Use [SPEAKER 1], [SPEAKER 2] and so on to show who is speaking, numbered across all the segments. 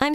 [SPEAKER 1] I'm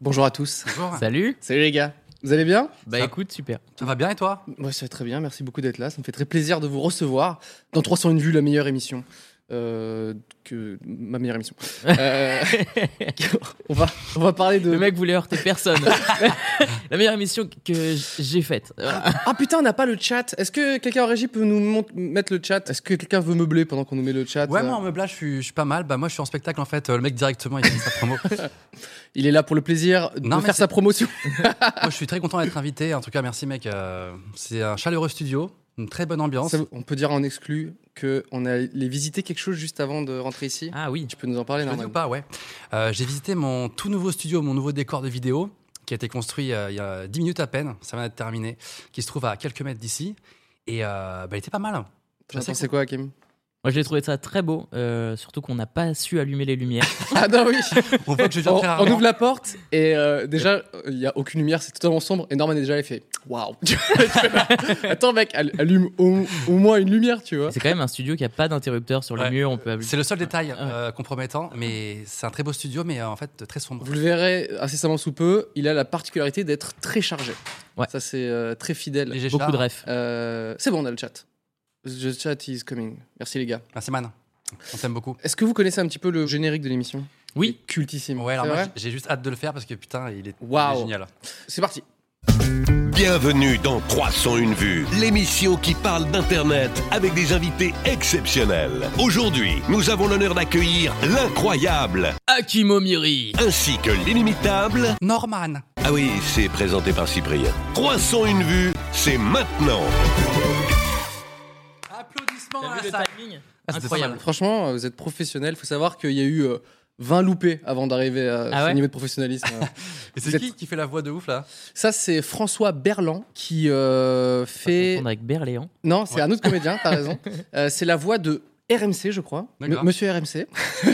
[SPEAKER 2] Bonjour à tous.
[SPEAKER 3] Bonjour.
[SPEAKER 4] Salut
[SPEAKER 2] Salut les gars. Vous allez bien
[SPEAKER 4] Bah
[SPEAKER 3] Ça-
[SPEAKER 4] écoute, super.
[SPEAKER 3] Ça va bien et toi
[SPEAKER 2] Moi ça va très bien, merci beaucoup d'être là. Ça me fait très plaisir de vous recevoir dans 301 vues, la meilleure émission. Euh, que ma meilleure émission. Euh, on, va, on va parler de...
[SPEAKER 4] Le mec voulait heurter personne. La meilleure émission que j'ai faite.
[SPEAKER 2] Ah putain, on n'a pas le chat. Est-ce que quelqu'un en régie peut nous mont- mettre le chat Est-ce que quelqu'un veut meubler pendant qu'on nous met le chat
[SPEAKER 3] Ouais,
[SPEAKER 2] Euh,
[SPEAKER 3] moi en meublage, je suis, je suis pas mal. Bah, moi, je suis en spectacle en fait. Euh, Le mec directement, il fait sa promo. moi,
[SPEAKER 2] Il est là pour le plaisir de
[SPEAKER 3] Non, mais
[SPEAKER 2] faire
[SPEAKER 3] c'est-
[SPEAKER 2] sa promotion.
[SPEAKER 3] je suis très content d'être invité. En tout cas, merci mec. Euh, C'est un chaleureux studio, une très bonne ambiance.
[SPEAKER 2] Ça, on peut dire en exclu qu'on allait visiter quelque chose juste avant de rentrer ici.
[SPEAKER 4] Ah oui.
[SPEAKER 2] Tu peux nous en parler,
[SPEAKER 3] Je le dis
[SPEAKER 2] Norman
[SPEAKER 3] ou pas, ouais. Euh, J'ai visité mon tout nouveau studio, mon nouveau décor de vidéo qui a été construit euh, il y a 10 minutes à peine. Ça vient d'être terminé. Qui se trouve à quelques mètres d'ici. Et euh, bah, il était pas mal.
[SPEAKER 2] T'en as
[SPEAKER 3] Je sais
[SPEAKER 2] pensé quoi, Kim
[SPEAKER 4] Moi j'ai trouvé ça très beau, euh, surtout qu'on n'a pas su allumer les lumières.
[SPEAKER 2] Ah non, oui
[SPEAKER 3] On voit que je viens
[SPEAKER 2] on,
[SPEAKER 3] très
[SPEAKER 2] on
[SPEAKER 3] rarement.
[SPEAKER 2] ouvre la porte et euh, déjà euh, il n'y a aucune lumière, c'est totalement sombre. Et Norman est déjà là, il fait waouh. Tu vois, Attends mec, allu- allume au, au moins une lumière, tu vois.
[SPEAKER 4] C'est quand même un studio qui a pas d'interrupteur sur le
[SPEAKER 3] Ouais.
[SPEAKER 4] mur, on peut allumer.
[SPEAKER 3] C'est le seul détail
[SPEAKER 2] Ah,
[SPEAKER 3] euh, compromettant, mais c'est un très beau studio, mais euh, en fait très sombre.
[SPEAKER 2] Vous le verrez incessamment sous peu, il a la particularité d'être très chargé.
[SPEAKER 4] Ouais.
[SPEAKER 2] Ça c'est euh, très fidèle.
[SPEAKER 3] Léger
[SPEAKER 4] beaucoup
[SPEAKER 3] char.
[SPEAKER 4] de refs.
[SPEAKER 2] Euh, c'est bon, on a le chat. The chat is coming. Merci les gars.
[SPEAKER 3] Merci man. On t'aime beaucoup.
[SPEAKER 2] Est-ce que vous connaissez un petit peu le générique de l'émission
[SPEAKER 4] Oui.
[SPEAKER 2] Il est Cultissime.
[SPEAKER 3] Ouais, alors
[SPEAKER 2] C'est
[SPEAKER 3] moi
[SPEAKER 2] vrai
[SPEAKER 3] j'ai juste hâte de le faire parce que putain, il est, il est
[SPEAKER 2] Waouh.
[SPEAKER 3] génial.
[SPEAKER 2] c'est parti.
[SPEAKER 5] Bienvenue dans 301 vues, l'émission qui parle d'Internet avec des invités exceptionnels. Aujourd'hui, nous avons l'honneur d'accueillir l'incroyable
[SPEAKER 4] Akimo Miri.
[SPEAKER 5] ainsi que l'inimitable.
[SPEAKER 3] Norman,
[SPEAKER 5] Ah oui, c'est présenté par Cyprien. 301 vues, c'est maintenant.
[SPEAKER 3] applaudissements dans
[SPEAKER 4] T'as
[SPEAKER 3] la
[SPEAKER 4] vu le
[SPEAKER 3] salle.
[SPEAKER 4] timing
[SPEAKER 3] Ah, c'était
[SPEAKER 4] Incroyable.
[SPEAKER 2] Franchement, euh, vous êtes professionnel. Faut savoir qu'il y a eu euh, 20 loupés avant d'arriver à
[SPEAKER 4] Ah
[SPEAKER 2] ce
[SPEAKER 4] ouais
[SPEAKER 2] niveau de professionnalisme.
[SPEAKER 3] Et c'est
[SPEAKER 2] Vous
[SPEAKER 3] qui
[SPEAKER 2] êtes-
[SPEAKER 3] qui fait la voix de ouf là
[SPEAKER 2] Ça, c'est François Berland qui euh, fait.
[SPEAKER 4] On avec Berléand.
[SPEAKER 2] Non, c'est un autre comédien, t'as raison. Euh, c'est la voix de RMC, je crois.
[SPEAKER 3] D'accord.
[SPEAKER 2] M- Monsieur RMC,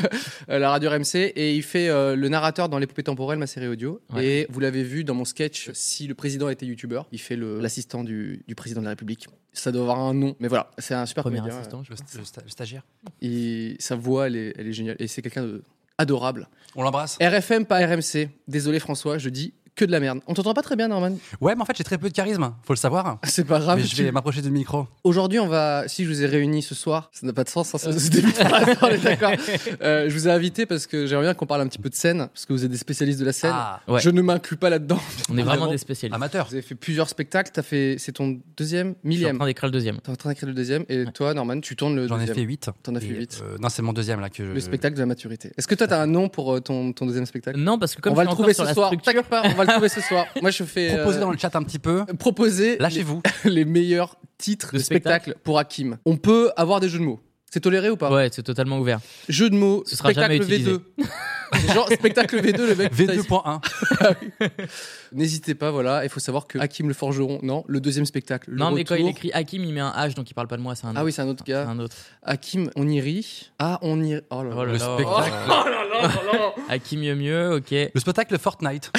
[SPEAKER 2] Euh, la radio RMC. Et il fait euh, le narrateur dans Les Poupées Temporelles, ma série audio.
[SPEAKER 4] Ouais.
[SPEAKER 2] Et vous l'avez vu dans mon sketch, si le président était youtubeur, il fait le- l'assistant du, du président de la République. Ça doit avoir un nom, mais voilà, c'est un super
[SPEAKER 4] Premier
[SPEAKER 2] comédien.
[SPEAKER 4] assistant. je
[SPEAKER 3] le,
[SPEAKER 4] crois.
[SPEAKER 3] sta- le sta- le stagiaire.
[SPEAKER 2] Il- sa voix, elle est, elle est géniale. Et c'est quelqu'un de adorable.
[SPEAKER 3] On l'embrasse.
[SPEAKER 2] RFM, pas RMC. Désolé, François, je dis que de la merde. On t'entend pas très bien, Norman
[SPEAKER 3] Ouais, mais en fait, j'ai très peu de charisme, faut le savoir.
[SPEAKER 2] C'est pas grave.
[SPEAKER 3] mais je
[SPEAKER 2] tu-
[SPEAKER 3] vais m'approcher du micro.
[SPEAKER 2] Aujourd'hui, on va. Si je vous ai réunis ce soir, ça n'a pas de sens. hein, ce ce début de phrase, on est d'accord. Euh, je vous ai invité parce que j'aimerais bien qu'on parle un petit peu de scène, parce que vous êtes des spécialistes de la scène.
[SPEAKER 3] Ah,
[SPEAKER 4] ouais.
[SPEAKER 2] Je ne m'inclus pas là-dedans.
[SPEAKER 4] On est vraiment
[SPEAKER 3] Vraiment.
[SPEAKER 4] des spécialistes.
[SPEAKER 3] amateur.
[SPEAKER 2] Vous avez fait plusieurs spectacles. T'as fait. C'est ton deuxième,
[SPEAKER 4] Je suis en
[SPEAKER 2] millième.
[SPEAKER 4] train d'écrire le deuxième.
[SPEAKER 2] T'es en train d'écrire le deuxième, et
[SPEAKER 4] Ouais.
[SPEAKER 2] toi, Norman, tu tournes le
[SPEAKER 3] J'en ai
[SPEAKER 2] deuxième.
[SPEAKER 3] fait 8.
[SPEAKER 2] T'en as fait huit.
[SPEAKER 3] non, c'est mon deuxième là que
[SPEAKER 4] euh,
[SPEAKER 3] je.
[SPEAKER 2] Le spectacle de la maturité. Est-ce que toi, t'as un nom pour euh, ton, ton deuxième spectacle
[SPEAKER 4] Non, parce que comme
[SPEAKER 2] On va le
[SPEAKER 4] je suis
[SPEAKER 2] trouver
[SPEAKER 4] encore sur
[SPEAKER 2] ce
[SPEAKER 4] la
[SPEAKER 2] soir.
[SPEAKER 4] structure,
[SPEAKER 2] T'inquiète pas, on va le trouver ce soir. Moi, je fais. euh,
[SPEAKER 3] Proposez dans le chat un petit peu.
[SPEAKER 2] proposer les,
[SPEAKER 3] Lâchez-vous.
[SPEAKER 2] les meilleurs titres de,
[SPEAKER 4] De
[SPEAKER 2] spectacle.
[SPEAKER 4] spectacle.
[SPEAKER 2] pour Hakim. On peut avoir des jeux de mots. C'est toléré ou pas
[SPEAKER 4] ouais, c'est totalement ouvert.
[SPEAKER 2] Jeu de mots,
[SPEAKER 4] Ce sera
[SPEAKER 2] spectacle
[SPEAKER 4] jamais utilisé.
[SPEAKER 2] V2. Genre spectacle V2, le mec. putain, il-
[SPEAKER 3] V2.1.
[SPEAKER 2] N'hésitez pas, voilà. Il faut savoir que Hakim le forgeron, non, le deuxième spectacle. Le
[SPEAKER 4] non, mais quand
[SPEAKER 2] retour.
[SPEAKER 4] il écrit Hakim, il met un H, donc il parle pas de moi, c'est un
[SPEAKER 2] Ah oui, c'est un
[SPEAKER 4] autre.
[SPEAKER 2] autre
[SPEAKER 4] C'est
[SPEAKER 2] gars.
[SPEAKER 4] un autre.
[SPEAKER 2] Hakim, on y rit. Ah, on y. Oh là là.
[SPEAKER 4] Oh là
[SPEAKER 3] Le
[SPEAKER 4] là.
[SPEAKER 3] spectacle.
[SPEAKER 4] Hakim mieux mieux, ok.
[SPEAKER 3] Le spectacle Fortnite.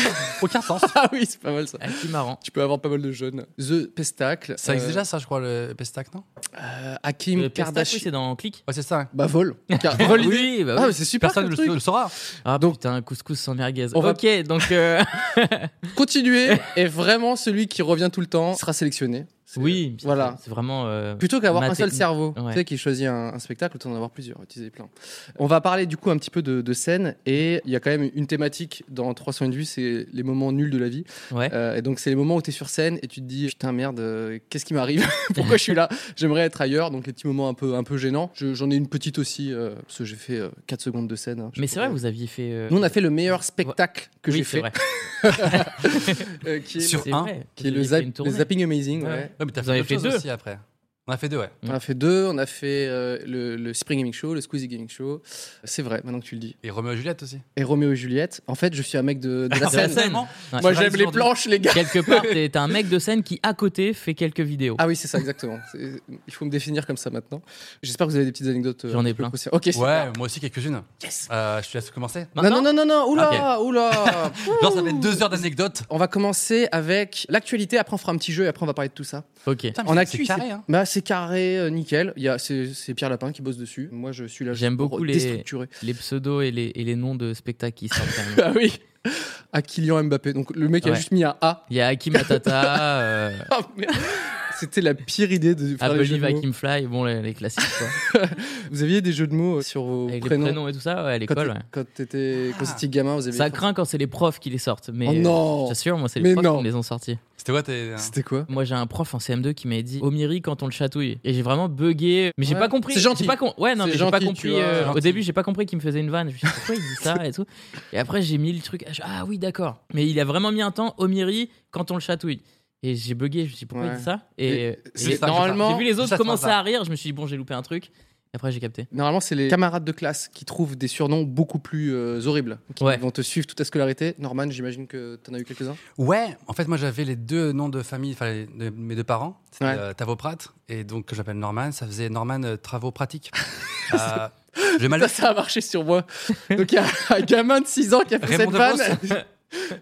[SPEAKER 3] Aucun sens.
[SPEAKER 2] Ah oui, c'est pas mal ça.
[SPEAKER 4] Hakim marrant.
[SPEAKER 2] Tu peux avoir pas mal de jeunes. The Pestacle.
[SPEAKER 3] Ça existe
[SPEAKER 2] euh,
[SPEAKER 3] déjà, ça, je crois, le pestacle, non
[SPEAKER 2] euh, Hakim
[SPEAKER 4] Le Pestac, oui,
[SPEAKER 2] Kardashian.
[SPEAKER 4] c'est dans Click.
[SPEAKER 3] Ouais, c'est ça. hein.
[SPEAKER 2] Bah, vol. Car- vol l'idée.
[SPEAKER 4] Oui, bah
[SPEAKER 2] Ah,
[SPEAKER 4] oui.
[SPEAKER 2] mais c'est super.
[SPEAKER 3] Personne
[SPEAKER 2] comme
[SPEAKER 3] ne le,
[SPEAKER 2] truc.
[SPEAKER 3] ne le saura.
[SPEAKER 4] Ah
[SPEAKER 2] Donc-
[SPEAKER 4] putain, couscous sans merguez.
[SPEAKER 2] On va-
[SPEAKER 4] ok, donc euh,
[SPEAKER 2] Continuez. Et vraiment, celui qui revient tout le temps sera sélectionné. C'est-
[SPEAKER 4] oui, c'est-
[SPEAKER 2] Voilà.
[SPEAKER 4] C'est vraiment. euh,
[SPEAKER 2] Plutôt qu'avoir un
[SPEAKER 4] Maté-
[SPEAKER 2] seul cerveau,
[SPEAKER 4] Ouais.
[SPEAKER 2] tu sais, qui choisit un, un spectacle, autant en avoir plusieurs, utiliser plein. On va parler du coup un petit peu de, de scène, et il y a quand même une thématique dans 301 vues, c'est les moments nuls de la vie.
[SPEAKER 4] Ouais.
[SPEAKER 2] Euh, et donc c'est les moments où tu es sur scène et tu te dis, putain merde, euh, qu'est-ce qui m'arrive Pourquoi je suis là J'aimerais être ailleurs, donc les petits moments un peu, un peu gênants. Je- J'en ai une petite aussi, euh, parce que j'ai fait 4 secondes de scène. hein. Je
[SPEAKER 4] Mais c'est
[SPEAKER 2] pourrais-
[SPEAKER 4] vrai, vous aviez fait. euh,
[SPEAKER 2] Nous on a fait le meilleur spectacle que
[SPEAKER 4] oui,
[SPEAKER 2] j'ai
[SPEAKER 4] c'est
[SPEAKER 2] fait,
[SPEAKER 4] vrai.
[SPEAKER 2] euh, qui est,
[SPEAKER 3] Sur-
[SPEAKER 4] C'est
[SPEAKER 3] un,
[SPEAKER 4] vrai.
[SPEAKER 2] qui est
[SPEAKER 4] Vous
[SPEAKER 2] le,
[SPEAKER 4] aviez fait
[SPEAKER 2] zap-
[SPEAKER 4] une
[SPEAKER 2] le
[SPEAKER 4] tournée.
[SPEAKER 2] Zapping Amazing.
[SPEAKER 4] Ouais.
[SPEAKER 2] ouais.
[SPEAKER 3] Non, mais t'as
[SPEAKER 4] Vous en avez
[SPEAKER 3] d'autres
[SPEAKER 4] fait
[SPEAKER 3] choses
[SPEAKER 4] deux.
[SPEAKER 3] aussi après. On a fait deux, ouais.
[SPEAKER 4] Mm.
[SPEAKER 2] On a fait deux, on a fait euh, le, le Spring Gaming Show, le Squeezie Gaming Show. C'est vrai, maintenant que tu le dis.
[SPEAKER 3] Et Roméo et Juliette aussi.
[SPEAKER 2] Et Roméo et Juliette. En fait, je suis un mec de, de la
[SPEAKER 4] Ah, la
[SPEAKER 2] scène.
[SPEAKER 4] scène. Ouais,
[SPEAKER 2] Moi,
[SPEAKER 4] c'est vrai
[SPEAKER 2] j'aime
[SPEAKER 4] que
[SPEAKER 2] les
[SPEAKER 4] aujourd'hui,
[SPEAKER 2] planches, les gars.
[SPEAKER 4] Quelque part, t'es t'es un mec de scène qui, à côté, fait quelques vidéos.
[SPEAKER 2] Ah oui, c'est ça, exactement. C'est- Il faut me définir comme ça maintenant. J'espère que vous avez des petites anecdotes. euh,
[SPEAKER 4] J'en ai
[SPEAKER 2] un peu
[SPEAKER 4] plein.
[SPEAKER 2] poussières. Ok, super.
[SPEAKER 3] Ouais, moi aussi quelques-unes.
[SPEAKER 2] Yes.
[SPEAKER 3] Euh, je te laisse commencer.
[SPEAKER 2] Non, non, non, non, non, oula, oula.
[SPEAKER 3] Genre, ça fait deux heures d'anecdotes.
[SPEAKER 2] On va commencer avec l'actualité. Après, on fera un petit jeu et après, on va parler de tout ça.
[SPEAKER 4] Ok.
[SPEAKER 3] Putain, mais
[SPEAKER 2] En
[SPEAKER 3] c'est-
[SPEAKER 2] actu,
[SPEAKER 3] c'est carré, hein.
[SPEAKER 2] Bah, c'est carré, euh, nickel. Il y a, c'est, c'est Pierre Lapin qui bosse dessus. Moi, je suis là.
[SPEAKER 4] J'aime
[SPEAKER 2] pour
[SPEAKER 4] beaucoup les-
[SPEAKER 2] déstructurer.
[SPEAKER 4] Les pseudos et les, et les noms de spectacles qui sortent. quand même.
[SPEAKER 2] Ah oui. À Kylian Mbappé. Donc, le mec a
[SPEAKER 4] Ouais.
[SPEAKER 2] juste mis un A.
[SPEAKER 4] Il y a Hakim Matata, euh,
[SPEAKER 2] Ah, merde. C'était la pire idée de faire
[SPEAKER 4] I
[SPEAKER 2] les jeux
[SPEAKER 4] Believe
[SPEAKER 2] de mots.
[SPEAKER 4] Hakim Fly, bon, les, les classiques, quoi.
[SPEAKER 2] Vous aviez des jeux de mots euh, sur vos
[SPEAKER 4] Avec
[SPEAKER 2] prénoms,
[SPEAKER 4] les prénoms et tout ça, ouais, à
[SPEAKER 2] quand,
[SPEAKER 4] l'école, ouais.
[SPEAKER 2] quand t'étais, quand
[SPEAKER 3] Ah.
[SPEAKER 2] t'étais gamin, vous aviez.
[SPEAKER 4] Ça craint quand c'est les profs qui les sortent, mais
[SPEAKER 2] Oh non.
[SPEAKER 4] euh, j'assure, moi c'est
[SPEAKER 2] Mais
[SPEAKER 4] les profs
[SPEAKER 2] non.
[SPEAKER 4] qui me les ont sortis.
[SPEAKER 3] C'était quoi tes. euh
[SPEAKER 2] C'était quoi
[SPEAKER 4] Moi j'ai un prof en CM2 qui m'avait dit Omiri quand on le chatouille. Et j'ai vraiment bugué, mais j'ai
[SPEAKER 2] Ouais.
[SPEAKER 4] pas compris.
[SPEAKER 2] C'est gentil.
[SPEAKER 4] J'ai Pas com- Ouais, non,
[SPEAKER 2] C'est
[SPEAKER 4] mais j'ai pas
[SPEAKER 2] gentil, tu
[SPEAKER 4] compris.
[SPEAKER 2] vois,
[SPEAKER 4] euh,
[SPEAKER 3] gentil.
[SPEAKER 4] au début j'ai pas compris qu'il me faisait une vanne. Je me suis dit pourquoi il dit ça et tout. Et après j'ai mis le truc, ah, je- ah oui d'accord. Mais il a vraiment mis un temps Omiri quand on le chatouille. Et j'ai bugué, je me suis dit pourquoi
[SPEAKER 2] Ouais.
[SPEAKER 4] il dit ça Et,
[SPEAKER 2] Et
[SPEAKER 4] et
[SPEAKER 2] c'est
[SPEAKER 4] j'ai-
[SPEAKER 2] ça,
[SPEAKER 4] normalement,
[SPEAKER 2] c'est
[SPEAKER 4] j'ai
[SPEAKER 2] ça.
[SPEAKER 4] vu les
[SPEAKER 3] Ça,
[SPEAKER 4] autres
[SPEAKER 3] c'est
[SPEAKER 4] commencer
[SPEAKER 3] ça.
[SPEAKER 4] à rire, je me suis dit bon j'ai loupé un truc. Et après j'ai capté.
[SPEAKER 2] Normalement, c'est les camarades de classe qui trouvent des surnoms beaucoup plus euh, horribles, qui
[SPEAKER 4] Ouais.
[SPEAKER 2] vont te suivre toute ta scolarité. Norman, j'imagine que t'en as eu quelques-uns.
[SPEAKER 3] Ouais, en fait, moi j'avais les deux noms de famille, enfin les- de mes deux parents, c'était
[SPEAKER 2] Ouais.
[SPEAKER 3] euh, Tavoprat, et donc que j'appelle Norman, ça faisait Norman euh, Travaux Pratiques. Euh, j'ai mal.
[SPEAKER 2] Ça, ça a marché sur moi. Donc, il y a un gamin de 6 ans qui a fait
[SPEAKER 3] Raymond
[SPEAKER 2] cette vanne.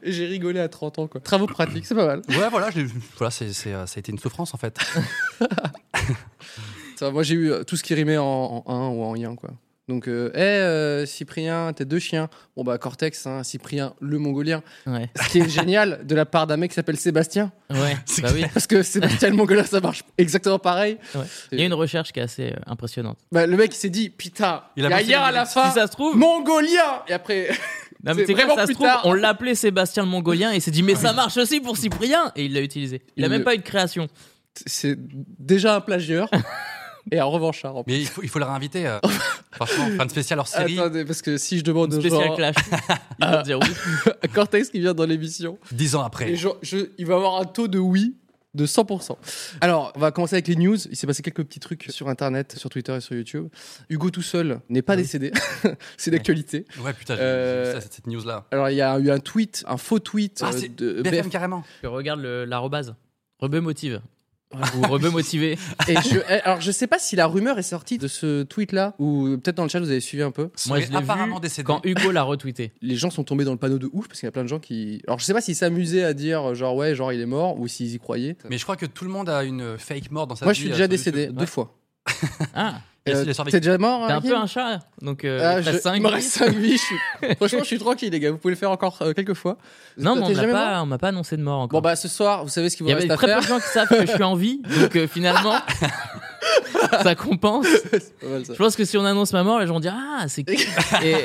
[SPEAKER 2] Et j'ai rigolé à 30 ans, quoi. Travaux pratiques, c'est pas mal.
[SPEAKER 3] Ouais, voilà, j'ai- voilà c'est, c'est, euh, ça a été une souffrance en fait.
[SPEAKER 2] Ça, moi, j'ai eu euh, tout ce qui rimait en, en un ou en yin, quoi. Donc, euh, Eh, euh, Cyprien, t'es deux chiens. Bon, bah, Cortex, hein, Cyprien, le mongolien.
[SPEAKER 4] Ouais.
[SPEAKER 2] Ce qui est génial de la part d'un mec qui s'appelle Sébastien.
[SPEAKER 4] Ouais.
[SPEAKER 3] C'est
[SPEAKER 4] bah oui.
[SPEAKER 2] Parce que Sébastien, le mongolien, ça marche exactement pareil.
[SPEAKER 4] Il y a une recherche qui est assez euh, impressionnante.
[SPEAKER 2] Bah, le mec, il s'est dit, putain, il
[SPEAKER 3] Il
[SPEAKER 2] y
[SPEAKER 3] a
[SPEAKER 2] a
[SPEAKER 3] marché
[SPEAKER 2] yin à
[SPEAKER 3] le-
[SPEAKER 2] la fin.
[SPEAKER 4] Si ça se trouve,
[SPEAKER 2] Mongolien Et après,
[SPEAKER 4] Non,
[SPEAKER 2] C'est
[SPEAKER 4] mais c'est
[SPEAKER 2] vraiment
[SPEAKER 4] vraiment ça
[SPEAKER 2] plus
[SPEAKER 4] se trouve,
[SPEAKER 2] tard.
[SPEAKER 4] on l'appelait Sébastien le Mongolien et il s'est dit mais ça marche aussi pour Cyprien et il l'a utilisé. Il a
[SPEAKER 2] Il-
[SPEAKER 4] même pas eu de création.
[SPEAKER 2] c'est déjà un plagieur et un revanchard. En plus.
[SPEAKER 3] Mais il faut, il faut les réinviter. euh, franchement, fin de spécial hors série,
[SPEAKER 2] Attendez, parce que si je demande aux
[SPEAKER 4] Spécial
[SPEAKER 2] gens-
[SPEAKER 4] clash. Ils vont dire oui.
[SPEAKER 2] à Cortex qui vient dans l'émission,
[SPEAKER 3] dix ans
[SPEAKER 2] et
[SPEAKER 3] après.
[SPEAKER 2] je- je- il va avoir un taux de oui de 100%. Alors, on va commencer avec les news. Il s'est passé quelques petits trucs sur Internet, sur Twitter et sur YouTube. Hugo tout seul n'est pas décédé. C'est d'actualité.
[SPEAKER 3] Ouais, putain, j'ai,
[SPEAKER 2] Euh,
[SPEAKER 3] j'ai vu ça, cette, news là.
[SPEAKER 2] Alors, il y a eu un tweet, un faux tweet
[SPEAKER 3] Ah,
[SPEAKER 2] euh,
[SPEAKER 3] c'est
[SPEAKER 2] de
[SPEAKER 3] BFM,
[SPEAKER 2] BF.
[SPEAKER 3] carrément.
[SPEAKER 4] Je regarde le- l'arrobase. Rebeu motive. Ou rebeu motivé.
[SPEAKER 2] Et je, eh, alors, je sais pas si la rumeur est sortie de ce tweet-là, ou peut-être dans le chat, vous avez suivi un peu.
[SPEAKER 4] Moi
[SPEAKER 3] Serait
[SPEAKER 4] je l'ai
[SPEAKER 3] apparemment
[SPEAKER 4] vu
[SPEAKER 3] décédé.
[SPEAKER 4] quand Hugo l'a retweeté.
[SPEAKER 2] les gens sont tombés dans le panneau de ouf parce qu'il y a plein de gens qui. Alors je sais pas s'ils s'amusaient à dire euh, genre ouais genre il est mort ou s'ils y croyaient.
[SPEAKER 3] Mais je crois que tout le monde a une fake mort dans sa
[SPEAKER 2] Moi
[SPEAKER 3] vie.
[SPEAKER 2] je suis
[SPEAKER 3] euh,
[SPEAKER 2] déjà
[SPEAKER 3] sur
[SPEAKER 2] décédé
[SPEAKER 3] YouTube.
[SPEAKER 2] deux fois.
[SPEAKER 4] Ah,
[SPEAKER 3] Et
[SPEAKER 2] Euh,
[SPEAKER 3] s'il a survécu.
[SPEAKER 2] T'es déjà mort
[SPEAKER 4] t'es un
[SPEAKER 2] Hakim
[SPEAKER 4] peu un chat. Donc euh,
[SPEAKER 2] Ah,
[SPEAKER 4] il
[SPEAKER 2] je-
[SPEAKER 4] reste cinq
[SPEAKER 2] Il me
[SPEAKER 4] vies.
[SPEAKER 2] reste 5 vies. je suis- Franchement, je suis tranquille, les gars. Vous pouvez le faire encore euh, quelques fois.
[SPEAKER 4] Non,
[SPEAKER 2] Toi,
[SPEAKER 4] mais on
[SPEAKER 2] t'es
[SPEAKER 4] m'a
[SPEAKER 2] jamais mort
[SPEAKER 4] pas, on m'a pas annoncé de mort
[SPEAKER 2] Bon,
[SPEAKER 4] encore.
[SPEAKER 2] bah, ce soir, vous savez ce qu'il
[SPEAKER 4] il
[SPEAKER 2] vous
[SPEAKER 4] y avait
[SPEAKER 2] reste à
[SPEAKER 4] très
[SPEAKER 2] faire.
[SPEAKER 4] peu de gens qui savent que je suis en vie. Donc euh, finalement, ça compense.
[SPEAKER 2] C'est pas mal, ça.
[SPEAKER 4] Je pense que si on annonce ma mort, les gens vont dire Ah, c'est cool. Et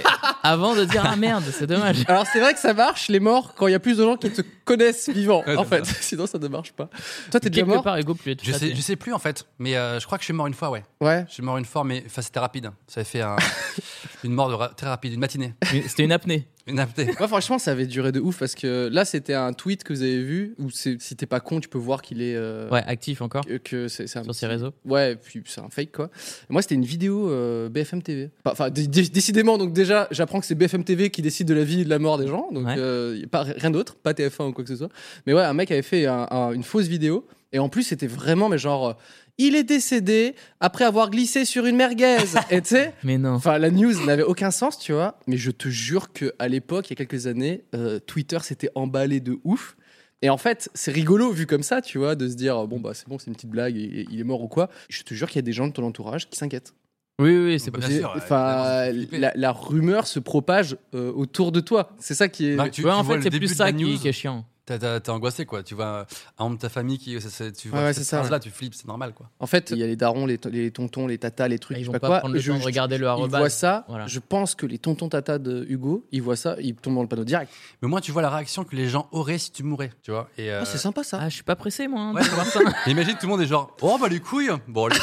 [SPEAKER 4] avant de dire Ah merde, c'est dommage.
[SPEAKER 2] Alors, c'est vrai que ça marche, les morts, quand il y a plus de gens qui te connaissent vivant,
[SPEAKER 3] Ouais,
[SPEAKER 2] en
[SPEAKER 3] c'est
[SPEAKER 2] fait. Sinon, ça ne marche pas. Toi, t'es déjà
[SPEAKER 4] Quelque
[SPEAKER 2] mort
[SPEAKER 4] part, Hugo plus être
[SPEAKER 3] Je
[SPEAKER 4] chaté.
[SPEAKER 3] sais, je sais plus en fait, mais euh, je crois que je suis mort une fois, ouais.
[SPEAKER 2] Ouais.
[SPEAKER 3] Je suis mort une fois, mais enfin, c'était rapide. Ça a fait un- une mort de ra- très rapide, une matinée.
[SPEAKER 4] Une- C'était une apnée.
[SPEAKER 3] Une apnée.
[SPEAKER 2] Moi, franchement, ça avait duré de ouf parce que là, c'était un tweet que vous avez vu où c'est- si t'es pas con, tu peux voir qu'il est. euh,
[SPEAKER 4] Ouais, actif encore
[SPEAKER 2] que- Que c'est c'est un
[SPEAKER 4] sur
[SPEAKER 2] petit-
[SPEAKER 4] ses réseaux.
[SPEAKER 2] Ouais, et puis c'est un fake quoi. Et moi, c'était une vidéo euh, BFM TV. Enfin, dé- dé- décidément, donc déjà, j'apprends que c'est BFM TV qui décide de la vie et de la mort des gens, donc
[SPEAKER 4] Ouais.
[SPEAKER 2] euh, y a pas, rien d'autre, pas TF1 ou quoi que ce soit. Mais ouais, un mec avait fait un- un- une fausse vidéo, et en plus, c'était vraiment, mais genre, euh, il est décédé après avoir glissé sur une merguez, et tu sais.
[SPEAKER 4] Mais non.
[SPEAKER 2] Enfin, la news n'avait aucun sens, tu vois. Mais je te jure que à l'époque, il y a quelques années, euh, Twitter s'était emballé de ouf. Et en fait, c'est rigolo vu comme ça, tu vois, de se dire bon bah c'est bon, c'est une petite blague, il, il est mort ou quoi. Je te jure qu'il y a des gens de ton entourage qui s'inquiètent.
[SPEAKER 4] Oui, oui, oui, c'est
[SPEAKER 3] Bah,
[SPEAKER 4] possible.
[SPEAKER 3] bien sûr,
[SPEAKER 2] Enfin, euh,
[SPEAKER 3] évidemment, ça fait flipper.
[SPEAKER 2] la, la rumeur se propage euh, autour de toi. C'est ça qui est.
[SPEAKER 3] Bah, tu,
[SPEAKER 4] ouais,
[SPEAKER 3] tu
[SPEAKER 4] en
[SPEAKER 3] vois
[SPEAKER 4] fait,
[SPEAKER 3] le
[SPEAKER 4] c'est
[SPEAKER 3] début
[SPEAKER 4] plus
[SPEAKER 3] de la
[SPEAKER 4] ça qui,
[SPEAKER 3] news,
[SPEAKER 4] qui est chiant.
[SPEAKER 3] t'as- t'as- T'es angoissé, quoi. Tu vois un membre de ta famille qui. c'est- c'est- tu vois
[SPEAKER 2] Ouais, ouais,
[SPEAKER 3] cette
[SPEAKER 2] c'est ça,
[SPEAKER 3] phrase-là, tu flippes, c'est normal, quoi.
[SPEAKER 2] En fait, il y a les darons, les, to- les tontons, les tatas, les trucs.
[SPEAKER 4] Bah, Ils
[SPEAKER 2] je sais
[SPEAKER 4] vont
[SPEAKER 2] pas
[SPEAKER 4] pas
[SPEAKER 2] quoi.
[SPEAKER 4] prendre le
[SPEAKER 2] Je-
[SPEAKER 4] temps de
[SPEAKER 2] je-
[SPEAKER 4] regarder le
[SPEAKER 2] Ils
[SPEAKER 4] arrobase.
[SPEAKER 2] voient ça.
[SPEAKER 4] Voilà.
[SPEAKER 2] Je pense que les tontons tatas de Hugo, ils voient ça, ils tombent dans le panneau direct.
[SPEAKER 3] Mais au moins, tu vois la réaction que les gens auraient si tu mourais, tu vois. Et, euh,
[SPEAKER 2] Ah, c'est sympa ça.
[SPEAKER 4] Ah, je suis pas pressé, moi. hein,
[SPEAKER 3] Ouais,
[SPEAKER 4] de
[SPEAKER 3] c'est
[SPEAKER 4] voir ça.
[SPEAKER 3] Mais Imagine tout le monde est genre, oh bah les couilles Bon, allez.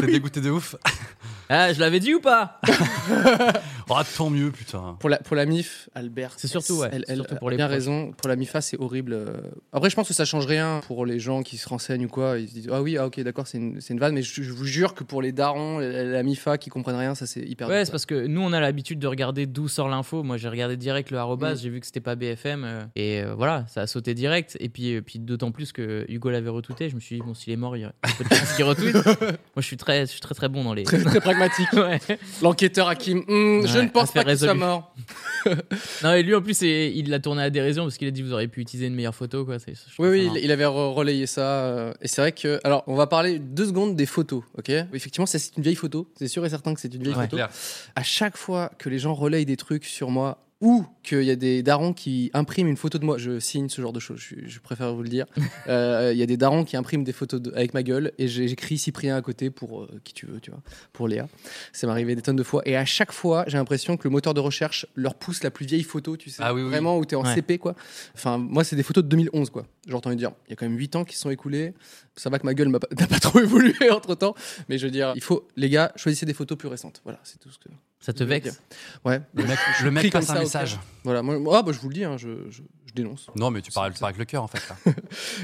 [SPEAKER 3] T'es dégoûté de ouf.
[SPEAKER 4] Ah, je l'avais dit ou pas
[SPEAKER 3] Oh, tant mieux, putain.
[SPEAKER 2] Pour la, pour la MIF, Albert.
[SPEAKER 4] C'est surtout, ouais,
[SPEAKER 2] Elle,
[SPEAKER 4] c'est
[SPEAKER 2] elle
[SPEAKER 4] surtout
[SPEAKER 2] a
[SPEAKER 4] pour les
[SPEAKER 2] bien
[SPEAKER 4] proches.
[SPEAKER 2] raison. Pour la MIFA, c'est horrible. euh. Après, je pense que ça change rien pour les gens qui se renseignent ou quoi. Ils se disent Ah oui, ah, ok, d'accord, c'est une, c'est une vanne. Mais je, je vous jure que pour les darons, la, la MIFA qui comprennent rien, ça c'est hyper
[SPEAKER 4] Ouais,
[SPEAKER 2] dur,
[SPEAKER 4] c'est
[SPEAKER 2] quoi.
[SPEAKER 4] parce que nous, on a l'habitude de regarder d'où sort l'info. Moi, j'ai regardé direct le arrobas,
[SPEAKER 2] Mm.
[SPEAKER 4] j'ai vu que c'était pas BFM. euh, et euh, voilà, ça a sauté direct. Et puis, euh, puis d'autant plus que Hugo l'avait retweeté. Je me suis dit, bon, s'il est mort, il y a peut-être pas ce qu'il retweet. Moi, je suis très, je suis très, très bon dans les.
[SPEAKER 2] Très pragmatique.
[SPEAKER 4] Ouais.
[SPEAKER 2] L'enquêteur Hakim. Hmm, je
[SPEAKER 4] Ouais,
[SPEAKER 2] ne pense pas
[SPEAKER 4] affaire
[SPEAKER 2] qu'il soit
[SPEAKER 4] résolue.
[SPEAKER 2] mort.
[SPEAKER 4] Non, et lui, en plus, c'est- il l'a tourné à dérision parce qu'il a dit, vous auriez pu utiliser une meilleure photo, quoi. C'est- je trouve
[SPEAKER 2] Oui,
[SPEAKER 4] ça
[SPEAKER 2] oui,
[SPEAKER 4] marrant.
[SPEAKER 2] il, il avait re- relayé ça. euh, Et c'est vrai que. Alors, on va parler deux secondes des photos, ok Effectivement, ça c'est une vieille photo. C'est sûr et certain que c'est une vieille
[SPEAKER 3] Ouais,
[SPEAKER 2] photo.
[SPEAKER 3] clair.
[SPEAKER 2] à chaque fois que les gens relayent des trucs sur moi ou qu'il y a des darons qui impriment une photo de moi, je signe ce genre de choses, je, je préfère vous le dire. Euh, Il y a des darons qui impriment des photos de- avec ma gueule et j'ai- j'écris Cyprien à côté pour euh, qui tu veux, tu vois, pour Léa. Ça m'est arrivé des tonnes de fois et à chaque fois, j'ai l'impression que le moteur de recherche leur pousse la plus vieille photo, tu sais,
[SPEAKER 3] Ah oui, oui.
[SPEAKER 2] vraiment où t'es en
[SPEAKER 4] Ouais.
[SPEAKER 2] CP quoi. Enfin, moi, c'est des photos de 2011 quoi. J'ai entendu dire, il y a quand même 8 ans qui se sont écoulés. Ça va que ma gueule m'a pas, n'a pas trop évolué entre temps, mais je veux dire, il faut, les gars, choisissez des photos plus récentes. Voilà, c'est tout ce que.
[SPEAKER 4] Ça te vexe
[SPEAKER 2] Ouais.
[SPEAKER 3] Le mec,
[SPEAKER 2] Je
[SPEAKER 3] le mec
[SPEAKER 2] prie comme
[SPEAKER 3] passe un
[SPEAKER 2] ça au
[SPEAKER 3] message.
[SPEAKER 2] Voilà, moi, moi- ah, bah, je vous le dis, hein, je, je- je dénonce.
[SPEAKER 3] Non, mais tu parles, tu parles avec le cœur, en fait. là.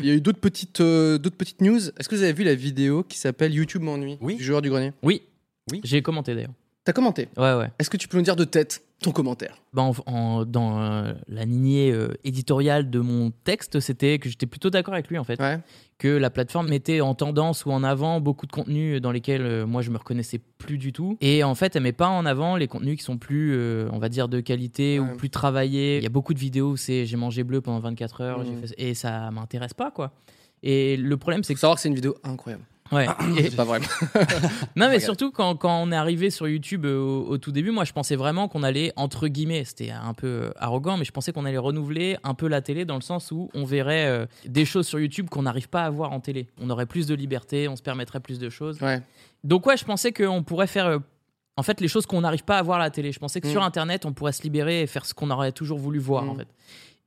[SPEAKER 2] Il y a eu d'autres petites, euh, d'autres petites news. Est-ce que vous avez vu la vidéo qui s'appelle YouTube m'ennuie
[SPEAKER 3] Oui.
[SPEAKER 2] Du joueur du grenier.
[SPEAKER 4] Oui.
[SPEAKER 3] Oui.
[SPEAKER 4] J'ai commenté d'ailleurs.
[SPEAKER 2] T'as commenté.
[SPEAKER 4] Ouais, ouais.
[SPEAKER 2] Est-ce que tu peux nous dire de tête ton commentaire
[SPEAKER 4] Bah, en- en- dans euh, la lignée euh, éditoriale de mon texte, c'était que j'étais plutôt d'accord avec lui en fait.
[SPEAKER 2] Ouais.
[SPEAKER 4] Que la plateforme mettait en tendance ou en avant beaucoup de contenus dans lesquels euh, moi je me reconnaissais plus du tout. Et en fait, elle met pas en avant les contenus qui sont plus, euh, on va dire, de qualité
[SPEAKER 2] Ouais.
[SPEAKER 4] ou plus travaillés. Il y a beaucoup de vidéos où c'est j'ai mangé bleu pendant 24 heures
[SPEAKER 2] Mhm.
[SPEAKER 4] j'ai fait- et ça m'intéresse pas quoi. Et le problème, c'est
[SPEAKER 2] Faut
[SPEAKER 4] que.
[SPEAKER 2] savoir que c'est une vidéo incroyable.
[SPEAKER 4] Ouais. Et-
[SPEAKER 2] C'est pas vrai.
[SPEAKER 4] non, mais
[SPEAKER 2] Regarde.
[SPEAKER 4] surtout quand, quand on est arrivé sur YouTube euh, au, au tout début, moi je pensais vraiment qu'on allait, entre guillemets, c'était un peu euh, arrogant, mais je pensais qu'on allait renouveler un peu la télé dans le sens où on verrait euh, des choses sur YouTube qu'on n'arrive pas à voir en télé. On aurait plus de liberté, on se permettrait plus de choses.
[SPEAKER 2] Ouais.
[SPEAKER 4] Donc, ouais, je pensais qu'on pourrait faire. euh, en fait, les choses qu'on n'arrive pas à voir à la télé. Je pensais que
[SPEAKER 2] Mm.
[SPEAKER 4] sur Internet, on pourrait se libérer et faire ce qu'on aurait toujours voulu voir,
[SPEAKER 2] Mm.
[SPEAKER 4] en fait.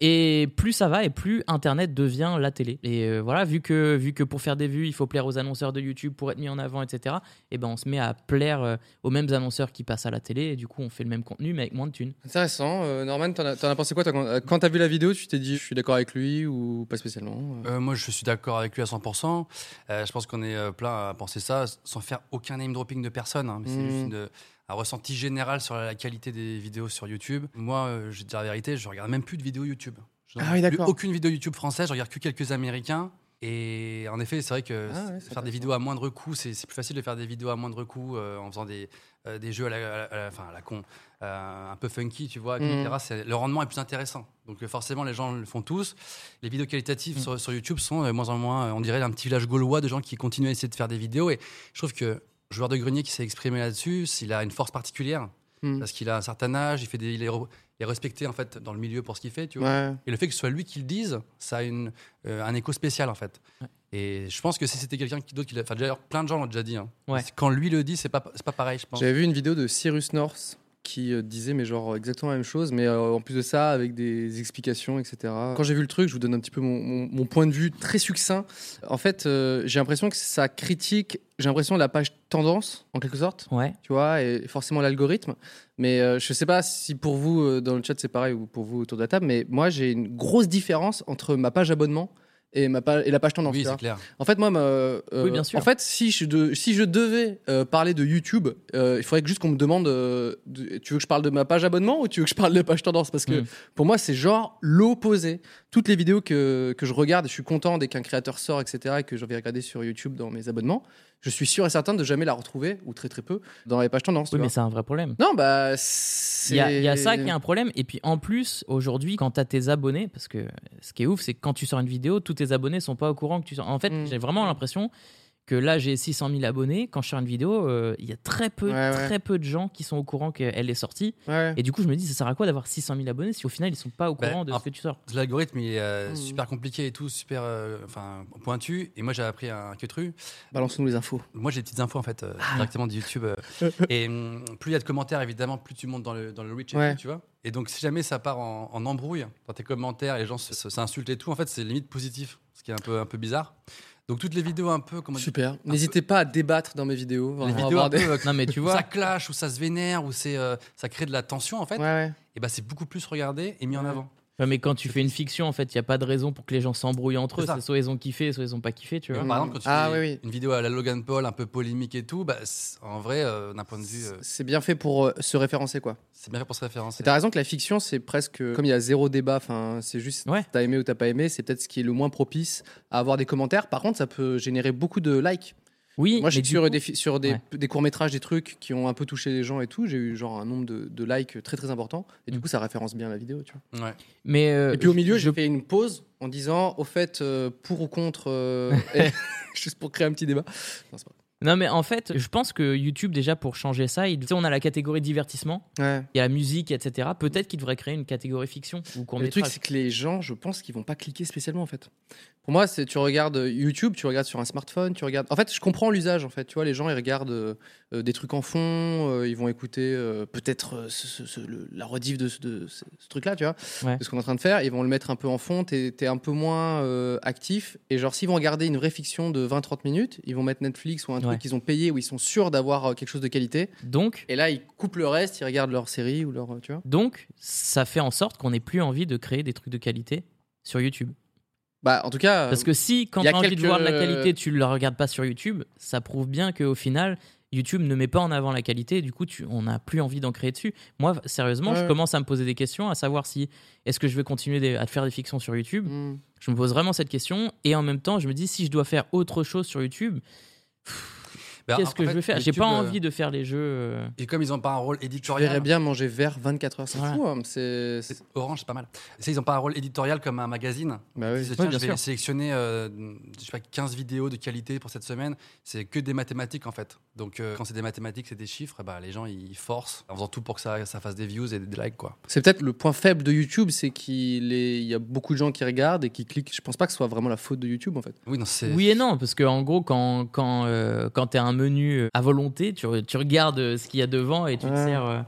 [SPEAKER 4] Et plus ça va, et plus Internet devient la télé. Et euh, voilà, vu que, vu que pour faire des vues, il faut plaire aux annonceurs de YouTube pour être mis en avant, etc., et ben on se met à plaire euh, aux mêmes annonceurs qui passent à la télé, et du coup, on fait le même contenu, mais avec moins de thunes.
[SPEAKER 2] Intéressant. Euh, Norman, t'en as, t'en as pensé quoi T'as- euh, Quand t'as vu la vidéo, tu t'es dit je suis d'accord avec lui ou pas spécialement euh
[SPEAKER 3] Euh, moi, je suis d'accord avec lui à 100%. Euh, je pense qu'on est euh, plein à penser ça sans faire aucun name dropping de personne. hein, mais c'est
[SPEAKER 2] Mm.
[SPEAKER 3] juste une- un ressenti général sur la qualité des vidéos sur YouTube. Moi, euh, je vais te dire la vérité, je regarde même plus de vidéos YouTube. Je
[SPEAKER 2] Ah
[SPEAKER 3] regarde
[SPEAKER 2] oui,
[SPEAKER 3] plus
[SPEAKER 2] d'accord.
[SPEAKER 3] Aucune vidéo YouTube française, je regarde que quelques américains. Et en effet, c'est vrai que
[SPEAKER 2] Ah ouais,
[SPEAKER 3] c'est-
[SPEAKER 2] c'est
[SPEAKER 3] faire des
[SPEAKER 2] intéressant.
[SPEAKER 3] vidéos à moindre coût, c'est c'est plus facile de faire des vidéos à moindre coût euh, en faisant des, euh, des jeux à la, à la- à la- enfin, à la con, euh, un peu funky, tu vois, etc.
[SPEAKER 2] Mm.
[SPEAKER 3] C'est- Le rendement est plus intéressant. Donc euh, forcément, les gens le font tous. Les vidéos qualitatives sur, sur YouTube sont euh, de moins en moins, euh, on dirait, un petit village gaulois de gens qui continuent à essayer de faire des vidéos. Et je trouve que joueur de grenier qui s'est exprimé là-dessus, il a une force particulière
[SPEAKER 2] Hmm.
[SPEAKER 3] parce qu'il a un certain âge, il, fait des, il, est, re- il est respecté en fait dans le milieu pour ce qu'il fait, tu vois.
[SPEAKER 2] Ouais.
[SPEAKER 3] Et le fait que ce soit lui qui le dise, ça a une, euh, un écho spécial en fait.
[SPEAKER 4] Ouais.
[SPEAKER 3] Et je pense que si c'était quelqu'un qui- d'autre qui l'a. Enfin, d'ailleurs, plein de gens l'ont déjà dit. hein.
[SPEAKER 4] Ouais.
[SPEAKER 3] Parce que Quand lui le dit, c'est pas, c'est pas pareil, je pense.
[SPEAKER 2] J'avais vu une vidéo de Cyrus North qui euh, disait mais genre exactement la même chose mais euh, en plus de ça avec des explications etc quand j'ai vu le truc je vous donne un petit peu mon, mon- mon point de vue très succinct en fait euh, j'ai l'impression que ça critique j'ai l'impression la page tendance en quelque sorte
[SPEAKER 4] Ouais.
[SPEAKER 2] tu vois et forcément l'algorithme mais euh, je sais pas si pour vous euh, dans le chat c'est pareil ou pour vous autour de la table mais moi j'ai une grosse différence entre ma page abonnement et, ma page, et la page tendance tu
[SPEAKER 3] oui,
[SPEAKER 2] vois.
[SPEAKER 3] c'est clair.
[SPEAKER 2] En fait, moi, ma- euh,
[SPEAKER 4] Oui, bien sûr.
[SPEAKER 2] En fait, si je, de- si je devais euh, parler de YouTube, euh, il faudrait que juste qu'on me demande euh, de- tu veux que je parle de ma page abonnement ou tu veux que je parle de page tendance Parce que
[SPEAKER 4] Mm.
[SPEAKER 2] pour moi, c'est genre l'opposé. Toutes les vidéos que, que je regarde, et je suis content dès qu'un créateur sort, etc., et que je vais regarder sur YouTube dans mes abonnements. Je suis sûr et certain de jamais la retrouver, ou très très peu, dans les pages tendance. tu
[SPEAKER 4] Oui, mais
[SPEAKER 2] vois.
[SPEAKER 4] c'est un vrai problème.
[SPEAKER 2] Non, bah.
[SPEAKER 4] Il y, a- il y a ça qui est un problème. Et puis en plus, aujourd'hui, quand t'as tes abonnés, parce que ce qui est ouf, c'est que quand tu sors une vidéo, tous tes abonnés sont pas au courant que tu sors. En fait,
[SPEAKER 2] Mm.
[SPEAKER 4] j'ai vraiment l'impression que là, j'ai 600 000 abonnés. Quand je sors une vidéo, euh, il y a très peu,
[SPEAKER 2] Ouais, ouais.
[SPEAKER 4] très peu de gens qui sont au courant qu'elle est sortie.
[SPEAKER 2] Ouais.
[SPEAKER 4] Et du coup, je me dis, ça sert à quoi d'avoir 600 000 abonnés si au final, ils sont pas au
[SPEAKER 3] Ben,
[SPEAKER 4] courant de
[SPEAKER 3] en-
[SPEAKER 4] ce que tu sors
[SPEAKER 3] L'algorithme il est euh,
[SPEAKER 2] Mmh.
[SPEAKER 3] super compliqué et tout, super euh, enfin, pointu. Et moi, j'ai appris un que tru.
[SPEAKER 2] Balance-nous les infos.
[SPEAKER 3] Moi, j'ai des petites infos en fait euh,
[SPEAKER 2] Ah.
[SPEAKER 3] directement de YouTube. euh, et hum, plus il y a de commentaires, évidemment, plus tu montes dans le, dans le reach, et
[SPEAKER 2] Ouais.
[SPEAKER 3] tout, tu vois. Et donc, si jamais ça part en, en embrouille dans tes commentaires, les gens se- se- s'insultent et tout, en fait, c'est limite positif, ce qui est un peu, un peu bizarre. Donc toutes les vidéos un peu comment dire,
[SPEAKER 2] Super. N'hésitez pas à débattre dans mes vidéos.
[SPEAKER 3] les
[SPEAKER 2] vraiment,
[SPEAKER 3] vidéos
[SPEAKER 2] avoir
[SPEAKER 3] un
[SPEAKER 2] des-
[SPEAKER 3] peu, euh,
[SPEAKER 4] Non, mais tu
[SPEAKER 3] où
[SPEAKER 4] vois.
[SPEAKER 3] ça clash ou ça se vénère ou c'est euh, ça crée de la tension en fait.
[SPEAKER 2] Ouais, ouais.
[SPEAKER 3] Et ben c'est beaucoup plus regardé et mis en
[SPEAKER 2] Ouais.
[SPEAKER 3] avant.
[SPEAKER 4] Ouais, mais quand tu fais une fiction, en fait, il n'y a pas de raison pour que les gens s'embrouillent entre eux.
[SPEAKER 3] C'est ça. Mm.
[SPEAKER 4] C'est soit ils ont kiffé, soit ils ont pas kiffé, tu vois.
[SPEAKER 3] Par exemple, quand tu
[SPEAKER 2] Ah,
[SPEAKER 3] fais
[SPEAKER 2] oui, oui.
[SPEAKER 3] une vidéo à la Logan Paul un peu polémique et tout, bah, c'est- en vrai, euh, d'un point de vue, euh,
[SPEAKER 2] C'est bien fait pour euh, se référencer, quoi.
[SPEAKER 3] c'est bien fait pour se référencer.
[SPEAKER 2] Et T'as raison que la fiction, c'est presque. euh, Comme il y a zéro débat, enfin, c'est juste
[SPEAKER 4] Ouais.
[SPEAKER 2] t'as aimé ou t'as pas aimé, c'est peut-être ce qui est le moins propice à avoir des commentaires. Par contre, ça peut générer beaucoup de likes.
[SPEAKER 4] Oui,
[SPEAKER 2] Moi, j'ai
[SPEAKER 4] mais du
[SPEAKER 2] sur,
[SPEAKER 4] coup-
[SPEAKER 2] des, fi- sur des,
[SPEAKER 4] Ouais.
[SPEAKER 2] des courts-métrages, des trucs qui ont un peu touché les gens et tout, j'ai eu genre un nombre de, de likes très très important. Et du
[SPEAKER 4] Mm.
[SPEAKER 2] coup, ça référence bien la vidéo, tu vois.
[SPEAKER 3] Ouais.
[SPEAKER 4] Mais euh,
[SPEAKER 2] Et puis au milieu,
[SPEAKER 4] je-
[SPEAKER 2] j'ai fait une pause en disant, au fait, euh, pour ou contre. euh, et- juste pour créer un petit débat. Non, c'est pas
[SPEAKER 4] Non, mais en fait, je pense que YouTube, déjà, pour changer ça, il... tu sais, on a la catégorie divertissement,
[SPEAKER 2] vrai. Ouais.
[SPEAKER 4] il y a la musique, etc. Peut-être qu'il devrait créer une catégorie fiction ou
[SPEAKER 2] Le truc,
[SPEAKER 4] court-métrage.
[SPEAKER 2] c'est que les gens, je pense qu'ils vont pas cliquer spécialement en fait. Pour moi, c'est tu regardes euh, YouTube, tu regardes sur un smartphone, tu regardes. En fait, je comprends l'usage en fait. Tu vois, les gens ils regardent euh, euh, des trucs en fond, euh, ils vont écouter euh, peut-être euh, ce- ce- ce- le- la rediff de, ce- de ce, ce truc-là, tu vois,
[SPEAKER 4] Ouais.
[SPEAKER 2] de ce qu'on est en train de faire. Ils vont le mettre un peu en fond. T'es es un peu moins euh, actif. Et genre, s'ils vont regarder une vraie fiction de 20-30 minutes, ils vont mettre Netflix ou un
[SPEAKER 4] Ouais.
[SPEAKER 2] truc qu'ils ont payé où ils sont sûrs d'avoir euh, quelque chose de qualité.
[SPEAKER 4] Donc,
[SPEAKER 2] Et là, ils coupent le reste, ils regardent leur série ou leur, euh, tu vois.
[SPEAKER 4] donc, ça fait en sorte qu'on n'ait plus envie de créer des trucs de qualité sur YouTube.
[SPEAKER 2] Bah, en tout cas.
[SPEAKER 4] Parce que si, quand
[SPEAKER 2] y
[SPEAKER 4] tu
[SPEAKER 2] a
[SPEAKER 4] as envie de
[SPEAKER 2] quelques-
[SPEAKER 4] voir de la qualité, tu ne la regardes pas sur YouTube, ça prouve bien qu'au final, YouTube ne met pas en avant la qualité et du coup, tu, on n'a plus envie d'en créer dessus. Moi, sérieusement, je
[SPEAKER 2] Ouais.
[SPEAKER 4] commence à me poser des questions, à savoir si est-ce que je vais continuer des- à faire des fictions sur YouTube.
[SPEAKER 2] Hmm.
[SPEAKER 4] Je me pose vraiment cette question et en même temps, je me dis si je dois faire autre chose sur YouTube,
[SPEAKER 3] Bah,
[SPEAKER 4] qu'est-ce
[SPEAKER 3] en
[SPEAKER 4] que
[SPEAKER 3] fait,
[SPEAKER 4] je vais faire J'ai pas
[SPEAKER 3] YouTube, euh,
[SPEAKER 4] envie de faire les jeux. euh,
[SPEAKER 3] Et comme ils ont pas un rôle
[SPEAKER 2] Je verrais
[SPEAKER 3] éditorial,
[SPEAKER 2] bien manger vert 24 heures, c'est
[SPEAKER 4] Voilà.
[SPEAKER 2] fou. hein, C'est. c'est-
[SPEAKER 3] c'est- Orange, c'est pas mal. Tu sais, ils ont pas un rôle éditorial comme un magazine.
[SPEAKER 2] Bah
[SPEAKER 3] Ils
[SPEAKER 2] oui.
[SPEAKER 3] se disent, tiens,
[SPEAKER 4] bien
[SPEAKER 3] je vais
[SPEAKER 4] sûr.
[SPEAKER 3] sélectionner euh, je sais pas, 15 vidéos de qualité pour cette semaine. C'est que des mathématiques en fait. Donc euh, quand c'est des mathématiques, c'est des chiffres, bah, les gens ils forcent en faisant tout pour que ça, ça fasse des views et des likes. Quoi.
[SPEAKER 2] C'est peut-être le point faible de YouTube, c'est qu'il est... il y a beaucoup de gens qui regardent et qui cliquent. Je pense pas que ce soit vraiment la faute de YouTube en fait.
[SPEAKER 3] Oui, non, c'est.
[SPEAKER 4] Oui et non, parce que en gros, quand, quand, euh, quand tu as un menu euh, à volonté, tu, re- tu regardes euh, ce qu'il y a devant et tu te
[SPEAKER 2] Ouais.
[SPEAKER 4] sers. euh,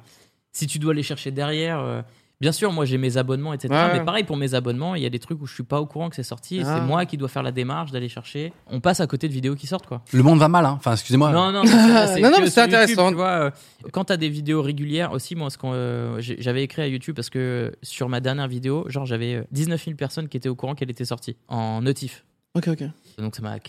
[SPEAKER 4] si tu dois aller chercher derrière, euh, bien sûr, moi j'ai mes abonnements, etc.
[SPEAKER 2] Ouais.
[SPEAKER 4] Mais pareil, pour mes abonnements, il y a des trucs où je suis pas au courant que c'est sorti. et
[SPEAKER 2] Ah.
[SPEAKER 4] C'est moi qui dois faire la démarche d'aller chercher. On passe à côté de vidéos qui sortent, quoi.
[SPEAKER 3] Le monde va mal, hein. enfin excusez-moi.
[SPEAKER 4] Non, non, mais ça,
[SPEAKER 2] Non, non,
[SPEAKER 4] que
[SPEAKER 2] mais c'est
[SPEAKER 4] sur YouTube,
[SPEAKER 2] intéressant.
[SPEAKER 4] tu vois, euh, quand t'as des vidéos régulières aussi, moi, ce qu'on, euh, j'ai- j'avais écrit à YouTube parce que euh, sur ma dernière vidéo, genre, j'avais euh, 19 000 personnes qui étaient au courant qu'elle était sortie en notif.
[SPEAKER 2] Ok, ok.
[SPEAKER 4] Donc ça m'a euh,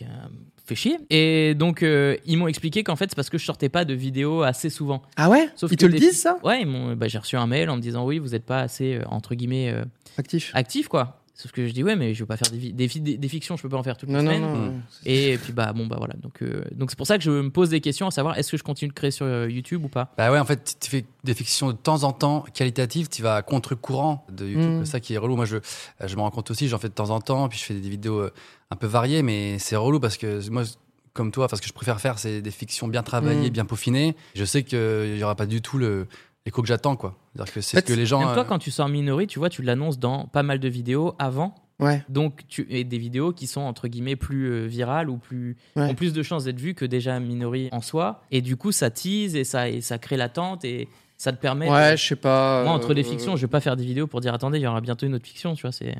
[SPEAKER 4] fait chier. Et donc euh, ils m'ont expliqué qu'en fait c'est parce que je sortais pas de vidéos assez souvent.
[SPEAKER 2] Ah ouais
[SPEAKER 4] Sauf
[SPEAKER 2] Ils
[SPEAKER 4] que
[SPEAKER 2] te le
[SPEAKER 4] des-
[SPEAKER 2] disent ça
[SPEAKER 4] Ouais, ils m'ont- bah, j'ai reçu un mail en me disant oui vous n'êtes pas assez euh, entre guillemets euh,
[SPEAKER 2] Actif.
[SPEAKER 4] actif quoi. Sauf que je dis ouais mais je veux pas faire des, vi- des, fi- des- des fictions, je peux pas en faire toutes les
[SPEAKER 2] Non, non,
[SPEAKER 4] semaines.
[SPEAKER 2] non.
[SPEAKER 3] Hmm.
[SPEAKER 2] c'est-
[SPEAKER 4] Et puis bah bon bah voilà donc euh, donc c'est pour ça que je me pose des questions à savoir est-ce que je continue de créer sur euh, YouTube ou pas.
[SPEAKER 3] Bah ouais, en fait, tu fais des fictions de temps en temps qualitatives, tu vas à contre-courant de YouTube,
[SPEAKER 2] Mm.
[SPEAKER 3] c'est ça qui est relou. Moi, je, je me rends compte aussi, j'en fais de temps en temps, puis je fais des vidéos euh, un peu variées, mais c'est relou parce que moi, comme toi, enfin, ce que je préfère faire, c'est des fictions bien travaillées,
[SPEAKER 2] Mm.
[SPEAKER 3] bien peaufinées. Je sais qu'il n'y aura pas du tout le l'écho que j'attends, quoi. C'est-à-dire que c'est
[SPEAKER 2] En
[SPEAKER 3] ce
[SPEAKER 2] fait,
[SPEAKER 3] que les gens.
[SPEAKER 4] Même toi
[SPEAKER 3] euh,
[SPEAKER 4] quand tu sors Minori tu vois tu l'annonces dans pas mal de vidéos avant.
[SPEAKER 2] Ouais.
[SPEAKER 4] Donc tu et des vidéos qui sont entre guillemets plus euh, virales ou plus
[SPEAKER 2] Ouais.
[SPEAKER 4] ont plus de chances d'être vues que déjà Minori en soi et du coup ça tease et ça et ça crée l'attente et ça te permet
[SPEAKER 2] Ouais,
[SPEAKER 4] de-
[SPEAKER 2] je sais pas.
[SPEAKER 4] euh, moi entre les
[SPEAKER 2] euh,
[SPEAKER 4] fictions je vais pas faire des vidéos pour dire attendez il y aura bientôt une autre fiction tu vois c'est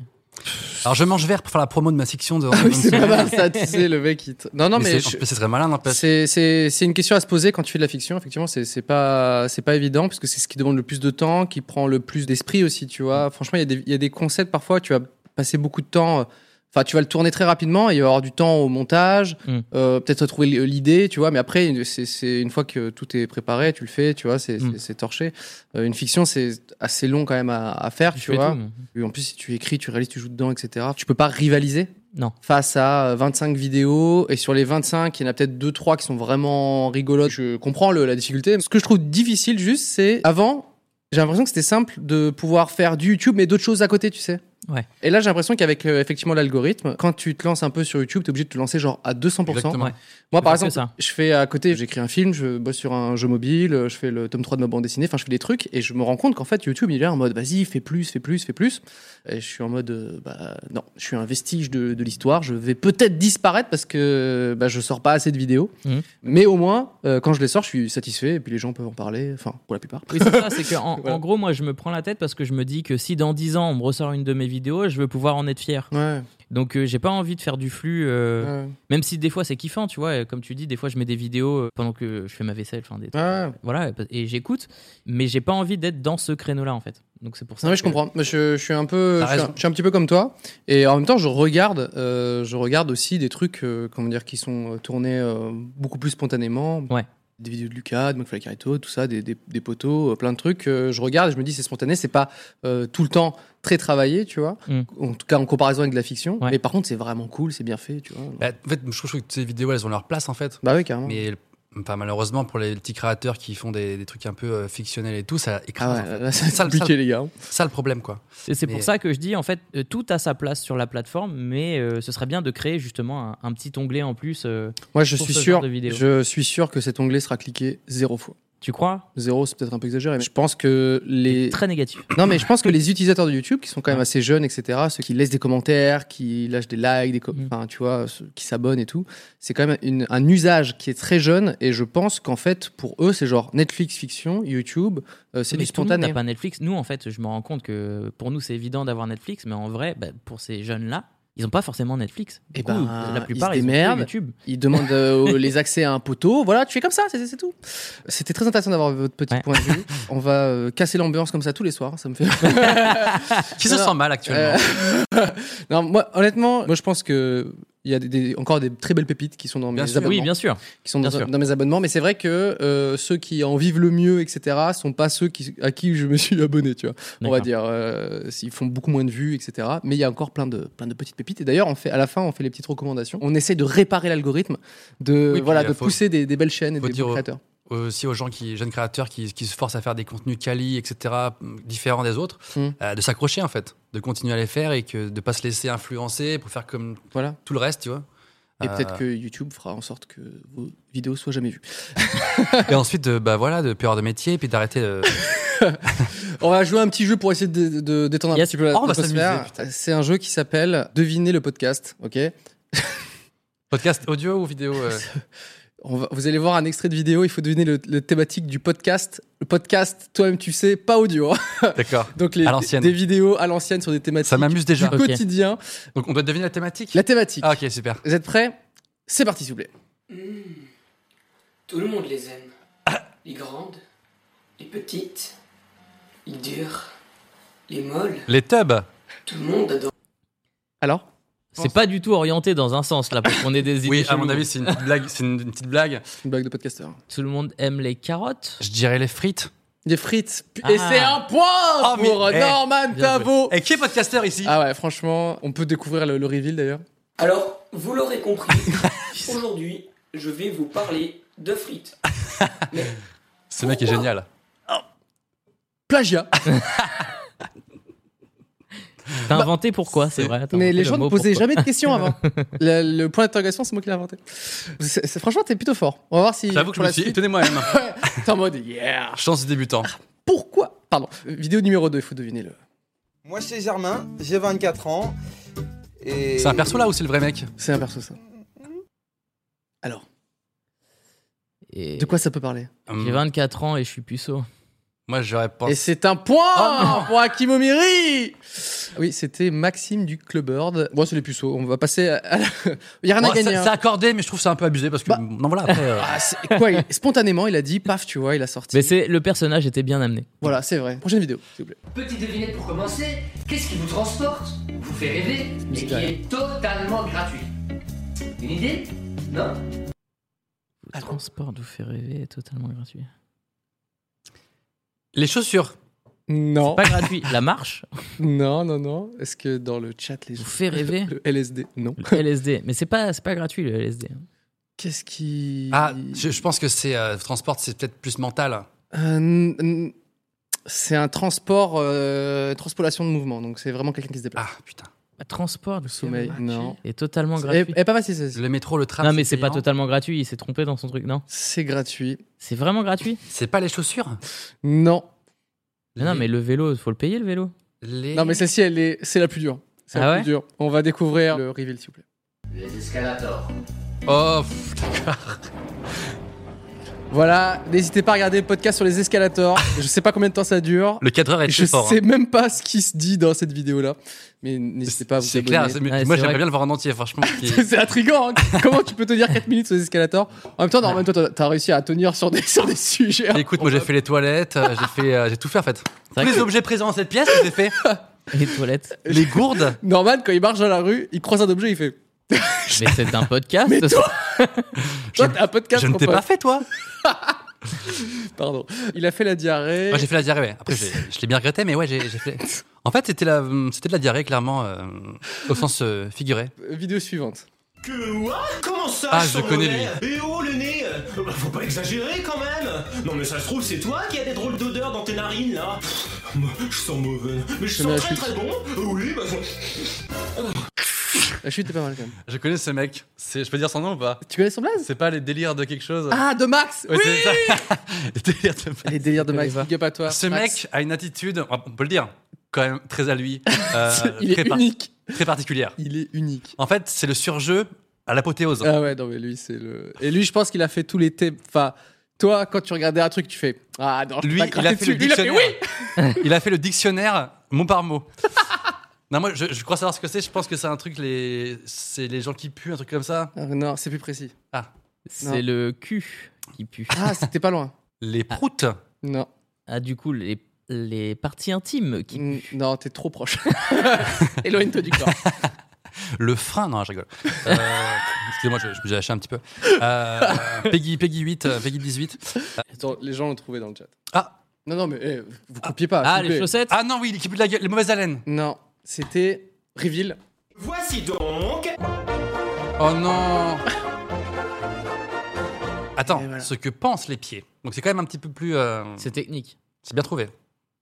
[SPEAKER 3] Alors, je mange vert pour faire la promo de ma fiction de.
[SPEAKER 2] Ah oui, c'est pas mal ça, tu sais, le mec. Il te- Non, non,
[SPEAKER 3] mais
[SPEAKER 2] mais.
[SPEAKER 3] c'est-
[SPEAKER 2] je-
[SPEAKER 3] en plus, ce serait malin, n'empêche.
[SPEAKER 2] C'est, c'est, c'est une question à se poser quand tu fais de la fiction. Effectivement, c'est, c'est pas c'est pas évident parce que c'est ce qui demande le plus de temps, qui prend le plus d'esprit aussi. Tu
[SPEAKER 4] Mm.
[SPEAKER 2] vois, franchement, il y a des il y a des concepts parfois. Tu vas passer beaucoup de temps. euh, Enfin, tu vas le tourner très rapidement. et Il va y avoir du temps au montage,
[SPEAKER 4] Mm.
[SPEAKER 2] euh, peut-être retrouver l- l'idée, tu vois. Mais après, c'est, c'est une fois que tout est préparé, tu le fais, tu vois. C'est,
[SPEAKER 4] Mm.
[SPEAKER 2] c'est, c'est torché. Euh, une fiction, c'est assez long quand même à, à faire,
[SPEAKER 4] je
[SPEAKER 2] tu
[SPEAKER 4] fais
[SPEAKER 2] vois.
[SPEAKER 4] tout, moi.
[SPEAKER 2] Et en plus, si tu écris, tu réalises, tu joues dedans, etc. Tu peux pas rivaliser
[SPEAKER 4] Non.
[SPEAKER 2] face à euh, 25 vidéos. Et sur les 25, il y en a peut-être 2-3 qui sont vraiment rigolotes. Je comprends le- la difficulté. Ce que je trouve difficile, juste, c'est avant, j'ai l'impression que c'était simple de pouvoir faire du YouTube, mais d'autres choses à côté, tu sais.
[SPEAKER 4] Ouais.
[SPEAKER 2] Et là, j'ai l'impression qu'avec euh, effectivement l'algorithme, quand tu te lances un peu sur YouTube, t'es obligé de te lancer genre à 200%.
[SPEAKER 3] Exactement.
[SPEAKER 4] Ouais.
[SPEAKER 2] Moi, par
[SPEAKER 4] Parce que
[SPEAKER 2] exemple,
[SPEAKER 4] ça.
[SPEAKER 2] je fais à côté, j'écris un film, je bosse sur un jeu mobile, euh, je fais le tome 3 de ma bande dessinée, enfin je fais des trucs et je me rends compte qu'en fait YouTube il est là en mode vas-y, fais plus, fais plus, fais plus. Et je suis en mode euh, bah non, je suis un vestige de, de l'histoire, je vais peut-être disparaître parce que bah, je sors pas assez de vidéos.
[SPEAKER 4] Mhm.
[SPEAKER 2] Mais au moins, euh, quand je les sors, je suis satisfait et puis les gens peuvent en parler, enfin pour la plupart.
[SPEAKER 4] Oui, c'est ça, c'est que en,
[SPEAKER 2] Voilà.
[SPEAKER 4] en gros, moi, je me prends la tête parce que je me dis que si dans 10 ans, on me ressort une de mes vidéo, je veux pouvoir en être fier.
[SPEAKER 2] Ouais.
[SPEAKER 4] Donc euh, j'ai pas envie de faire du flux, euh,
[SPEAKER 2] ouais.
[SPEAKER 4] même si des fois c'est kiffant, tu vois. euh, Comme tu dis, des fois je mets des vidéos euh, pendant que je fais ma vaisselle, enfin des trucs,
[SPEAKER 2] Ouais.
[SPEAKER 4] voilà, et j'écoute, mais j'ai pas envie d'être dans ce créneau-là en fait. Donc c'est pour ça.
[SPEAKER 2] Non, mais je
[SPEAKER 4] que-
[SPEAKER 2] comprends. Mais Je, je suis un peu,
[SPEAKER 3] T'as
[SPEAKER 2] je suis un,
[SPEAKER 3] raison.
[SPEAKER 2] je suis un petit peu comme toi. Et en même temps, je regarde, euh, je regarde aussi des trucs, euh, comment dire, qui sont euh, tournés euh, beaucoup plus spontanément.
[SPEAKER 4] Ouais.
[SPEAKER 2] Des vidéos de Lucas, de McFly Carito, tout ça, des, des, des poteaux, euh, plein de trucs. euh, je regarde, et je me dis c'est spontané, c'est pas euh, tout le temps très travaillé, tu vois.
[SPEAKER 4] Mm.
[SPEAKER 2] En tout cas, en comparaison avec de la fiction.
[SPEAKER 4] Ouais.
[SPEAKER 2] Mais par contre, c'est vraiment cool, c'est bien fait, tu vois.
[SPEAKER 3] Bah, en fait, je trouve que ces vidéos, elles ont leur place, en fait.
[SPEAKER 2] Bah oui, carrément.
[SPEAKER 3] Mais enfin, malheureusement, pour les petits créateurs qui font des, des trucs un peu euh, fictionnels et tout, ça
[SPEAKER 2] Ah
[SPEAKER 3] écrase. en
[SPEAKER 2] ouais,
[SPEAKER 3] fait.
[SPEAKER 2] là, c'est
[SPEAKER 3] Ça, le-
[SPEAKER 2] compliqué, les gars.
[SPEAKER 3] Ça, le problème, quoi.
[SPEAKER 4] Et c'est pour
[SPEAKER 3] Mais-
[SPEAKER 4] ça que je dis en fait euh, tout a sa place sur la plateforme, mais euh, ce serait bien de créer justement un, un petit onglet en plus. euh,
[SPEAKER 2] Moi, je
[SPEAKER 4] pour
[SPEAKER 2] suis
[SPEAKER 4] ce
[SPEAKER 2] sûr,
[SPEAKER 4] genre de vidéo.
[SPEAKER 2] je suis sûr que cet onglet sera cliqué zéro fois.
[SPEAKER 4] tu crois
[SPEAKER 2] Zéro, c'est peut-être un peu exagéré, mais je pense que les
[SPEAKER 4] Très négatif.
[SPEAKER 2] Non, mais je pense que les utilisateurs de YouTube, qui sont quand même
[SPEAKER 4] Ouais.
[SPEAKER 2] assez jeunes, etc., ceux qui laissent des commentaires, qui lâchent des likes, des co-
[SPEAKER 4] Mm.
[SPEAKER 2] enfin, tu vois, ceux qui s'abonnent et tout, c'est quand même une- un usage qui est très jeune. Et je pense qu'en fait, pour eux, c'est genre Netflix fiction, YouTube, euh, c'est
[SPEAKER 4] Mais
[SPEAKER 2] du
[SPEAKER 4] tout le monde
[SPEAKER 2] spontané.
[SPEAKER 4] n'a pas Netflix. Nous en fait, je me rends compte que pour nous c'est évident d'avoir Netflix, mais en vrai, bah, pour ces jeunes-là, ils ont pas forcément Netflix. Du
[SPEAKER 2] Eh
[SPEAKER 4] coup,
[SPEAKER 2] ben,
[SPEAKER 4] la
[SPEAKER 2] ils
[SPEAKER 4] plupart
[SPEAKER 2] se
[SPEAKER 4] ils, ont que
[SPEAKER 2] démerdent.
[SPEAKER 4] YouTube.
[SPEAKER 2] Ils demandent euh, les accès à un poteau. Voilà, tu fais comme ça, c'est c'est tout. C'était très intéressant d'avoir votre petit
[SPEAKER 4] Ouais.
[SPEAKER 2] point de vue. On va euh, casser l'ambiance comme ça tous les soirs. Ça me fait.
[SPEAKER 3] Qui se
[SPEAKER 2] Ah, Non,
[SPEAKER 3] sent mal actuellement.
[SPEAKER 2] Euh, non, moi, honnêtement, moi, je pense que. Il y a des- des- encore des très belles pépites qui sont dans
[SPEAKER 3] Bien
[SPEAKER 2] mes
[SPEAKER 3] sûr.
[SPEAKER 2] abonnements.
[SPEAKER 4] Oui, bien sûr.
[SPEAKER 2] qui sont
[SPEAKER 4] Bien
[SPEAKER 2] dans,
[SPEAKER 4] sûr.
[SPEAKER 2] dans mes abonnements. Mais c'est vrai que euh, ceux qui en vivent le mieux, etc., sont pas ceux qui, à qui je me suis abonné, tu vois. On va
[SPEAKER 4] D'accord.
[SPEAKER 2] dire, euh, ils font beaucoup moins de vues, etc. Mais il y a encore plein de, plein de petites pépites. Et d'ailleurs, on fait, à la fin, on fait les petites recommandations. On essaie de réparer l'algorithme, de,
[SPEAKER 3] puis,
[SPEAKER 2] voilà,
[SPEAKER 3] euh,
[SPEAKER 2] de
[SPEAKER 3] faut-
[SPEAKER 2] pousser des, des belles chaînes et
[SPEAKER 3] faut
[SPEAKER 2] des
[SPEAKER 3] dire
[SPEAKER 2] bons
[SPEAKER 3] aux-
[SPEAKER 2] créateurs.
[SPEAKER 3] Aussi aux gens qui, jeunes créateurs qui, qui se forcent à faire des contenus quali, etc., différents des autres,
[SPEAKER 2] Mm.
[SPEAKER 3] euh, de s'accrocher, en fait, de continuer à les faire et que de pas se laisser influencer pour faire comme
[SPEAKER 2] Voilà.
[SPEAKER 3] tout le reste, tu vois.
[SPEAKER 2] Et
[SPEAKER 3] Euh,
[SPEAKER 2] peut-être que YouTube fera en sorte que vos vidéos soient jamais vues.
[SPEAKER 3] Et ensuite, de, bah voilà, de plus avoir de métier, puis d'arrêter. euh,
[SPEAKER 2] On va jouer à un petit jeu pour essayer de, de- détendre un
[SPEAKER 4] Yes.
[SPEAKER 2] petit peu la
[SPEAKER 3] Oh, on va
[SPEAKER 2] l'atmosphère.
[SPEAKER 3] s'amuser, putain.
[SPEAKER 2] C'est un jeu qui s'appelle Devinez le podcast, ok
[SPEAKER 3] podcast audio ou vidéo euh,
[SPEAKER 2] On va- vous allez voir un extrait de vidéo, il faut deviner le, le thématique du podcast. Le podcast, toi-même tu sais, pas audio. hein.
[SPEAKER 3] D'accord.
[SPEAKER 2] Donc les,
[SPEAKER 3] À l'ancienne.
[SPEAKER 2] des vidéos à l'ancienne sur des thématiques
[SPEAKER 3] Ça m'amuse
[SPEAKER 2] du
[SPEAKER 3] déjà.
[SPEAKER 4] Ok.
[SPEAKER 2] quotidien.
[SPEAKER 3] Donc on doit deviner la thématique
[SPEAKER 2] La thématique.
[SPEAKER 3] Ah, ok, super.
[SPEAKER 2] Vous êtes prêts C'est parti s'il vous plaît.
[SPEAKER 6] Tout le monde les aime. Les grandes, les petites, les dures, les molles.
[SPEAKER 3] Les tubs
[SPEAKER 6] Tout le monde adore.
[SPEAKER 2] Alors
[SPEAKER 4] C'est pas du tout orienté dans un sens là, parce qu'on est des idées.
[SPEAKER 3] Oui, à mon
[SPEAKER 4] cheloues.
[SPEAKER 3] avis, c'est une petite blague. C'est une, une petite blague.
[SPEAKER 2] Une blague de podcasteur.
[SPEAKER 4] Tout le monde aime les carottes.
[SPEAKER 3] Je dirais les frites.
[SPEAKER 2] Des frites. Pu-
[SPEAKER 4] Ah.
[SPEAKER 2] Et c'est un point
[SPEAKER 3] Oh, mais-
[SPEAKER 2] pour
[SPEAKER 3] eh,
[SPEAKER 2] Norman
[SPEAKER 4] bien joué.
[SPEAKER 2] Tavo.
[SPEAKER 3] Et qui est podcasteur ici
[SPEAKER 2] Ah ouais, franchement, on peut découvrir le, le reveal d'ailleurs.
[SPEAKER 6] Alors, vous l'aurez compris, aujourd'hui, je vais vous parler de frites. Mais
[SPEAKER 3] Ce mec est génial.
[SPEAKER 2] Plagiat.
[SPEAKER 3] Bah,
[SPEAKER 4] T'as inventé pourquoi, c'est vrai. t'as
[SPEAKER 2] Mais
[SPEAKER 4] inventé
[SPEAKER 2] les
[SPEAKER 4] le
[SPEAKER 2] gens ne
[SPEAKER 4] mot
[SPEAKER 2] posaient
[SPEAKER 4] pourquoi.
[SPEAKER 2] jamais de questions avant. le, le point d'interrogation, c'est moi qui l'ai inventé. C'est- c'est- franchement, t'es plutôt fort. On va voir si.
[SPEAKER 3] J'avoue que je
[SPEAKER 2] pour
[SPEAKER 3] me
[SPEAKER 2] la
[SPEAKER 3] suis
[SPEAKER 2] suite,
[SPEAKER 3] étonné moi-même.
[SPEAKER 2] T'es en mode yeah.
[SPEAKER 3] Chance du débutant.
[SPEAKER 2] Pourquoi Pardon, euh, vidéo numéro 2, il faut deviner le.
[SPEAKER 7] Moi, c'est Germain, j'ai 24 ans. Et...
[SPEAKER 3] C'est un perso là ou c'est le vrai mec
[SPEAKER 2] C'est un perso, ça. Alors,
[SPEAKER 4] Et-
[SPEAKER 2] de quoi ça peut parler
[SPEAKER 4] J'ai
[SPEAKER 3] Hum,
[SPEAKER 4] 24 ans et je suis puceau.
[SPEAKER 3] Moi, j'aurais
[SPEAKER 2] Et
[SPEAKER 3] pensé.
[SPEAKER 2] c'est un point
[SPEAKER 3] Oh non
[SPEAKER 2] pour Hakim Omiri Oui, c'était Maxime du Clubbird. Bon, c'est les puceaux, on va passer à. à la- Il y a rien
[SPEAKER 3] Bon,
[SPEAKER 2] à gagner.
[SPEAKER 3] c'est
[SPEAKER 2] hein.
[SPEAKER 3] Oh, c'est accordé, mais je trouve ça un peu abusé parce que.
[SPEAKER 2] Bah.
[SPEAKER 3] Non, voilà, après. euh,
[SPEAKER 2] Ah, c'est- quoi, il- spontanément, il a dit, paf, tu vois, il a sorti.
[SPEAKER 4] Mais c'est le personnage était bien amené.
[SPEAKER 2] Voilà, c'est vrai. Prochaine vidéo, s'il vous plaît.
[SPEAKER 8] Petite devinette pour commencer, qu'est-ce qui vous transporte, vous fait rêver, mais
[SPEAKER 2] Musique
[SPEAKER 8] qui
[SPEAKER 2] derrière.
[SPEAKER 8] est totalement gratuit Une idée Non
[SPEAKER 2] Ah
[SPEAKER 4] Le transport vous fait rêver, totalement gratuit.
[SPEAKER 3] Les chaussures.
[SPEAKER 2] Non,
[SPEAKER 4] Pas gratuit. La marche
[SPEAKER 2] non, non, non. Est-ce que dans le chat, les gens.
[SPEAKER 4] vous fait rêver.
[SPEAKER 2] Le LSD, non.
[SPEAKER 4] Le LSD. Mais c'est pas, c'est pas gratuit le LSD.
[SPEAKER 2] Qu'est-ce qui.
[SPEAKER 3] Ah, je, je pense que c'est. euh, transport, c'est peut-être plus mental.
[SPEAKER 2] Euh, n- n- c'est un transport, euh, transpolation de mouvement, donc c'est vraiment quelqu'un qui se déplace.
[SPEAKER 3] Ah, putain.
[SPEAKER 4] Le transport du
[SPEAKER 2] sommeil, non.
[SPEAKER 4] Est
[SPEAKER 3] Ah,
[SPEAKER 4] totalement
[SPEAKER 2] Et,
[SPEAKER 4] gratuit.
[SPEAKER 2] Eh, pas facile, ça.
[SPEAKER 3] Le métro, le tram.
[SPEAKER 4] non mais c'est pas
[SPEAKER 3] payant.
[SPEAKER 4] totalement gratuit, il s'est trompé dans son truc, non
[SPEAKER 2] C'est gratuit.
[SPEAKER 4] C'est vraiment gratuit
[SPEAKER 3] C'est pas les chaussures
[SPEAKER 2] Non.
[SPEAKER 4] Mais Non mais le vélo, faut le payer le vélo.
[SPEAKER 3] Les-
[SPEAKER 2] Non, mais celle-ci, elle est, c'est la plus dure. C'est la
[SPEAKER 4] Ah ouais
[SPEAKER 2] plus dure. On va découvrir le reveal, s'il vous plaît.
[SPEAKER 8] Les escalators.
[SPEAKER 3] Oh, pff, d'accord.
[SPEAKER 2] Voilà, n'hésitez pas à regarder le podcast sur les escalators. Je sais pas combien de temps ça dure.
[SPEAKER 3] Le 4 heures est
[SPEAKER 2] Je
[SPEAKER 3] très fort. hein.
[SPEAKER 2] sais même pas ce qui se dit dans cette vidéo-là. Mais n'hésitez pas à vous
[SPEAKER 3] C'est
[SPEAKER 2] abonner.
[SPEAKER 3] clair. c'est-
[SPEAKER 4] Ouais,
[SPEAKER 3] moi,
[SPEAKER 4] c'est vrai.
[SPEAKER 3] j'aimerais bien le voir en entier, franchement. qui-
[SPEAKER 2] C'est intriguant. hein. Comment tu peux tenir 4 minutes sur les escalators En même temps, non, en même temps, t'as- t'as réussi à tenir sur des, sur des sujets.
[SPEAKER 3] Et Écoute, moi, j'ai fait les toilettes, euh, j'ai fait, euh, j'ai tout fait en fait. Tous les objets présents dans cette pièce, j'ai fait
[SPEAKER 4] Les toilettes.
[SPEAKER 3] les gourdes.
[SPEAKER 2] Norman, quand il marche dans la rue, il croise un objet, il fait
[SPEAKER 4] Mais c'est un podcast.
[SPEAKER 2] Mais
[SPEAKER 4] ça.
[SPEAKER 2] Toi, t'as un podcast,
[SPEAKER 3] Je ne
[SPEAKER 2] mon
[SPEAKER 3] t'ai
[SPEAKER 2] pote.
[SPEAKER 3] pas fait, toi.
[SPEAKER 2] Pardon. Il a fait la diarrhée.
[SPEAKER 3] Moi, Ah, j'ai fait la diarrhée. ouais. Après, j'ai- je l'ai bien regretté, mais ouais, j'ai j'ai fait. En fait, c'était la, c'était de la diarrhée, clairement, euh, au sens euh, figuré.
[SPEAKER 2] Euh, Vidéo suivante.
[SPEAKER 9] Que quoi Comment ça
[SPEAKER 3] Ah,
[SPEAKER 9] sans
[SPEAKER 3] je connais lui.
[SPEAKER 9] nez Et oh le nez euh, bah, Faut pas exagérer quand même Non mais ça se trouve c'est toi qui as des drôles d'odeurs dans tes narines là Pff, moi, Je sens mauvais, mais je
[SPEAKER 2] Je mets la
[SPEAKER 9] sens très
[SPEAKER 2] chute.
[SPEAKER 9] très bon Euh, Oui bah...
[SPEAKER 2] La chute est pas mal quand même.
[SPEAKER 3] Je connais ce mec. C'est- Je peux dire son nom ou pas
[SPEAKER 2] Tu connais son blaze
[SPEAKER 3] C'est pas les délires de quelque chose.
[SPEAKER 2] Ah, de Max
[SPEAKER 3] Ouais,
[SPEAKER 2] Oui
[SPEAKER 3] c'est ça. Les délires de-
[SPEAKER 2] Les délires de
[SPEAKER 4] Je
[SPEAKER 2] Max,
[SPEAKER 4] connais pas.
[SPEAKER 2] big up à toi.
[SPEAKER 3] Ce
[SPEAKER 2] Max.
[SPEAKER 3] mec a une attitude, on peut le dire, quand même très à lui, euh,
[SPEAKER 2] il est
[SPEAKER 3] très, par-
[SPEAKER 2] unique.
[SPEAKER 3] très particulière.
[SPEAKER 2] Il est unique.
[SPEAKER 3] En fait, c'est le surjeu à l'apothéose.
[SPEAKER 2] Ah ouais, non, mais lui, c'est le. Et lui, je pense qu'il a fait tous les thèmes. Enfin, toi, quand tu regardais un truc, tu fais Ah non, je peux
[SPEAKER 3] Lui,
[SPEAKER 2] pas
[SPEAKER 3] il
[SPEAKER 2] gratter
[SPEAKER 3] a fait le
[SPEAKER 2] dessus. Lui, il a fait
[SPEAKER 3] dictionnaire.
[SPEAKER 2] oui
[SPEAKER 3] Il a fait le dictionnaire mot par mot. Non, moi, je, je crois savoir ce que c'est. Je pense que c'est un truc, les, c'est les gens qui puent, un truc comme ça.
[SPEAKER 2] Ah, Non, c'est plus précis.
[SPEAKER 4] C'est le cul qui pue.
[SPEAKER 2] Ah, c'était pas loin.
[SPEAKER 3] Les proutes.
[SPEAKER 2] Non,
[SPEAKER 4] Ah, du coup, les, les parties intimes qui
[SPEAKER 2] Mm, non, t'es trop proche. Éloigne-toi du corps.
[SPEAKER 3] Le frein. Non, je rigole. Euh, Excusez-moi, je, je me suis lâché un petit peu. Euh, Peggy, Peggy 8, euh, Peggy 18.
[SPEAKER 2] Attends, les gens l'ont trouvé dans le chat.
[SPEAKER 3] Ah.
[SPEAKER 2] Non, non, mais eh, vous copiez pas. s'il
[SPEAKER 4] Ah,
[SPEAKER 2] vous
[SPEAKER 4] les
[SPEAKER 2] plaît.
[SPEAKER 4] chaussettes
[SPEAKER 3] Ah non, oui, qui pue de la gueule. Les mauvaises haleines.
[SPEAKER 2] Non, c'était Reveal.
[SPEAKER 9] Voici donc
[SPEAKER 3] Oh non Attends,
[SPEAKER 2] Et voilà.
[SPEAKER 3] ce que pensent les pieds. Donc c'est quand même un petit peu plus. euh,
[SPEAKER 4] C'est technique.
[SPEAKER 3] c'est bien trouvé.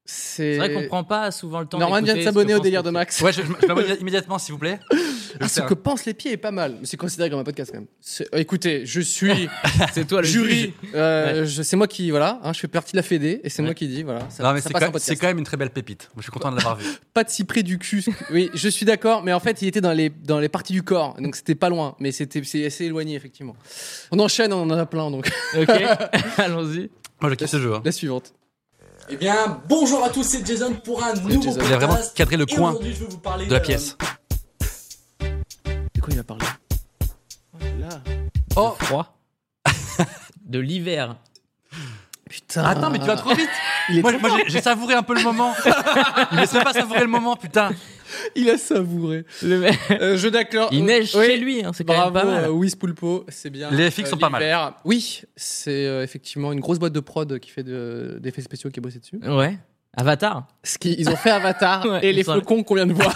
[SPEAKER 2] C'est
[SPEAKER 4] C'est vrai qu'on prend pas souvent le temps
[SPEAKER 2] Norman
[SPEAKER 4] d'écouter
[SPEAKER 2] vient de
[SPEAKER 4] ce que
[SPEAKER 2] s'abonner au
[SPEAKER 4] pense
[SPEAKER 2] délire
[SPEAKER 4] le
[SPEAKER 2] de Max.
[SPEAKER 3] Ouais, je, je, je m'abonne immédiatement, s'il vous plaît. Je vais
[SPEAKER 2] Ah, ce
[SPEAKER 3] faire
[SPEAKER 2] que pensent les pieds est pas mal. Mais c'est considéré comme un podcast quand même. C'est- euh, Écoutez, je suis
[SPEAKER 4] cul. C'est toi le
[SPEAKER 2] jury.
[SPEAKER 4] juge.
[SPEAKER 2] Euh, je- C'est moi qui, voilà, hein, je fais partie de la Fédé et c'est moi qui dis, voilà. Ça,
[SPEAKER 3] Non, mais
[SPEAKER 2] ça
[SPEAKER 3] c'est
[SPEAKER 2] passe
[SPEAKER 3] quand,
[SPEAKER 2] en
[SPEAKER 3] même- c'est
[SPEAKER 2] podcast.
[SPEAKER 3] quand même une très belle pépite. Je suis content de l'avoir vu.
[SPEAKER 2] Pas de si près du cul. oui, je suis d'accord, mais en fait, il était dans les, dans les parties du corps. Donc c'était pas loin, mais c'était c'est assez éloigné, effectivement. On enchaîne, on en a plein, donc.
[SPEAKER 4] Ok, allons-y.
[SPEAKER 3] Moi, je kiffe ce jeu. hein.
[SPEAKER 2] La suivante.
[SPEAKER 10] Eh bien, bonjour à tous, c'est Jason pour un nouveau
[SPEAKER 2] Jason.
[SPEAKER 10] podcast.
[SPEAKER 3] Il a vraiment cadré le
[SPEAKER 10] Et
[SPEAKER 3] coin
[SPEAKER 10] aujourd'hui, je vais vous parler
[SPEAKER 3] de la pièce.
[SPEAKER 2] De quoi il a parlé Là.
[SPEAKER 4] Oh Froid. De l'hiver.
[SPEAKER 2] Putain.
[SPEAKER 3] Attends, mais tu vas trop vite.
[SPEAKER 2] Il, est
[SPEAKER 3] Moi,
[SPEAKER 2] trop-
[SPEAKER 3] moi, j'ai- j'ai savouré un peu le moment. Il ne sait pas savourer le moment, putain.
[SPEAKER 2] il a savouré.
[SPEAKER 4] Le mec-
[SPEAKER 2] Euh, je d'accord.
[SPEAKER 4] Il neige
[SPEAKER 2] Oui.
[SPEAKER 4] chez lui, hein, c'est quand
[SPEAKER 2] Bravo,
[SPEAKER 4] même pas mal.
[SPEAKER 2] euh, Wiz Pulpo, c'est bien. Euh,
[SPEAKER 3] Les FX sont pas mal.
[SPEAKER 2] l'hiver. Oui, c'est euh, effectivement une grosse boîte de prod qui fait de- d'effets spéciaux qui a bossé dessus.
[SPEAKER 4] Ouais. Avatar.
[SPEAKER 2] Ce qui- ils ont fait Avatar
[SPEAKER 4] Ouais,
[SPEAKER 2] et les
[SPEAKER 4] ils sont-
[SPEAKER 2] flocons qu'on vient de voir.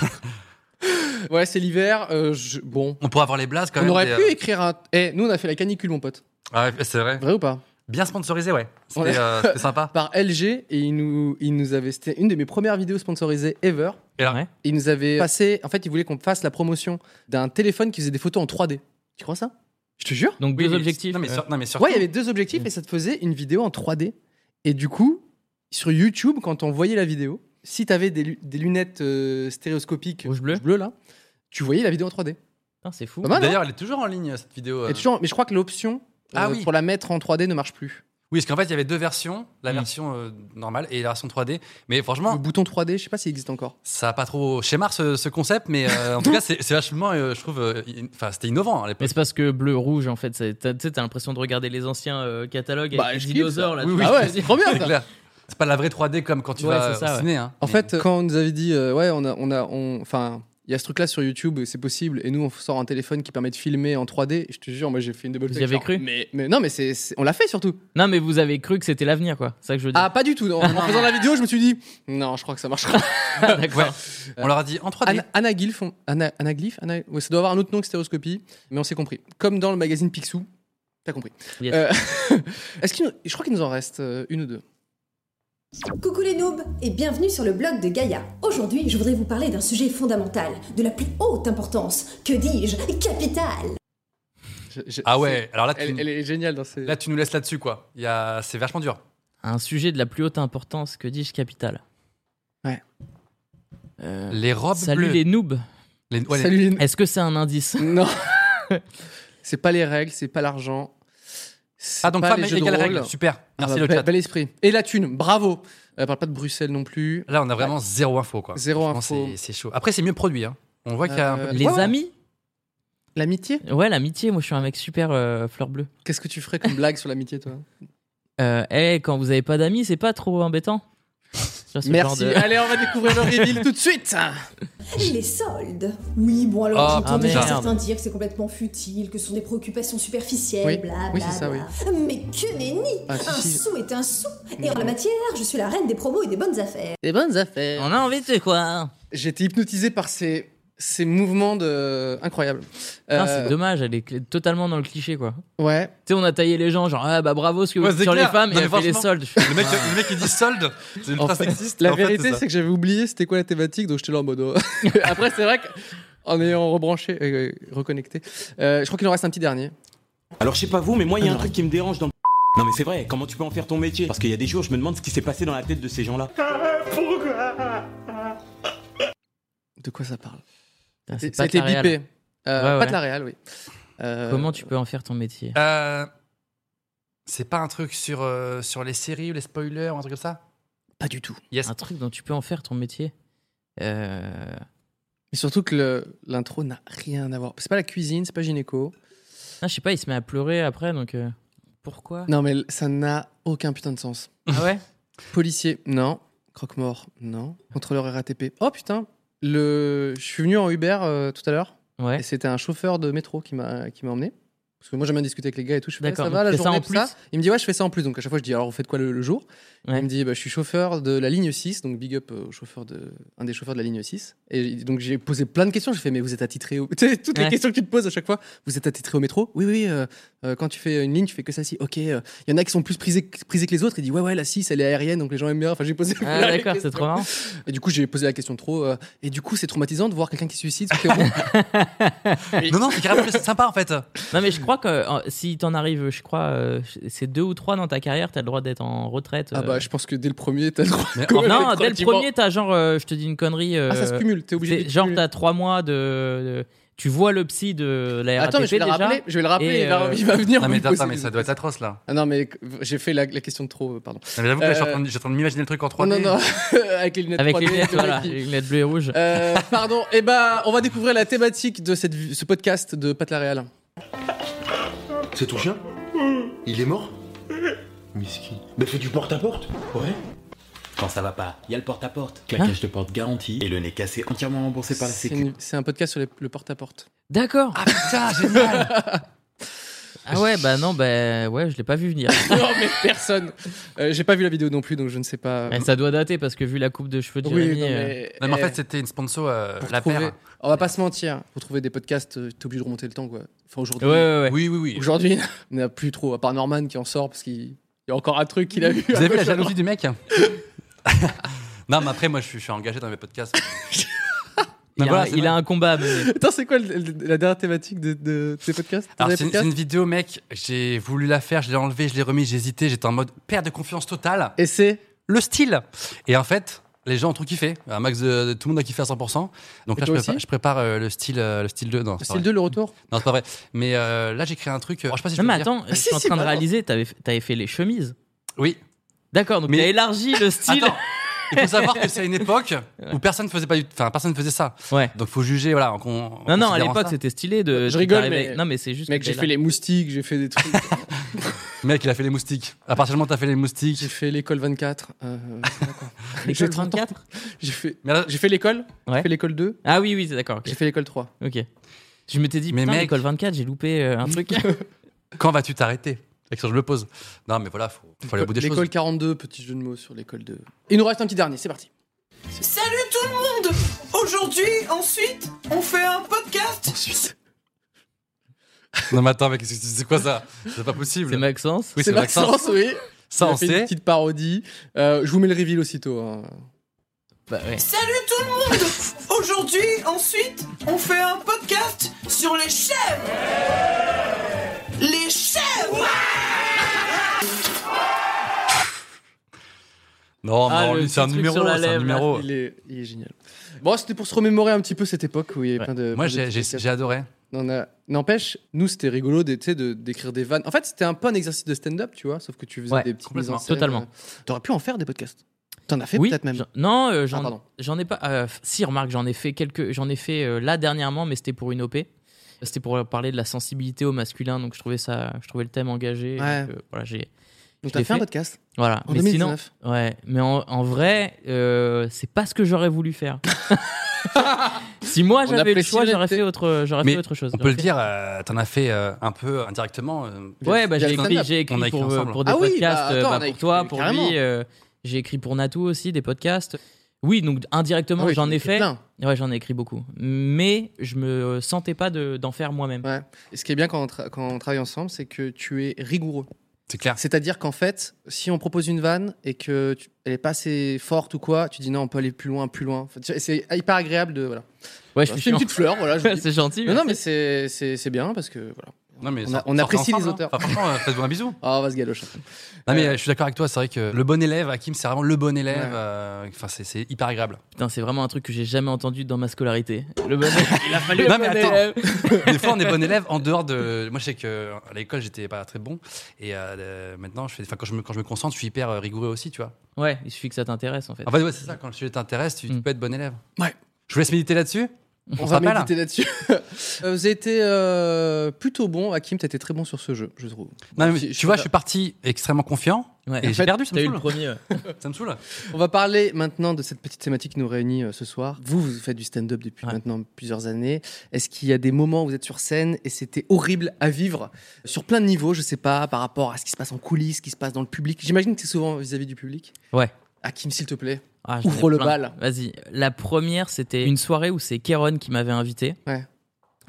[SPEAKER 2] ouais, c'est l'hiver. euh, je- Bon,
[SPEAKER 3] On pourrait avoir les blases quand
[SPEAKER 2] on
[SPEAKER 3] même.
[SPEAKER 2] aurait
[SPEAKER 3] des,
[SPEAKER 2] pu
[SPEAKER 3] euh,
[SPEAKER 2] écrire un. Eh, nous on a fait la canicule, mon pote.
[SPEAKER 3] Ah ouais, c'est vrai.
[SPEAKER 2] Vrai ou pas
[SPEAKER 3] Bien sponsorisé, ouais. C'était
[SPEAKER 2] Ouais.
[SPEAKER 3] euh, c'était sympa.
[SPEAKER 2] Par LG et ils nous, ils nous avaient. C'était une de mes premières vidéos sponsorisées ever.
[SPEAKER 3] Et alors
[SPEAKER 4] Ouais.
[SPEAKER 2] Ils nous avaient passé. En fait, ils voulaient qu'on fasse la promotion d'un téléphone qui faisait des photos en 3D. Tu crois ça Je te jure.
[SPEAKER 4] Donc
[SPEAKER 3] Oui,
[SPEAKER 4] deux
[SPEAKER 3] mais-
[SPEAKER 4] objectifs.
[SPEAKER 3] Non, mais, sur- non, mais surtout,
[SPEAKER 2] Ouais, il y avait deux objectifs et ça te faisait une vidéo en 3D. Et du coup, sur YouTube, quand on voyait la vidéo, si t'avais des, lu- des lunettes euh, stéréoscopiques
[SPEAKER 4] Rouge bleu.
[SPEAKER 2] là, tu voyais la vidéo en 3D.
[SPEAKER 4] Putain, c'est fou.
[SPEAKER 2] Pas mal, hein
[SPEAKER 3] D'ailleurs, elle est toujours en ligne, cette vidéo. euh.
[SPEAKER 2] Et toujours, mais je crois que l'option
[SPEAKER 3] Ah
[SPEAKER 2] euh,
[SPEAKER 3] oui.
[SPEAKER 2] pour la mettre en 3D ne marche plus.
[SPEAKER 3] Oui, parce qu'en fait, il y avait deux versions, la
[SPEAKER 4] Mm.
[SPEAKER 3] version euh, normale et la version 3D. Mais
[SPEAKER 2] Le
[SPEAKER 3] franchement,
[SPEAKER 2] bouton 3D, je sais pas s'il existe encore.
[SPEAKER 3] ça n'a pas trop schémar ce, ce concept, mais euh, en tout cas, c'est c'est vachement, euh, je trouve, euh, in- enfin, c'était innovant à
[SPEAKER 4] Mais
[SPEAKER 3] l'époque.
[SPEAKER 4] c'est parce que bleu, rouge, en fait, c'est- t'as- tu sais, t'as l'impression de regarder les anciens euh, catalogues
[SPEAKER 2] Bah,
[SPEAKER 4] avec
[SPEAKER 2] je
[SPEAKER 4] les
[SPEAKER 2] kiffe,
[SPEAKER 4] dinosaures.
[SPEAKER 2] ça.
[SPEAKER 4] Là,
[SPEAKER 2] Oui,
[SPEAKER 4] tu
[SPEAKER 2] oui.
[SPEAKER 4] vois.
[SPEAKER 2] Ah ouais, c'est trop bien,
[SPEAKER 3] C'est
[SPEAKER 2] ça.
[SPEAKER 3] clair. C'est pas la vraie 3D comme quand tu
[SPEAKER 4] Ouais,
[SPEAKER 3] vas
[SPEAKER 4] c'est ça,
[SPEAKER 3] au
[SPEAKER 4] ouais.
[SPEAKER 3] ciné. hein.
[SPEAKER 2] En
[SPEAKER 3] Mais-
[SPEAKER 2] fait, quand on nous avait dit, euh, ouais, on a, on a, on- enfin, il y a ce truc-là sur YouTube, c'est possible, et nous on sort un téléphone qui permet de filmer en 3D. Je te jure, moi j'ai fait une double
[SPEAKER 4] Vous y
[SPEAKER 2] take,
[SPEAKER 4] avez
[SPEAKER 2] genre,
[SPEAKER 4] cru
[SPEAKER 2] mais, mais non, mais c'est, c'est- on l'a fait surtout.
[SPEAKER 4] Non, mais vous avez cru que c'était l'avenir, quoi. C'est ça que je veux dire.
[SPEAKER 2] Ah, pas du tout. non. En faisant la vidéo, je me suis dit, non, je crois que ça marchera.
[SPEAKER 4] d'accord.
[SPEAKER 3] Ouais. On leur a dit en 3D.
[SPEAKER 2] Ana- Anaglyphe, on- ana- anaglyphe, ana- ouais, ça doit avoir un autre nom que stéréoscopie, mais on s'est compris. Comme dans le magazine Picsou, t'as compris.
[SPEAKER 4] Yes.
[SPEAKER 2] Euh, est-ce qu'il nous- je crois qu'il nous en reste euh, une ou deux.
[SPEAKER 11] Coucou les noobs et bienvenue sur le blog de Gaïa. Aujourd'hui, je voudrais vous parler d'un sujet fondamental, de la plus haute importance, que dis-je, capitale.
[SPEAKER 2] Je- je-
[SPEAKER 3] Ah ouais, alors là, tu,
[SPEAKER 2] c'est- Elle, elle est géniale dans ces.
[SPEAKER 3] là, tu nous laisses là-dessus, quoi. Il y a- C'est vachement dur.
[SPEAKER 4] Un sujet de la plus haute importance, que dis-je, capital.
[SPEAKER 2] Ouais.
[SPEAKER 4] Euh,
[SPEAKER 3] Les robes
[SPEAKER 4] Salut
[SPEAKER 3] bleues.
[SPEAKER 4] les noobs.
[SPEAKER 3] les- ouais, les-
[SPEAKER 2] Salut les-
[SPEAKER 4] Est-ce que c'est un indice
[SPEAKER 2] Non. c'est pas les règles, c'est pas l'argent.
[SPEAKER 3] Ah, donc
[SPEAKER 2] pas
[SPEAKER 3] femme
[SPEAKER 2] les jeux de
[SPEAKER 3] égale
[SPEAKER 2] rôle.
[SPEAKER 3] règle. Super. Merci,
[SPEAKER 2] bah,
[SPEAKER 3] le
[SPEAKER 2] bel-
[SPEAKER 3] chat.
[SPEAKER 2] Bel esprit. Et la thune, bravo. Elle parle pas de Bruxelles non plus.
[SPEAKER 3] Là, on a vraiment zéro info, quoi.
[SPEAKER 2] Zéro
[SPEAKER 3] Franchement,
[SPEAKER 2] info.
[SPEAKER 3] c'est- C'est chaud. Après, c'est mieux produit. hein. On voit qu'il y a un
[SPEAKER 2] Euh,
[SPEAKER 3] peu.
[SPEAKER 2] Les ouais. amis
[SPEAKER 4] L'amitié Ouais, l'amitié. Moi, je suis un mec super euh, fleur bleue.
[SPEAKER 2] Qu'est-ce que tu ferais comme blague sur l'amitié, toi
[SPEAKER 4] Euh, eh, quand vous avez pas d'amis, c'est pas trop embêtant. Tu vois, ce
[SPEAKER 2] Merci.
[SPEAKER 4] genre de-
[SPEAKER 2] Allez, on va découvrir le reveal tout de suite.
[SPEAKER 11] Et les soldes Oui, bon alors
[SPEAKER 4] Ah,
[SPEAKER 11] j'ai entendu
[SPEAKER 4] ah, merde.
[SPEAKER 11] certains dire que c'est complètement futile, que ce sont des préoccupations superficielles,
[SPEAKER 2] Oui.
[SPEAKER 11] bla
[SPEAKER 2] Oui,
[SPEAKER 11] bla,
[SPEAKER 2] c'est ça,
[SPEAKER 11] bla. Mais que nenni
[SPEAKER 4] Ah, si,
[SPEAKER 11] Un
[SPEAKER 4] si.
[SPEAKER 11] sou est un sou Et
[SPEAKER 4] Non.
[SPEAKER 11] en la matière, je suis la reine des promos et des bonnes affaires.
[SPEAKER 2] Des bonnes affaires.
[SPEAKER 4] On a envie de quoi hein
[SPEAKER 2] J'étais hypnotisé par ces, ces mouvements de... incroyables.
[SPEAKER 4] Non,
[SPEAKER 2] Euh,
[SPEAKER 4] c'est dommage, elle est cl- totalement dans le cliché quoi.
[SPEAKER 2] Ouais.
[SPEAKER 4] Tu sais, on a taillé les gens, genre ah bah bravo ce que vous
[SPEAKER 3] Ouais,
[SPEAKER 4] dites
[SPEAKER 3] c'est
[SPEAKER 4] sur
[SPEAKER 3] clair.
[SPEAKER 4] les femmes
[SPEAKER 3] Non,
[SPEAKER 4] et
[SPEAKER 3] mais
[SPEAKER 4] elle fait les
[SPEAKER 3] franchement,
[SPEAKER 4] soldes.
[SPEAKER 3] Le mec, le mec, il dit solde. C'est ultra
[SPEAKER 2] En fait,
[SPEAKER 3] sexiste.
[SPEAKER 2] La
[SPEAKER 3] en fait,
[SPEAKER 2] vérité,
[SPEAKER 3] ça.
[SPEAKER 2] c'est que j'avais oublié c'était quoi la thématique, donc j'étais là en mode. oh. Après, c'est vrai qu'en ayant rebranché, euh, reconnecté, euh, je crois qu'il en reste un petit dernier.
[SPEAKER 12] Alors je sais pas vous, mais moi il y a un truc qui me dérange dans le Non mais c'est vrai, comment tu peux en faire ton métier Parce qu'il y a des jours, je me demande ce qui s'est passé dans la tête de ces gens-là.
[SPEAKER 9] Pourquoi
[SPEAKER 2] De quoi ça parle
[SPEAKER 4] Putain,
[SPEAKER 2] C'était
[SPEAKER 4] c'est pas de la réal.
[SPEAKER 2] bipé. Euh,
[SPEAKER 4] Ouais,
[SPEAKER 2] Pas
[SPEAKER 4] ouais.
[SPEAKER 2] de la réal, oui. Euh,
[SPEAKER 4] Comment tu peux en faire ton métier
[SPEAKER 3] Euh, C'est pas un truc sur, euh, sur les séries ou les spoilers ou un truc comme ça
[SPEAKER 2] Pas du tout.
[SPEAKER 3] Euh,
[SPEAKER 4] Un truc dont tu peux en faire ton métier. Euh,
[SPEAKER 2] Mais surtout que le- l'intro n'a rien à voir. C'est pas la cuisine, c'est pas gynéco.
[SPEAKER 4] ah, je sais pas, il se met à pleurer après donc euh, pourquoi
[SPEAKER 2] Non, mais ça n'a aucun putain de sens.
[SPEAKER 4] Ah ouais
[SPEAKER 2] Policier, non. Croque-mort, non. Contrôleur RATP. Oh putain, le... je suis venu en Uber euh, tout à l'heure.
[SPEAKER 4] Ouais.
[SPEAKER 2] Et c'était un chauffeur de métro qui m'a qui m'a emmené. Parce que moi j'aime bien discuter avec les gars et tout. Je fais
[SPEAKER 4] D'accord,
[SPEAKER 2] ça
[SPEAKER 4] donc
[SPEAKER 2] va la
[SPEAKER 4] tu fais ça
[SPEAKER 2] journée
[SPEAKER 4] en
[SPEAKER 2] tout ça. Il me dit ouais je fais ça en plus. Donc à chaque fois je dis alors vous faites quoi le, le jour Il me dit bah, je suis chauffeur de la ligne 6 donc big up euh, au chauffeur de un des chauffeurs de la ligne 6. Et donc j'ai posé plein de questions. J'ai fait mais vous êtes attitré au... tu sais toutes les
[SPEAKER 4] Ouais.
[SPEAKER 2] questions que tu te poses à chaque fois. Vous êtes attitré au métro Oui oui. euh, euh, quand tu fais une ligne tu fais que ça si. Ok. euh, Il y en a qui sont plus prisés, prisés que les autres. Il dit ouais ouais la 6 elle est aérienne donc les gens aiment bien. Enfin j'ai posé.
[SPEAKER 4] Ah,
[SPEAKER 2] plein de
[SPEAKER 4] d'accord, c'est
[SPEAKER 2] questions.
[SPEAKER 4] trop marrant.
[SPEAKER 2] Et du coup j'ai posé la question trop. euh, et du coup c'est traumatisant de voir quelqu'un qui se suicide. sauf que bon,
[SPEAKER 3] Non, non, c'est carrément plus sympa en fait.
[SPEAKER 4] Non mais je crois que euh, si t'en arrives, je crois, euh, c'est deux ou trois dans ta carrière, t'as le droit d'être en retraite.
[SPEAKER 2] Ah
[SPEAKER 4] euh.
[SPEAKER 2] bah je pense que dès le premier t'as le droit.
[SPEAKER 3] Mais
[SPEAKER 2] quand même
[SPEAKER 4] non,
[SPEAKER 2] d'être
[SPEAKER 4] dès le
[SPEAKER 2] tranquillement-
[SPEAKER 4] premier, t'as genre, euh, je te dis une connerie.
[SPEAKER 2] Ah, ça se
[SPEAKER 4] euh,
[SPEAKER 2] cumule, t'es obligé
[SPEAKER 4] c'est
[SPEAKER 2] de
[SPEAKER 4] Genre,
[SPEAKER 2] cumuler.
[SPEAKER 4] t'as trois mois de, de- Tu vois le psy de la RATP
[SPEAKER 2] Attends, mais je vais le
[SPEAKER 4] déjà,
[SPEAKER 2] rappeler, je vais le rappeler,
[SPEAKER 4] et,
[SPEAKER 2] il va-
[SPEAKER 4] euh,
[SPEAKER 2] il va venir
[SPEAKER 3] Non, mais,
[SPEAKER 2] me poser
[SPEAKER 3] attends, mais
[SPEAKER 2] des-
[SPEAKER 3] ça doit être atroce là.
[SPEAKER 2] Ah non mais j'ai fait la, la question de trop, euh, pardon.
[SPEAKER 3] Non, mais J'avoue que là, je suis en
[SPEAKER 2] Euh,
[SPEAKER 3] train de- je suis en train de m'imaginer le truc en 3D.
[SPEAKER 2] non non avec les lunettes.
[SPEAKER 4] Avec les
[SPEAKER 2] 3D,
[SPEAKER 4] lunettes,
[SPEAKER 2] le
[SPEAKER 4] voilà,
[SPEAKER 2] mec qui-
[SPEAKER 4] les lunettes bleues et rouges.
[SPEAKER 2] Euh, pardon, et bah on va découvrir la thématique de cette, vi- ce podcast de Pat Laréal.
[SPEAKER 13] C'est ton chien Il est mort Miskin. Mais fais du porte-à-porte Ouais.
[SPEAKER 12] Quand ça va pas, il y a le
[SPEAKER 4] Hein
[SPEAKER 12] porte-à-porte. Claquage de porte garanti et le nez cassé entièrement remboursé par la
[SPEAKER 2] C'est
[SPEAKER 12] sécu.
[SPEAKER 2] une- c'est un podcast sur les- le porte-à-porte.
[SPEAKER 4] D'accord.
[SPEAKER 3] Ah putain, génial
[SPEAKER 4] Ah ouais, bah non, bah ouais, je l'ai pas vu venir.
[SPEAKER 2] non mais personne. Euh, j'ai pas vu la vidéo non plus donc je ne sais pas.
[SPEAKER 4] Mais ça doit dater parce que vu la coupe de cheveux de
[SPEAKER 2] Oui,
[SPEAKER 4] Jérémy.
[SPEAKER 2] non,
[SPEAKER 4] euh,
[SPEAKER 2] mais-
[SPEAKER 3] Non, mais en
[SPEAKER 2] eh.
[SPEAKER 3] fait, c'était une sponsor, euh,
[SPEAKER 2] Pour
[SPEAKER 3] la
[SPEAKER 2] trouver-
[SPEAKER 3] paire.
[SPEAKER 2] On va pas se mentir, pour trouver des podcasts, euh, t'es obligé de remonter le temps quoi. Enfin aujourd'hui.
[SPEAKER 4] Ouais, ouais, ouais.
[SPEAKER 3] Oui, oui, oui.
[SPEAKER 2] Aujourd'hui, on n'a plus trop, à part Norman qui en sort parce qu'il il y a encore un truc qu'il a vu.
[SPEAKER 3] Vous avez vu la jalousie du mec Non, mais après, moi, je suis, je suis engagé dans mes podcasts.
[SPEAKER 4] Il,
[SPEAKER 3] Mais
[SPEAKER 4] a,
[SPEAKER 3] voilà,
[SPEAKER 4] un-
[SPEAKER 3] c'est
[SPEAKER 4] il
[SPEAKER 3] vrai.
[SPEAKER 4] a un combat. à mener.
[SPEAKER 2] Attends, c'est quoi le- le- la dernière thématique de, de tes podcasts
[SPEAKER 3] Alors,
[SPEAKER 2] Des
[SPEAKER 3] c'est une, c'est
[SPEAKER 2] podcasts
[SPEAKER 3] une vidéo, mec. J'ai voulu la faire, je l'ai enlevée, je l'ai remise, j'ai hésité. J'étais en mode perte de confiance totale.
[SPEAKER 2] Et c'est
[SPEAKER 3] le style. Et en fait, les gens ont trop kiffé. Un max de, de- tout le monde a kiffé à 100%. Donc
[SPEAKER 2] Et
[SPEAKER 3] là,
[SPEAKER 2] toi
[SPEAKER 3] je prépare,
[SPEAKER 2] aussi
[SPEAKER 3] je prépare, euh, le style, euh, le style 2. Non, c'est
[SPEAKER 2] C'est
[SPEAKER 3] pas
[SPEAKER 2] le
[SPEAKER 3] vrai.
[SPEAKER 2] 2, le retour
[SPEAKER 3] Non, c'est pas vrai. Mais euh, là, j'ai créé un truc. euh, alors, je sais pas si je
[SPEAKER 4] Non, mais
[SPEAKER 3] peux le dire.
[SPEAKER 4] attends, je suis
[SPEAKER 2] Ah, si,
[SPEAKER 4] en
[SPEAKER 2] si,
[SPEAKER 4] train de
[SPEAKER 2] pardon.
[SPEAKER 4] réaliser, t'avais fait- t'avais fait les chemises.
[SPEAKER 3] Oui.
[SPEAKER 4] D'accord, donc
[SPEAKER 3] Mais-
[SPEAKER 4] t'as élargi le style.
[SPEAKER 3] Attends. Il faut savoir que c'est à une époque où personne ne faisait pas, du- enfin personne ne faisait ça.
[SPEAKER 4] Ouais.
[SPEAKER 3] Donc faut juger, voilà. en con- en
[SPEAKER 4] Non, non, à
[SPEAKER 3] considérant
[SPEAKER 4] l'époque
[SPEAKER 3] ça.
[SPEAKER 4] c'était stylé de.
[SPEAKER 2] Je rigole,
[SPEAKER 4] t'arrivais-
[SPEAKER 2] mais-
[SPEAKER 4] Non, mais c'est juste.
[SPEAKER 2] Mec,
[SPEAKER 4] que
[SPEAKER 2] j'ai
[SPEAKER 4] t'es
[SPEAKER 2] fait
[SPEAKER 4] là.
[SPEAKER 2] les moustiques, j'ai fait des trucs.
[SPEAKER 3] Mec, il a fait les moustiques. À partir du moment où t'as fait les moustiques.
[SPEAKER 2] j'ai fait l'école 24. euh, voilà, quoi.
[SPEAKER 4] L'école
[SPEAKER 2] J'ai 30 ans.
[SPEAKER 4] 34
[SPEAKER 2] J'ai fait,
[SPEAKER 3] Mais là-
[SPEAKER 2] j'ai fait l'école,
[SPEAKER 4] Ouais.
[SPEAKER 2] j'ai fait l'école 2,
[SPEAKER 4] Ah oui, oui, c'est d'accord. ok.
[SPEAKER 2] j'ai fait l'école 3.
[SPEAKER 4] Ok. Je m'étais dit,
[SPEAKER 3] Mais
[SPEAKER 4] mais
[SPEAKER 3] mec-
[SPEAKER 4] l'école 24, j'ai loupé euh, un truc.
[SPEAKER 3] Quand vas-tu t'arrêter La question je me pose. Non, mais voilà, faut, faut aller au bout des choses.
[SPEAKER 2] Euh, L'école 42, petit jeu de mots sur l'école 2. Il nous reste un petit dernier, c'est parti.
[SPEAKER 10] Salut tout le monde Aujourd'hui, ensuite, on fait un podcast
[SPEAKER 2] Ensuite,
[SPEAKER 3] Non, mais attends, mec, c'est- c'est quoi ça C'est pas possible.
[SPEAKER 4] C'est Maxence.
[SPEAKER 3] Oui,
[SPEAKER 2] c'est Maxence, oui.
[SPEAKER 3] Ça,
[SPEAKER 2] Il a
[SPEAKER 3] on
[SPEAKER 2] fait une
[SPEAKER 3] sait.
[SPEAKER 2] petite parodie. Euh, je vous mets le reveal aussitôt. hein.
[SPEAKER 4] Bah ouais.
[SPEAKER 10] Salut tout le monde Aujourd'hui, ensuite, on fait un podcast sur les chèvres Les chèvres
[SPEAKER 3] Non,
[SPEAKER 2] Ah,
[SPEAKER 3] mais
[SPEAKER 2] le
[SPEAKER 3] lui, c'est un
[SPEAKER 2] petit truc
[SPEAKER 3] numéro,
[SPEAKER 2] sur la
[SPEAKER 3] c'est un
[SPEAKER 2] lèvre, là,
[SPEAKER 3] numéro.
[SPEAKER 2] Il est, il est génial. Bon, c'était pour se remémorer un petit peu cette époque où il y avait plein de. plein
[SPEAKER 3] Moi,
[SPEAKER 2] de
[SPEAKER 3] j'ai-
[SPEAKER 2] petites
[SPEAKER 3] j'ai
[SPEAKER 2] histoires.
[SPEAKER 3] j'ai adoré.
[SPEAKER 2] On a- N'empêche, nous, c'était rigolo de- tu sais, de- d'écrire des vannes. En fait, c'était un peu un exercice de stand-up, tu vois, sauf que tu faisais
[SPEAKER 4] Ouais,
[SPEAKER 2] des petites mises
[SPEAKER 4] complètement.
[SPEAKER 2] en scène.
[SPEAKER 4] Totalement.
[SPEAKER 2] Euh, T'aurais pu en faire des podcasts. T'en as fait
[SPEAKER 4] Oui,
[SPEAKER 2] peut-être même.
[SPEAKER 4] Non, euh,
[SPEAKER 2] Ah,
[SPEAKER 4] j'en
[SPEAKER 2] pardon.
[SPEAKER 4] j'en ai pas. euh, f- si, remarque, j'en ai fait quelques. J'en ai fait euh, là dernièrement, mais c'était pour une OP. C'était pour parler de la sensibilité au masculin, donc je trouvais ça, je trouvais le thème engagé.
[SPEAKER 2] Ouais.
[SPEAKER 4] Donc, euh, voilà, j'ai.
[SPEAKER 2] Donc
[SPEAKER 4] je
[SPEAKER 2] t'as
[SPEAKER 4] l'ai
[SPEAKER 2] fait un podcast
[SPEAKER 4] Voilà.
[SPEAKER 2] en
[SPEAKER 4] mais
[SPEAKER 2] 2019.
[SPEAKER 4] sinon, ouais. Mais en, en vrai, euh, c'est pas ce que j'aurais voulu faire. si moi
[SPEAKER 3] On
[SPEAKER 4] j'avais le
[SPEAKER 3] apprécie
[SPEAKER 4] choix, j'aurais
[SPEAKER 3] l'honnêteté.
[SPEAKER 4] fait autre, euh, j'aurais
[SPEAKER 3] Mais
[SPEAKER 4] fait autre chose.
[SPEAKER 3] On peut le dire, euh, t'en as fait euh, un peu indirectement. euh,
[SPEAKER 4] Ouais, bah,
[SPEAKER 3] via
[SPEAKER 4] j'ai
[SPEAKER 3] le
[SPEAKER 4] écrit,
[SPEAKER 3] stand-up.
[SPEAKER 4] j'ai écrit
[SPEAKER 3] On a
[SPEAKER 4] pour, euh,
[SPEAKER 3] ensemble.
[SPEAKER 4] pour des
[SPEAKER 3] Ah oui,
[SPEAKER 4] podcasts,
[SPEAKER 3] bah,
[SPEAKER 4] euh,
[SPEAKER 3] attends,
[SPEAKER 4] bah,
[SPEAKER 3] on a
[SPEAKER 4] pour
[SPEAKER 3] écrit-
[SPEAKER 4] toi, pour
[SPEAKER 3] carrément.
[SPEAKER 4] lui. euh, j'ai écrit pour Natou aussi des podcasts. Oui, donc indirectement,
[SPEAKER 2] Ah oui,
[SPEAKER 4] j'en
[SPEAKER 2] t'en as
[SPEAKER 4] ai
[SPEAKER 2] écrit
[SPEAKER 4] fait.
[SPEAKER 2] plein.
[SPEAKER 4] Ouais, j'en ai écrit beaucoup. Mais je me sentais pas de- d'en faire moi-même.
[SPEAKER 2] Et ce qui est bien quand on, tra- quand on travaille ensemble, c'est que tu es rigoureux.
[SPEAKER 3] C'est clair.
[SPEAKER 2] C'est-à-dire qu'en fait, si on propose une vanne et que tu- elle est pas assez forte ou quoi, tu dis non, on peut aller plus loin, plus loin. Enfin, tu- et c'est hyper agréable de voilà.
[SPEAKER 4] Ouais,
[SPEAKER 2] Voilà,
[SPEAKER 4] je suis
[SPEAKER 2] c'est une
[SPEAKER 4] chiant.
[SPEAKER 2] petite fleur, voilà. je vous dis.
[SPEAKER 4] C'est gentil,
[SPEAKER 2] Non, non, mais
[SPEAKER 4] merci.
[SPEAKER 2] c'est- c'est c'est bien parce que voilà.
[SPEAKER 3] Non, mais
[SPEAKER 2] on, a-
[SPEAKER 3] sort-
[SPEAKER 2] on
[SPEAKER 3] sortez
[SPEAKER 2] apprécie les
[SPEAKER 3] ensemble, hein.
[SPEAKER 2] auteurs.
[SPEAKER 3] Enfin, franchement, euh, faites-vous un bisou.
[SPEAKER 2] Ah, on va se galocher.
[SPEAKER 3] Non, mais euh, je suis d'accord avec toi, c'est vrai que le bon élève, Hakim, c'est vraiment le bon élève.
[SPEAKER 4] Ouais.
[SPEAKER 3] euh, Enfin, c'est- c'est hyper agréable.
[SPEAKER 4] Putain, c'est vraiment un truc que j'ai jamais entendu dans ma scolarité. Le bon il a fallu.
[SPEAKER 3] Non,
[SPEAKER 4] le
[SPEAKER 3] mais
[SPEAKER 4] bon
[SPEAKER 3] attends.
[SPEAKER 4] élève.
[SPEAKER 3] Des fois, on est bon élève en dehors de. Moi, je sais que à l'école, j'étais pas très bon. Et euh, maintenant, je fais... enfin, quand, je me... quand je me concentre, je suis hyper euh, rigoureux aussi, tu vois.
[SPEAKER 4] Ouais, il suffit que ça t'intéresse en fait.
[SPEAKER 3] En fait, ouais, c'est ça. Quand le sujet t'intéresse, tu, tu
[SPEAKER 2] Mm.
[SPEAKER 3] peux être bon élève.
[SPEAKER 2] Ouais.
[SPEAKER 3] Je vous laisse méditer là-dessus.
[SPEAKER 2] On,
[SPEAKER 3] se
[SPEAKER 2] va
[SPEAKER 3] rappelle
[SPEAKER 2] méditer là-dessus. Euh, Vous avez été euh, plutôt bon, Hakim, t'as été très bon sur ce jeu, je trouve.
[SPEAKER 3] Non, mais tu vois, je suis parti extrêmement confiant.
[SPEAKER 2] Ouais. En
[SPEAKER 3] et j'ai
[SPEAKER 2] fait,
[SPEAKER 3] perdu, ça me
[SPEAKER 2] t'as eu
[SPEAKER 3] saoule.
[SPEAKER 2] le premier, ouais.
[SPEAKER 3] Ça me saoule.
[SPEAKER 2] On va parler maintenant de cette petite thématique qui nous réunit euh, ce soir. Vous, vous faites du stand-up depuis maintenant plusieurs années. Est-ce qu'il y a des moments où vous êtes sur scène et c'était horrible à vivre euh, sur plein de niveaux, je sais pas, par rapport à ce qui se passe en coulisses, ce qui se passe dans le public J'imagine que c'est souvent vis-à-vis du public.
[SPEAKER 4] Ouais.
[SPEAKER 2] Hakim, s'il te plaît,
[SPEAKER 4] Ah, j'en ai
[SPEAKER 2] ouvre le
[SPEAKER 4] plein.
[SPEAKER 2] bal.
[SPEAKER 4] Vas-y. La première, c'était une soirée où c'est Kéron qui m'avait invité.
[SPEAKER 2] Ouais.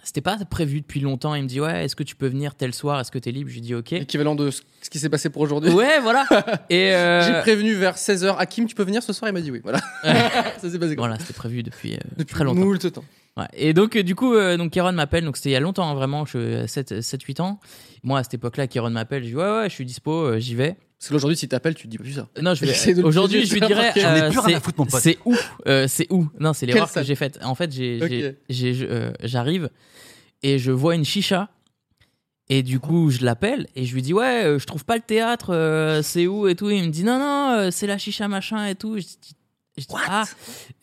[SPEAKER 4] C'était pas prévu depuis longtemps. Il me dit Ouais, est-ce que tu peux venir tel soir Est-ce que t'es libre Je lui dis Ok.
[SPEAKER 2] Équivalent de ce ce qui s'est passé pour aujourd'hui.
[SPEAKER 4] Ouais, voilà. Et euh,
[SPEAKER 2] J'ai prévenu vers 16h. Hakim, tu peux venir ce soir Il m'a dit oui. Voilà. ça s'est passé comme ça.
[SPEAKER 4] Voilà, c'était prévu depuis, euh,
[SPEAKER 2] Depuis
[SPEAKER 4] très longtemps.
[SPEAKER 2] moult temps.
[SPEAKER 4] Ouais. Et donc, euh, du coup, euh, donc Kéron m'appelle. Donc, c'était il y a longtemps, hein, vraiment, 7-8 ans. Moi, à cette époque-là, Kéron m'appelle. Je dis Ouais, ouais, je suis dispo, euh, j'y vais.
[SPEAKER 2] Parce qu'aujourd'hui, si t'appelles, tu dis plus ça.
[SPEAKER 4] Euh, Non, je vais-
[SPEAKER 2] J'essaie de le
[SPEAKER 4] aujourd'hui,
[SPEAKER 2] piéger,
[SPEAKER 4] je lui dirais.
[SPEAKER 2] J'en ai
[SPEAKER 4] euh,
[SPEAKER 2] plus rien à
[SPEAKER 4] c'est-
[SPEAKER 2] foutre, mon pote.
[SPEAKER 4] C'est où Euh, C'est où Non, c'est
[SPEAKER 2] Quelle
[SPEAKER 4] l'erreur que
[SPEAKER 2] salle
[SPEAKER 4] j'ai faite. En fait, j'ai- j'ai-
[SPEAKER 2] Ok.
[SPEAKER 4] j'ai- je- euh, j'arrive et je vois une chicha. Et du coup, je l'appelle et je lui dis Ouais, euh, je trouve pas le théâtre, euh, c'est où et tout. il me dit Non, non, euh, c'est la chicha machin et tout. Je dis- je dis, Ah,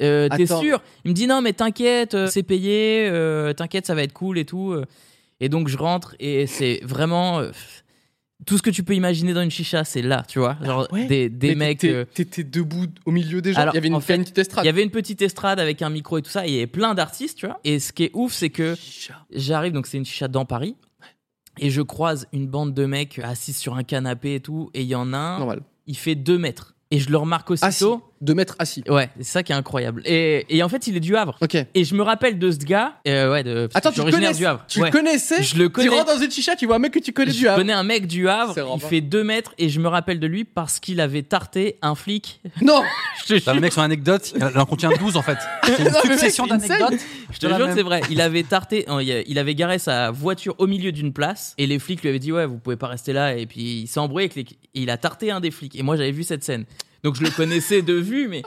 [SPEAKER 4] euh, t'es
[SPEAKER 2] Attends.
[SPEAKER 4] sûr Il me dit Non, mais t'inquiète, euh, c'est payé, euh, t'inquiète, ça va être cool et tout. euh. Et donc, je rentre et c'est vraiment. euh, tout ce que tu peux imaginer dans une chicha, c'est là, tu vois. Genre, des, des
[SPEAKER 2] Mais
[SPEAKER 4] mecs.
[SPEAKER 2] t'étais-
[SPEAKER 4] euh,
[SPEAKER 2] T'étais debout au milieu des gens.
[SPEAKER 4] alors,
[SPEAKER 2] il y avait une,
[SPEAKER 4] en fait,
[SPEAKER 2] une petite estrade.
[SPEAKER 4] Il y avait une petite estrade avec un micro et tout ça. et Il y avait plein d'artistes, tu vois. Et ce qui est ouf, c'est que j'arrive, donc c'est une chicha dans Paris. Et je croise une bande de mecs assis sur un canapé et tout. Et il y en a un.
[SPEAKER 2] Normal.
[SPEAKER 4] Il fait 2 mètres. Et je le remarque
[SPEAKER 2] Ah,
[SPEAKER 4] aussitôt.
[SPEAKER 2] Deux mètres assis.
[SPEAKER 4] Ouais, c'est ça qui est incroyable. Et, et en fait, il est du Havre.
[SPEAKER 2] Ok.
[SPEAKER 4] Et je me rappelle de ce gars. euh, ouais, de, parce
[SPEAKER 2] Attends,
[SPEAKER 4] que
[SPEAKER 2] tu
[SPEAKER 4] je
[SPEAKER 2] le
[SPEAKER 4] suis originaire
[SPEAKER 2] connais-
[SPEAKER 4] du Havre.
[SPEAKER 2] tu le
[SPEAKER 4] Ouais.
[SPEAKER 2] connaissais
[SPEAKER 4] Je le connais.
[SPEAKER 2] Tu rentres dans une chicha, tu vois un mec que tu connais
[SPEAKER 4] je
[SPEAKER 2] du Havre.
[SPEAKER 4] connais un mec du Havre,
[SPEAKER 2] C'est
[SPEAKER 4] il
[SPEAKER 2] Robin.
[SPEAKER 4] fait 2 mètres et je me rappelle de lui parce qu'il avait tarté un flic.
[SPEAKER 2] Non
[SPEAKER 4] je te
[SPEAKER 3] Non,
[SPEAKER 4] jure.
[SPEAKER 3] le mec, son anecdote, il en contient 12 en fait. C'est une
[SPEAKER 4] Non, mais mec,
[SPEAKER 3] succession
[SPEAKER 4] c'est insane.
[SPEAKER 3] d'anecdotes.
[SPEAKER 4] Je te
[SPEAKER 3] de la
[SPEAKER 4] jure,
[SPEAKER 3] même-
[SPEAKER 4] c'est vrai. Il avait tarté, non, il a- il avait garé sa voiture au milieu d'une place et les flics lui avaient dit ouais, vous pouvez pas rester là et puis il s'est embrouillé avec les- et il a tarté un des flics et moi j'avais vu cette scène. Donc je le connaissais de vue mais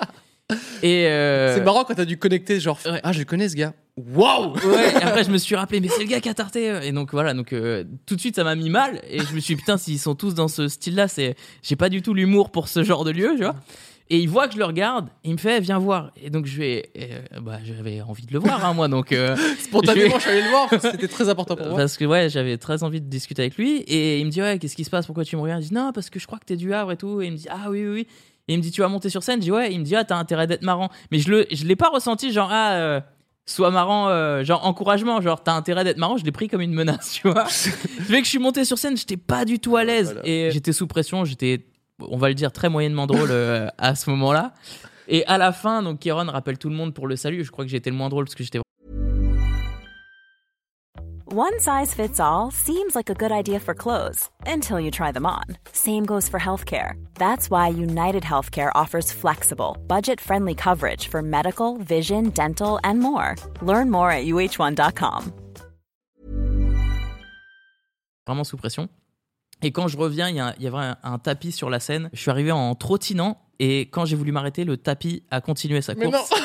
[SPEAKER 4] et euh,
[SPEAKER 2] C'est marrant quand t'as dû connecter, genre, ah, je le connais ce gars. Waouh
[SPEAKER 4] Ouais, et après je me suis rappelé mais c'est le gars qui a tarté euh. et donc voilà, donc euh, tout de suite ça m'a mis mal et je me suis dit, putain s'ils sont tous dans ce style là, c'est j'ai pas du tout l'humour pour ce genre de lieu, tu vois. Et il voit que je le regarde, il me fait viens voir et donc je vais et, euh, bah j'avais envie de le voir hein, moi donc euh, je
[SPEAKER 2] Spontanément,
[SPEAKER 4] vais-
[SPEAKER 2] je suis allé le voir, parce que c'était très important pour moi.
[SPEAKER 4] Parce que ouais, j'avais très envie de discuter avec lui et il me dit ouais, qu'est-ce qui se passe Pourquoi tu me regardes Je dis non, parce que je crois que t'es du Havre et tout. Et il me dit ah oui oui oui. Et il me dit tu vas monter sur scène Je dis ouais. Il me dit ah t'as intérêt d'être marrant. Mais je le je l'ai pas ressenti genre ah euh, sois marrant euh, genre encouragement genre t'as intérêt d'être marrant. Je l'ai pris comme une menace tu vois. je que je suis monté sur scène, j'étais pas du tout à l'aise et j'étais sous pression, j'étais on va le dire très moyennement drôle euh, à ce moment-là. Et à la fin, donc Kéron rappelle tout le monde pour le salut. Je crois que j'étais le moins drôle parce que j'étais
[SPEAKER 14] One size fits all seems like a good idea for clothes until you try them on. Same goes for healthcare. That's why United Healthcare offers flexible, budget friendly coverage for medical, vision, dental, and more. Learn more at uh1.com.
[SPEAKER 4] vraiment sous pression. Et quand je reviens, il y, a- il y avait un, un tapis sur la scène. Je suis arrivé en trottinant et quand j'ai voulu m'arrêter, le tapis a continué sa
[SPEAKER 2] Mais
[SPEAKER 4] course.
[SPEAKER 2] non.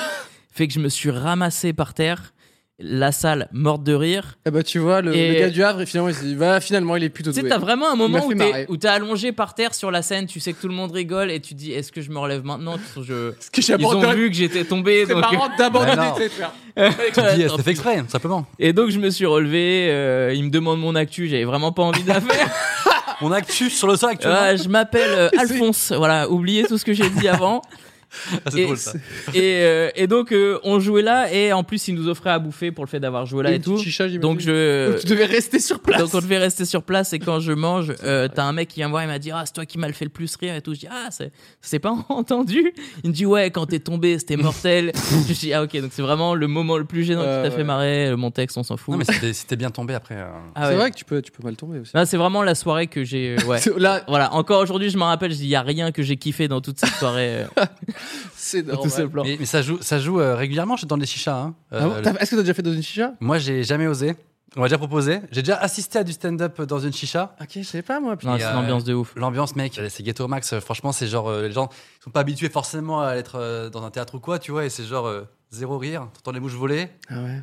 [SPEAKER 4] fait que je me suis ramassé par terre. La salle morte de rire.
[SPEAKER 2] Eh bah, tu vois, le,
[SPEAKER 4] Et-
[SPEAKER 2] le gars du Havre, et finalement, il s'est dit, bah, finalement, il est plutôt
[SPEAKER 4] Tu sais,
[SPEAKER 2] doué.
[SPEAKER 4] t'as vraiment un
[SPEAKER 2] Il m'a
[SPEAKER 4] moment
[SPEAKER 2] fait
[SPEAKER 4] où
[SPEAKER 2] marrer.
[SPEAKER 4] t'es, où t'es allongé par terre sur la scène, tu sais que tout le monde rigole et tu te dis est-ce que je me relève maintenant Parce que je...
[SPEAKER 2] que
[SPEAKER 4] Ils ont
[SPEAKER 3] j'abandonne.
[SPEAKER 4] vu que j'étais tombé.
[SPEAKER 3] C'est
[SPEAKER 4] donc...
[SPEAKER 3] marrant d'abandonner,
[SPEAKER 4] Bah non.
[SPEAKER 3] tu sais, frère. Tu te dis, c'est fait exprès, simplement.
[SPEAKER 4] Et donc je me suis relevé, euh, il me demande mon actu, j'avais vraiment pas envie de la faire.
[SPEAKER 3] mon actu sur le sol actuellement.
[SPEAKER 4] Ouais, je m'appelle euh, Alphonse, voilà, oubliez tout ce que j'ai dit avant.
[SPEAKER 3] Ah, c'est
[SPEAKER 4] et,
[SPEAKER 3] drôle, ça.
[SPEAKER 4] Et, euh, et donc euh, on jouait là et en plus ils nous offraient à bouffer pour le fait d'avoir joué là
[SPEAKER 2] Et
[SPEAKER 4] et,
[SPEAKER 2] une
[SPEAKER 4] tout.
[SPEAKER 2] petite chicha, j'imagine.
[SPEAKER 4] donc je
[SPEAKER 2] Donc, tu devais rester sur place.
[SPEAKER 4] Donc on devait rester sur place et quand je mange, euh, t'as un mec qui vient me voir il m'a dit ah c'est toi qui m'as le fait le plus rire et tout. Je dis ah c'est c'est pas entendu. Il me dit ouais quand t'es tombé c'était mortel. je dis ah ok donc c'est vraiment le moment le plus gênant
[SPEAKER 3] Euh,
[SPEAKER 4] qui t'a fait
[SPEAKER 3] ouais.
[SPEAKER 4] marrer. euh, Mon texte on s'en fout.
[SPEAKER 3] Non, mais c'était- c'était bien tombé après. euh.
[SPEAKER 4] Ah ouais.
[SPEAKER 2] que tu peux, tu peux mal tomber aussi.
[SPEAKER 4] Non, c'est vraiment la soirée que j'ai. euh, Ouais.
[SPEAKER 2] Là-
[SPEAKER 4] Voilà, encore aujourd'hui, je me rappelle, il n'y a rien que j'ai kiffé dans toute cette soirée. euh.
[SPEAKER 2] C'est
[SPEAKER 4] Dans tous ces plans.
[SPEAKER 3] Mais, mais ça joue, ça joue euh, régulièrement chez- dans les chichas. hein. Euh,
[SPEAKER 2] Ah bon
[SPEAKER 3] le-
[SPEAKER 2] T'as- Est-ce que t'as déjà fait dans une chicha
[SPEAKER 3] Moi, j'ai jamais osé. On m'a déjà proposé. J'ai déjà assisté à du stand-up dans une chicha.
[SPEAKER 2] Ok, je savais pas moi.
[SPEAKER 4] Non, c'est l'ambiance de ouf.
[SPEAKER 3] L'ambiance, mec, c'est ghetto max. Euh, Franchement, c'est genre euh, les gens sont pas habitués forcément à être euh, dans un théâtre ou quoi, tu vois, et c'est genre euh, zéro rire. T'entends les mouches voler.
[SPEAKER 2] Ah ouais.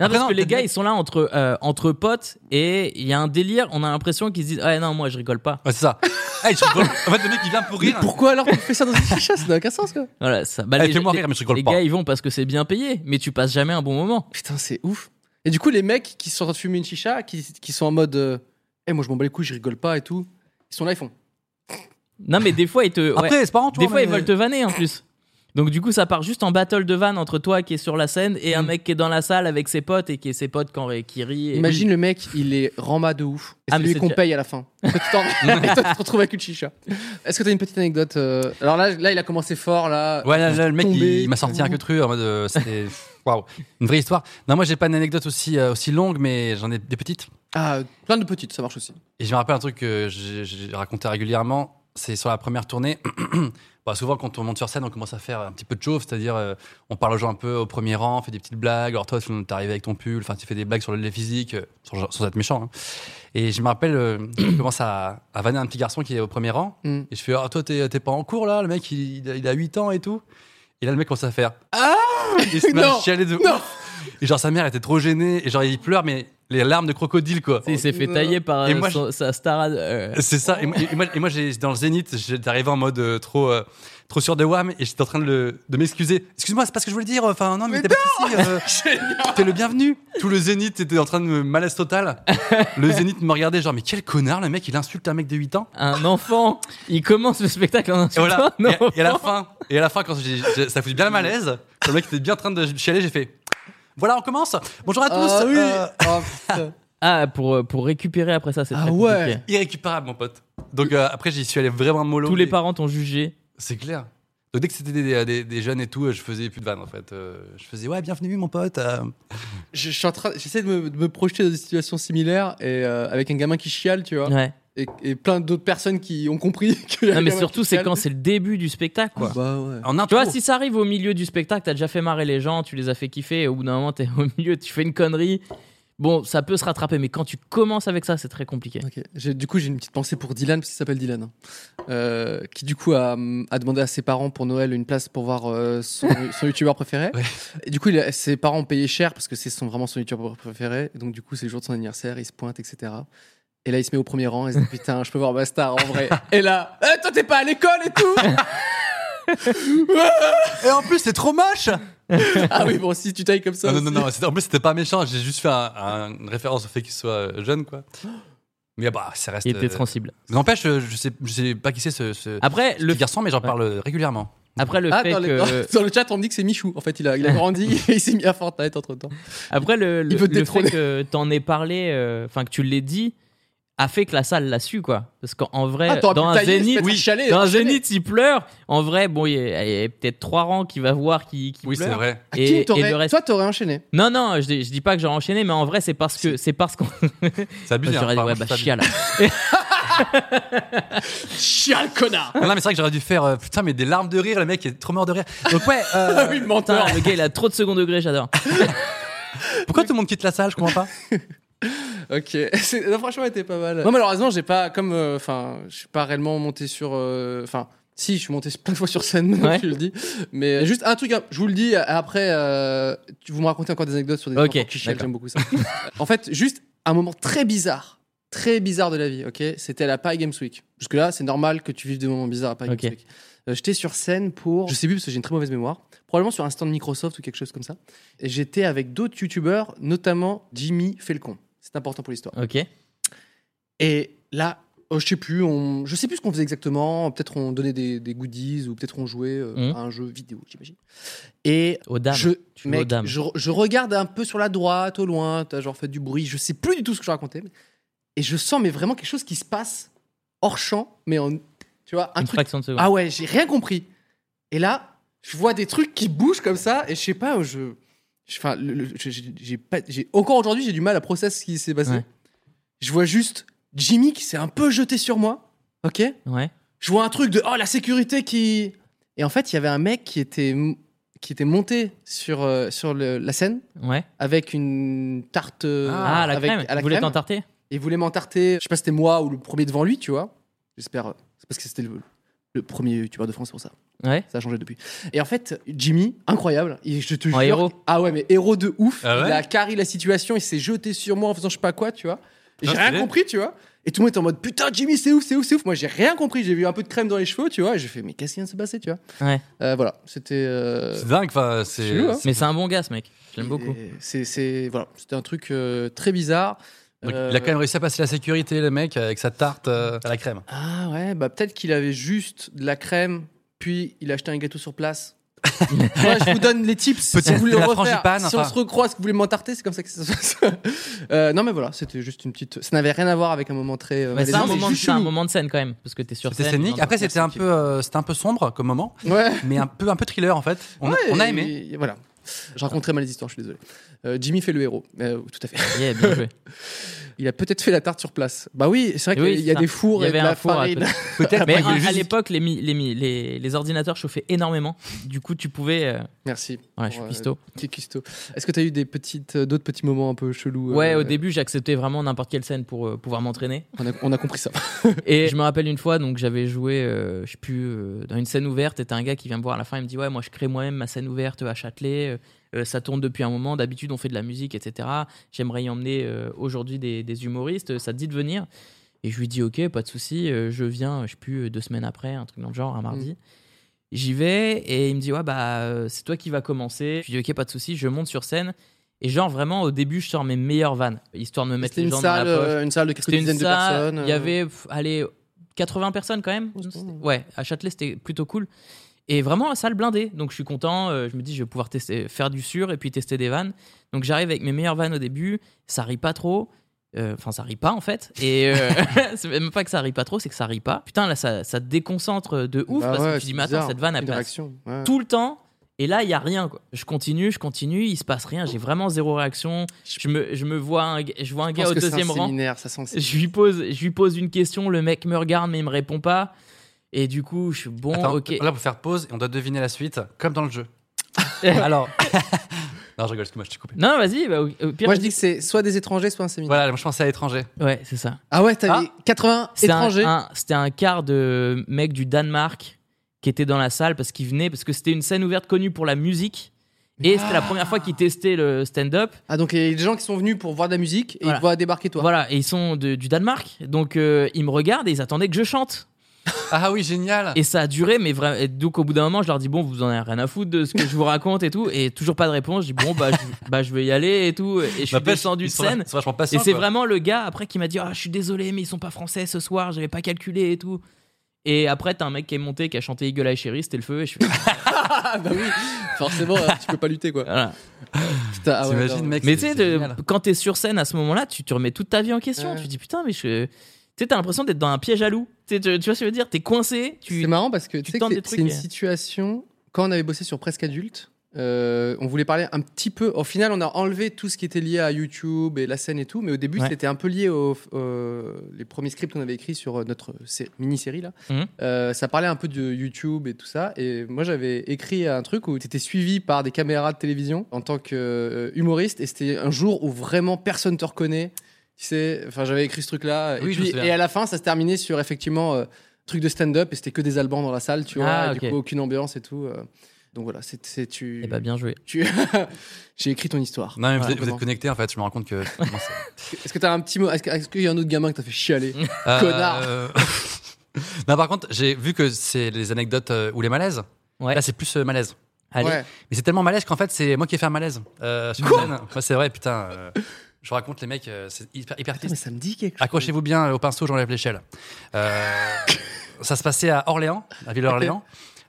[SPEAKER 4] Non,
[SPEAKER 3] Après,
[SPEAKER 4] parce
[SPEAKER 3] non,
[SPEAKER 4] que les
[SPEAKER 3] peut-être
[SPEAKER 4] gars,
[SPEAKER 3] bien.
[SPEAKER 4] ils sont là entre, euh, entre potes et il y a un délire. On a l'impression qu'ils se disent Ah non, moi, je rigole pas.
[SPEAKER 3] Ouais, c'est ça. Ah, ils rigolent. en fait, le mec, il vient pour rire.
[SPEAKER 2] Pourquoi alors tu fais ça dans une chicha Ça n'a aucun sens quoi.
[SPEAKER 4] Voilà, ça. bah,
[SPEAKER 3] Eh,
[SPEAKER 4] les-
[SPEAKER 3] fais-moi
[SPEAKER 4] les-
[SPEAKER 3] rire, mais je rigole
[SPEAKER 4] les
[SPEAKER 3] pas.
[SPEAKER 4] gars, ils vont parce que c'est bien payé, mais tu passes jamais un bon moment.
[SPEAKER 2] Putain, c'est ouf. Et du coup, les mecs qui sont en train de fumer une chicha, qui, qui sont en mode, euh, eh moi je m'en bats les couilles, je rigole pas et tout. Ils sont là, ils font.
[SPEAKER 4] Non, mais des fois, ils te.
[SPEAKER 3] Après, c'est marrant, tu
[SPEAKER 4] Des
[SPEAKER 3] vois,
[SPEAKER 4] fois, ils
[SPEAKER 3] mais-
[SPEAKER 4] veulent te vanner en plus. Donc, du coup, ça part juste en battle de vannes entre toi qui est sur la scène
[SPEAKER 3] Mm.
[SPEAKER 4] et un mec qui est dans la salle avec ses potes et qui est ses potes quand, qui rit. et-
[SPEAKER 2] Imagine le mec, il est rama de ouf. Et
[SPEAKER 4] Ah,
[SPEAKER 2] c'est
[SPEAKER 4] mais
[SPEAKER 2] lui
[SPEAKER 4] c'est
[SPEAKER 2] qu'on
[SPEAKER 4] déjà-
[SPEAKER 2] paye à la fin. Toi, tu t'en- et toi, tu te retrouves avec une chicha. Est-ce que t'as une petite anecdote euh, Alors là, là, il a commencé fort là.
[SPEAKER 3] Ouais, là, là, le mec, il,
[SPEAKER 2] Tombé.
[SPEAKER 3] il m'a sorti un que truc en mode. euh, C'était. Waouh. Une vraie histoire. Non, moi, j'ai pas une anecdote aussi, euh, aussi longue, mais j'en ai des petites.
[SPEAKER 2] Ah, plein de petites, ça marche aussi.
[SPEAKER 3] Et je me rappelle un truc que j'ai j'ai raconté régulièrement. C'est sur la première tournée. Bah, souvent, quand on monte sur scène, on commence à faire un petit peu de chauve, c'est-à-dire euh, on parle aux gens un peu au premier rang, on fait des petites blagues. Alors, toi, t'es arrivé avec ton pull, enfin, tu fais des blagues sur le physique, euh, sans, sans être méchant. hein. Et je me rappelle, euh, je commence à, à vanner un petit garçon qui est au premier rang.
[SPEAKER 2] Mm.
[SPEAKER 3] Et je fais, ah, toi, t'es t'es pas en cours là, le mec, il, il a- il a 8 ans et tout. Et là, le mec commence à faire, ah Il se met à
[SPEAKER 2] Non.
[SPEAKER 3] chialer de ouf. Et genre, sa mère était trop gênée, et genre, il pleure, mais les larmes de crocodile, quoi.
[SPEAKER 4] Il s'est fait tailler par
[SPEAKER 3] Et
[SPEAKER 4] euh,
[SPEAKER 3] moi,
[SPEAKER 4] son- sa star. euh,
[SPEAKER 3] C'est ça. Et moi, et moi, et moi, j'ai- dans le zénith, j'étais arrivé en mode euh, trop, euh, trop sûr de WAM et j'étais en train de, le- de m'excuser. Excuse-moi, c'est pas ce que je voulais dire. Enfin, non, mais, t'es pas de souci, euh, T'es le bienvenu. Tout le zénith était en train de me malaise total. Le zénith me regardait genre, mais quel connard, le mec, il insulte un mec de 8 ans.
[SPEAKER 4] un enfant, il commence le spectacle en
[SPEAKER 3] Et
[SPEAKER 4] insultant.
[SPEAKER 3] voilà.
[SPEAKER 4] non,
[SPEAKER 3] et, et à la fin, et à la fin, quand j'ai- j'ai- ça foutu bien le malaise, le mec était bien en train de chialer, j'ai fait. Voilà, on commence. Bonjour à tous.
[SPEAKER 2] Ah oui.
[SPEAKER 3] Euh,
[SPEAKER 2] Oh, putain.
[SPEAKER 4] Ah, pour, euh, pour récupérer après ça, c'est
[SPEAKER 2] Ah
[SPEAKER 4] très
[SPEAKER 2] ouais.
[SPEAKER 4] compliqué.
[SPEAKER 3] irrécupérable, mon pote. Donc euh, après, j'y suis allé vraiment mollo.
[SPEAKER 4] Tous les
[SPEAKER 3] mais-
[SPEAKER 4] parents t'ont jugé.
[SPEAKER 3] C'est clair. Donc dès que c'était des, des- des jeunes et tout, euh, je faisais plus de vannes en fait. Euh, Je faisais ouais, bienvenue mon pote. euh.
[SPEAKER 2] Je, je suis en train, j'essaie de me, de me projeter dans des situations similaires et euh, avec un gamin qui chiale, tu vois.
[SPEAKER 4] Ouais.
[SPEAKER 2] Et, et plein d'autres personnes qui ont compris. que
[SPEAKER 4] Non, mais surtout, c'est quand c'est le début du spectacle, quoi.
[SPEAKER 2] Bah ouais.
[SPEAKER 3] En
[SPEAKER 4] Tu
[SPEAKER 3] intro.
[SPEAKER 4] vois, si ça arrive au milieu du spectacle, t'as déjà fait marrer les gens, tu les as fait kiffer, et au bout d'un moment, t'es au milieu, tu fais une connerie. Bon, ça peut se rattraper, mais quand tu commences avec ça, c'est très compliqué.
[SPEAKER 2] Ok. J'ai- Du coup, j'ai une petite pensée pour Dylan, parce qu'il s'appelle Dylan, hein. Euh, qui du coup a, hum, a demandé à ses parents pour Noël une place pour voir euh, son, son youtubeur préféré.
[SPEAKER 3] Ouais.
[SPEAKER 2] Et du coup, il a- ses parents ont payé cher parce que c'est son, vraiment son youtubeur préféré. Et donc, du coup, c'est le jour de son anniversaire, il se pointe, etc. Et là, il se met au premier rang et se dit Putain, je peux voir ma star en vrai. et là, Eh, toi, t'es pas à l'école et tout
[SPEAKER 3] Et en plus c'est trop moche.
[SPEAKER 2] Ah oui, bon, si tu tailles comme ça.
[SPEAKER 3] Ah non non
[SPEAKER 2] aussi.
[SPEAKER 3] non, non, c'était- en plus c'était pas méchant. J'ai juste fait un- un- une référence au fait qu'il soit euh, jeune quoi. Mais bah ça reste.
[SPEAKER 4] Il était
[SPEAKER 3] euh,
[SPEAKER 4] transcible.
[SPEAKER 3] N'empêche, euh, je sais, je sais pas qui c'est ce, ce
[SPEAKER 4] Après,
[SPEAKER 3] ce
[SPEAKER 4] le-
[SPEAKER 3] petit garçon, mais j'en parle régulièrement.
[SPEAKER 4] Après le
[SPEAKER 2] Ah,
[SPEAKER 4] fait
[SPEAKER 2] dans, les-
[SPEAKER 4] que.
[SPEAKER 2] dans le chat, on me dit que c'est Michou. En fait, il a, il a grandi et il s'est mis à Fortnite entre temps.
[SPEAKER 4] Après, le, le,
[SPEAKER 2] Il veut te
[SPEAKER 4] le fait
[SPEAKER 2] détrôner.
[SPEAKER 4] que t'en aies parlé, euh, enfin que tu l'aies dit, a fait que la salle l'a su, quoi. Parce qu'en vrai,
[SPEAKER 2] Ah, t'aurais
[SPEAKER 4] dans
[SPEAKER 2] pu
[SPEAKER 4] un
[SPEAKER 2] tailler, se
[SPEAKER 4] zénith,
[SPEAKER 2] mettre à chialer,
[SPEAKER 4] dans un
[SPEAKER 2] à chialer.
[SPEAKER 4] zénith, il pleure. En vrai, bon, il y a, il y a peut-être trois rangs qui va voir qui, qui
[SPEAKER 3] Oui
[SPEAKER 4] pleure.
[SPEAKER 3] c'est vrai.
[SPEAKER 2] À
[SPEAKER 4] Et,
[SPEAKER 2] qui
[SPEAKER 4] et
[SPEAKER 2] t'aurais-
[SPEAKER 4] le reste.
[SPEAKER 2] Toi, t'aurais enchaîné.
[SPEAKER 4] Non, non, je, dis- je dis pas que j'ai enchaîné, mais en vrai, c'est parce que c'est parce qu'on.
[SPEAKER 3] C'est abusé. hein,
[SPEAKER 4] J'aurais dit,
[SPEAKER 3] par
[SPEAKER 4] ouais,
[SPEAKER 3] contre,
[SPEAKER 4] bah,
[SPEAKER 3] c'est abusé.
[SPEAKER 4] chiale.
[SPEAKER 2] Chial, connard
[SPEAKER 3] Non, non, mais c'est vrai que j'aurais dû faire euh, putain mais des larmes de rire. Le mec est trop mort de rire. Donc ouais. euh,
[SPEAKER 2] Ah Oui, le
[SPEAKER 4] Putain,
[SPEAKER 2] menteur
[SPEAKER 4] le gars, il a trop de second degré, j'adore. Euh,
[SPEAKER 3] pourquoi tout le monde quitte la salle Je comprends pas.
[SPEAKER 2] Ok. C'est- non, franchement, elle était pas mal. Non, malheureusement, j'ai pas, comme, euh, enfin, je suis pas réellement monté sur, euh, enfin. si, je suis monté plein de fois sur scène, maintenant
[SPEAKER 4] Ouais.
[SPEAKER 2] que tu le dis. Mais euh, juste un truc, hein, je vous le dis, euh, après, euh, tu vous me racontez encore des anecdotes sur des
[SPEAKER 4] Ok,
[SPEAKER 2] enfants qui chialent,
[SPEAKER 4] d'accord.
[SPEAKER 2] j'aime beaucoup ça. en fait, juste un moment très bizarre, très bizarre de la vie, ok C'était à la Paris Games Week. Jusque-là, c'est normal que tu vives des moments bizarres à Paris Games Week. Euh, J'étais sur scène pour, je sais plus parce que j'ai une très mauvaise mémoire, probablement sur un stand Microsoft ou quelque chose comme ça. Et j'étais avec d'autres youtubeurs, notamment Jimmy Felcon. C'est important pour l'histoire.
[SPEAKER 4] Ok.
[SPEAKER 2] Et là, euh, je sais plus, on... je sais plus ce qu'on faisait exactement. Peut-être on donnait des, des goodies ou peut-être on jouait euh,
[SPEAKER 4] Mhm.
[SPEAKER 2] à un jeu vidéo, j'imagine. Et
[SPEAKER 4] aux dames.
[SPEAKER 2] je,
[SPEAKER 4] Tu
[SPEAKER 2] mec,
[SPEAKER 4] joues aux dames.
[SPEAKER 2] je, je regarde un peu sur la droite, au loin, t'as genre fait du bruit. Je sais plus du tout ce que je racontais, mais- et je sens mais vraiment quelque chose qui se passe hors champ, mais en, tu vois, un
[SPEAKER 4] Une
[SPEAKER 2] truc.
[SPEAKER 4] fraction de seconde.
[SPEAKER 2] Ah ouais, j'ai rien compris. Et là, je vois des trucs qui bougent comme ça, et je sais pas, je, je- enfin, le- le- je- j'ai- j'ai pas, j'ai encore aujourd'hui j'ai du mal à processer ce qui s'est passé. Je vois juste Jimmy qui s'est un peu jeté sur moi, ok.
[SPEAKER 4] Ouais.
[SPEAKER 2] Je vois un truc de oh la sécurité qui et en fait il y avait un mec qui était qui était monté sur euh, sur le- la scène
[SPEAKER 4] Ouais.
[SPEAKER 2] avec une tarte euh,
[SPEAKER 4] Ah, à la
[SPEAKER 2] avec,
[SPEAKER 4] crème.
[SPEAKER 2] à la
[SPEAKER 4] Il voulait
[SPEAKER 2] crème.
[SPEAKER 4] t'entarter
[SPEAKER 2] Et il voulait m'entarter. Je sais pas si c'était moi ou le premier devant lui, tu vois. J'espère. euh, C'est parce que c'était le, le premier youtubeur de France pour ça.
[SPEAKER 4] Ouais.
[SPEAKER 2] Ça a changé depuis. Et en fait, Jimmy, incroyable. Il- je te
[SPEAKER 4] En
[SPEAKER 2] jure.
[SPEAKER 4] héros.
[SPEAKER 2] Ah ouais, mais héros de ouf.
[SPEAKER 4] Ah ouais
[SPEAKER 2] il a carré la situation. Il s'est jeté sur moi en faisant je sais pas quoi, tu vois. Et
[SPEAKER 4] Ah,
[SPEAKER 2] J'ai rien
[SPEAKER 4] stylé.
[SPEAKER 2] compris, tu vois. Et tout le monde était en mode putain, Jimmy, c'est ouf, c'est ouf, c'est ouf. Moi, j'ai rien compris. J'ai vu un peu de crème dans les cheveux, tu vois. Et j'ai fait mais qu'est-ce qui vient de se passer, tu vois.
[SPEAKER 4] Ouais.
[SPEAKER 2] Euh, voilà, c'était. euh,
[SPEAKER 3] C'est dingue, enfin, c'est.
[SPEAKER 2] chelou, hein.
[SPEAKER 4] Mais c'est un bon gars, ce mec. J'aime beaucoup.
[SPEAKER 2] Et euh, C'est, c'est- voilà, c'était un truc euh, très bizarre.
[SPEAKER 3] Donc,
[SPEAKER 2] Euh,
[SPEAKER 3] Il a quand même réussi à passer la sécurité, le mec, avec sa tarte euh, à la crème.
[SPEAKER 2] Ah ouais, bah peut-être qu'il avait juste de la crème, puis il a acheté un gâteau sur place. Moi, je vous donne les tips si
[SPEAKER 3] Peut-être
[SPEAKER 2] vous voulez
[SPEAKER 3] de la
[SPEAKER 2] refaire.
[SPEAKER 3] frangipane,
[SPEAKER 2] si on
[SPEAKER 3] enfin.
[SPEAKER 2] se recroise, que vous voulez m'entarter, c'est comme ça que ça se passe. Euh, non, mais voilà, c'était juste une petite. Ça n'avait rien à voir avec un moment très. euh,
[SPEAKER 4] Bah, c'est
[SPEAKER 2] malaisant, mais
[SPEAKER 4] un, moment de-
[SPEAKER 2] juste
[SPEAKER 4] c'est un
[SPEAKER 2] chelou.
[SPEAKER 4] moment de scène quand même, parce que t'es sur scène.
[SPEAKER 3] C'était scénique.
[SPEAKER 4] dans un
[SPEAKER 3] Après, c'était un, peu, euh, c'était un peu sombre comme moment,
[SPEAKER 2] Ouais.
[SPEAKER 3] mais un peu, un peu thriller en fait. On,
[SPEAKER 2] Ouais,
[SPEAKER 3] on a aimé.
[SPEAKER 2] et- et voilà. Je raconterai mal les histoires, je suis désolé. Euh, Jimmy fait le héros. Euh, tout à fait.
[SPEAKER 4] Yeah, bien joué.
[SPEAKER 2] il a peut-être fait la tarte sur place. Bah oui, c'est vrai qu'il
[SPEAKER 4] Oui,
[SPEAKER 2] y a
[SPEAKER 4] ça.
[SPEAKER 2] des fours
[SPEAKER 4] Il y
[SPEAKER 2] et de
[SPEAKER 4] avait
[SPEAKER 2] la
[SPEAKER 4] un four à
[SPEAKER 2] farine.
[SPEAKER 4] côté.
[SPEAKER 2] Après,
[SPEAKER 4] Mais
[SPEAKER 2] il
[SPEAKER 4] à,
[SPEAKER 2] voulait
[SPEAKER 4] à
[SPEAKER 2] juste-
[SPEAKER 4] l'époque, les, mi- les, mi- les, les ordinateurs chauffaient énormément. Du coup, tu pouvais. euh,
[SPEAKER 2] Merci.
[SPEAKER 4] Ouais, je suis
[SPEAKER 2] Pour, euh,
[SPEAKER 4] pisto.
[SPEAKER 2] petit cuistot. Est-ce que tu as eu des petites, euh, d'autres petits moments un peu chelous euh,
[SPEAKER 4] Ouais, au début, j'acceptais vraiment n'importe quelle scène pour euh, pouvoir m'entraîner.
[SPEAKER 2] On a, on a compris ça.
[SPEAKER 4] Et je me rappelle une fois, donc j'avais joué, euh, je sais plus, euh, dans une scène ouverte, et t'as un gars qui vient me voir à la fin, il me dit Ouais, moi je crée moi-même ma scène ouverte à Châtelet, euh, euh, ça tourne depuis un moment, d'habitude on fait de la musique, etc. J'aimerais y emmener euh, aujourd'hui des, des humoristes, euh, ça te dit de venir Et je lui dis Ok, pas de souci, euh, je viens, je sais plus, euh, deux semaines après, un truc dans le genre, un mardi.
[SPEAKER 2] Mmh.
[SPEAKER 4] J'y vais et il me dit ouais bah euh, c'est toi qui vas commencer. Je lui dis ok pas de souci, je monte sur scène et genre vraiment au début je sors mes meilleures vannes histoire de me mettre
[SPEAKER 2] C'était
[SPEAKER 4] les
[SPEAKER 2] une
[SPEAKER 4] gens
[SPEAKER 2] salle,
[SPEAKER 4] dans la poche.
[SPEAKER 2] euh, une salle de quelques
[SPEAKER 4] C'était une
[SPEAKER 2] dizaines de
[SPEAKER 4] salle,
[SPEAKER 2] personnes,
[SPEAKER 4] Il y
[SPEAKER 2] euh. Oh,
[SPEAKER 4] avait pff, allez 80 personnes quand même. C'était- Ouais à Châtelet c'était plutôt cool et vraiment la salle blindée donc je suis content. euh, je me dis je vais pouvoir tester faire du sur et puis tester des vannes. Donc j'arrive avec mes meilleures vannes au début, ça rit pas trop. Euh, Enfin, ça rit pas en fait. Et euh, c'est même pas que ça rit pas trop, c'est que ça rit pas. Putain, là, ça, ça te déconcentre de ouf
[SPEAKER 2] Bah
[SPEAKER 4] parce
[SPEAKER 2] ouais,
[SPEAKER 4] que tu
[SPEAKER 2] c'est
[SPEAKER 4] dis, mais attends,
[SPEAKER 2] bizarre,
[SPEAKER 4] cette vanne, elle
[SPEAKER 2] une
[SPEAKER 4] passe
[SPEAKER 2] réaction, ouais.
[SPEAKER 4] tout le temps. Et là, il y a rien. Quoi. Je continue, je continue, il se passe rien. J'ai vraiment zéro réaction. Je me, je me vois un, g- je vois un
[SPEAKER 2] Je
[SPEAKER 4] gars
[SPEAKER 2] pense
[SPEAKER 4] au
[SPEAKER 2] que c'est un
[SPEAKER 4] deuxième rang.
[SPEAKER 2] séminaire, ça sent le séminaire.
[SPEAKER 4] Je lui pose, je lui pose une question. Le mec me regarde mais il me répond pas. Et du coup, je suis bon.
[SPEAKER 3] Attends,
[SPEAKER 4] ok.
[SPEAKER 3] Là, pour faire pause, et on doit deviner la suite, comme dans le jeu. Alors. non, je rigole, excuse-moi, je t'ai coupé.
[SPEAKER 4] Non, vas-y. Bah, au- au pire,
[SPEAKER 2] Moi, je dis que c'est soit des étrangers, soit un séminaire.
[SPEAKER 3] Voilà, moi je pensais à étranger.
[SPEAKER 4] Ouais, c'est ça.
[SPEAKER 2] Ah ouais, t'avais 80
[SPEAKER 4] C'est un-
[SPEAKER 2] étrangers.
[SPEAKER 4] un- C'était un quart de mec du Danemark qui était dans la salle parce qu'il venait, parce que c'était une scène ouverte connue pour la musique. Et c'était la première fois qu'il testait le stand-up.
[SPEAKER 2] Ah, donc il y a des gens qui sont venus pour voir de la musique et
[SPEAKER 4] Voilà.
[SPEAKER 2] ils voient débarquer toi.
[SPEAKER 4] Voilà, et ils sont de- du Danemark. Donc euh, ils me regardent et ils attendaient que je chante.
[SPEAKER 3] Ah oui, génial.
[SPEAKER 4] Et ça a duré, mais vraiment. Donc au bout d'un moment, je leur dis Bon, vous en avez rien à foutre de ce que je vous raconte et tout. Et toujours pas de réponse. Je dis Bon, bah, je, bah, je vais y aller et tout. Et je suis
[SPEAKER 3] Bah, pêche, ils
[SPEAKER 4] descendu de
[SPEAKER 3] sont-
[SPEAKER 4] scène.
[SPEAKER 3] ils sont vachement patients,
[SPEAKER 4] et c'est
[SPEAKER 3] quoi.
[SPEAKER 4] vraiment le gars après qui m'a dit Ah, je suis désolé, mais ils sont pas français ce soir, j'avais pas calculé et tout. Et après, t'as un mec qui est monté, qui a chanté Eagle Eye Chérie, c'était le feu. Et je fais
[SPEAKER 2] bah oui, forcément, tu peux pas lutter quoi.
[SPEAKER 4] Voilà.
[SPEAKER 2] Putain, ah ouais, non.
[SPEAKER 4] mais tu sais, de- quand t'es sur scène à ce moment-là, tu te remets toute ta vie en question. Tu te dis Putain, mais je. Tu sais, t'as l'impression d'être dans un piège à loup. Tu, sais, tu- tu vois ce que je veux dire T'es coincé. Tu...
[SPEAKER 2] C'est marrant parce que tu sais que
[SPEAKER 4] tentes des
[SPEAKER 2] c'est- c'est
[SPEAKER 4] trucs
[SPEAKER 2] une
[SPEAKER 4] et-
[SPEAKER 2] situation. Quand on avait bossé sur Presque Adulte, euh, on voulait parler un petit peu. Au final, on a enlevé tout ce qui était lié à YouTube et la scène et tout, mais au début,
[SPEAKER 4] Ouais.
[SPEAKER 2] c'était un peu lié aux les premiers scripts qu'on avait écrits sur euh, notre sé- mini-série là.
[SPEAKER 4] Mhm.
[SPEAKER 2] Euh, ça parlait un peu de YouTube et tout ça. Et moi, j'avais écrit un truc où tu étais suivi par des caméras de télévision en tant que euh, humoriste. Et c'était un jour où vraiment personne te reconnaît. Tu sais, enfin, j'avais écrit ce truc-là.
[SPEAKER 3] Oui,
[SPEAKER 2] et,
[SPEAKER 3] je me
[SPEAKER 2] puis-
[SPEAKER 3] souviens.
[SPEAKER 2] et à la fin, ça se terminait sur effectivement euh, truc de stand-up et c'était que des Albans dans la salle, tu vois.
[SPEAKER 4] Ah,
[SPEAKER 2] et Du
[SPEAKER 4] ok.
[SPEAKER 2] coup, aucune ambiance et tout. euh. donc voilà, c'est c'est- tu.
[SPEAKER 4] Eh ben, bien joué.
[SPEAKER 2] Tu... J'ai écrit ton histoire.
[SPEAKER 3] Non, mais vous
[SPEAKER 2] Voilà,
[SPEAKER 3] êtes- vous, êtes
[SPEAKER 2] comment.
[SPEAKER 3] connecté en fait, je me rends compte que. Comment c'est-
[SPEAKER 2] Est-ce que t'as un petit mot Est-ce que- est-ce qu'il y a un autre gamin que t'as fait chialer
[SPEAKER 3] Euh,
[SPEAKER 2] Connard
[SPEAKER 3] euh, Non, par contre, j'ai vu que c'est les anecdotes euh, ou les malaises. Là, c'est plus euh, malaise.
[SPEAKER 2] Allez. Ouais.
[SPEAKER 3] Mais c'est tellement malaise qu'en fait, c'est moi qui ai fait un malaise. Euh, sur
[SPEAKER 2] Quoi
[SPEAKER 3] scène. Ouais, c'est vrai, putain. euh, je raconte, les mecs, euh, c'est hyper, hyper triste.
[SPEAKER 2] mais ça me dit quelque chose.
[SPEAKER 3] Accrochez-vous bien euh, au pinceau, j'enlève l'échelle. Euh, ça se passait à Orléans, la ville d'Orléans,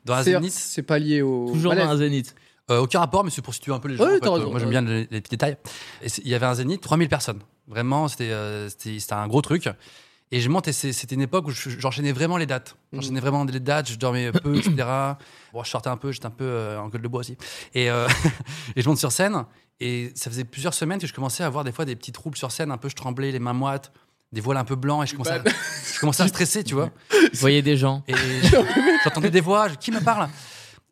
[SPEAKER 3] dans la
[SPEAKER 2] C'est-
[SPEAKER 3] Zénith.
[SPEAKER 2] C'est pas lié au.
[SPEAKER 3] Toujours
[SPEAKER 2] malaise.
[SPEAKER 3] dans un Zénith. Euh, aucun rapport, mais c'est pour situer un peu les gens.
[SPEAKER 2] Ouais,
[SPEAKER 3] en fait.
[SPEAKER 2] t'as raison.
[SPEAKER 3] Moi, j'aime bien les, les petits détails. Et c'est- il y avait un Zénith, 3000 personnes. Vraiment, c'était euh, c'était c'était un gros truc. Et je monte, et c'est- c'était une époque où je- j'enchaînais vraiment les dates.
[SPEAKER 2] Mmh.
[SPEAKER 3] J'enchaînais vraiment les dates, je dormais peu, etc. Bon, je sortais un peu, j'étais un peu euh, en gueule de bois aussi. Et, euh, et je monte sur scène, et ça faisait plusieurs semaines que je commençais à avoir des fois des petits troubles sur scène, un peu je tremblais, les mains moites, des voiles un peu blancs, et je commençais à, je commençais à stresser, tu vois.
[SPEAKER 4] Vous voyez des gens.
[SPEAKER 3] Et j'entendais des voix, je- qui me parle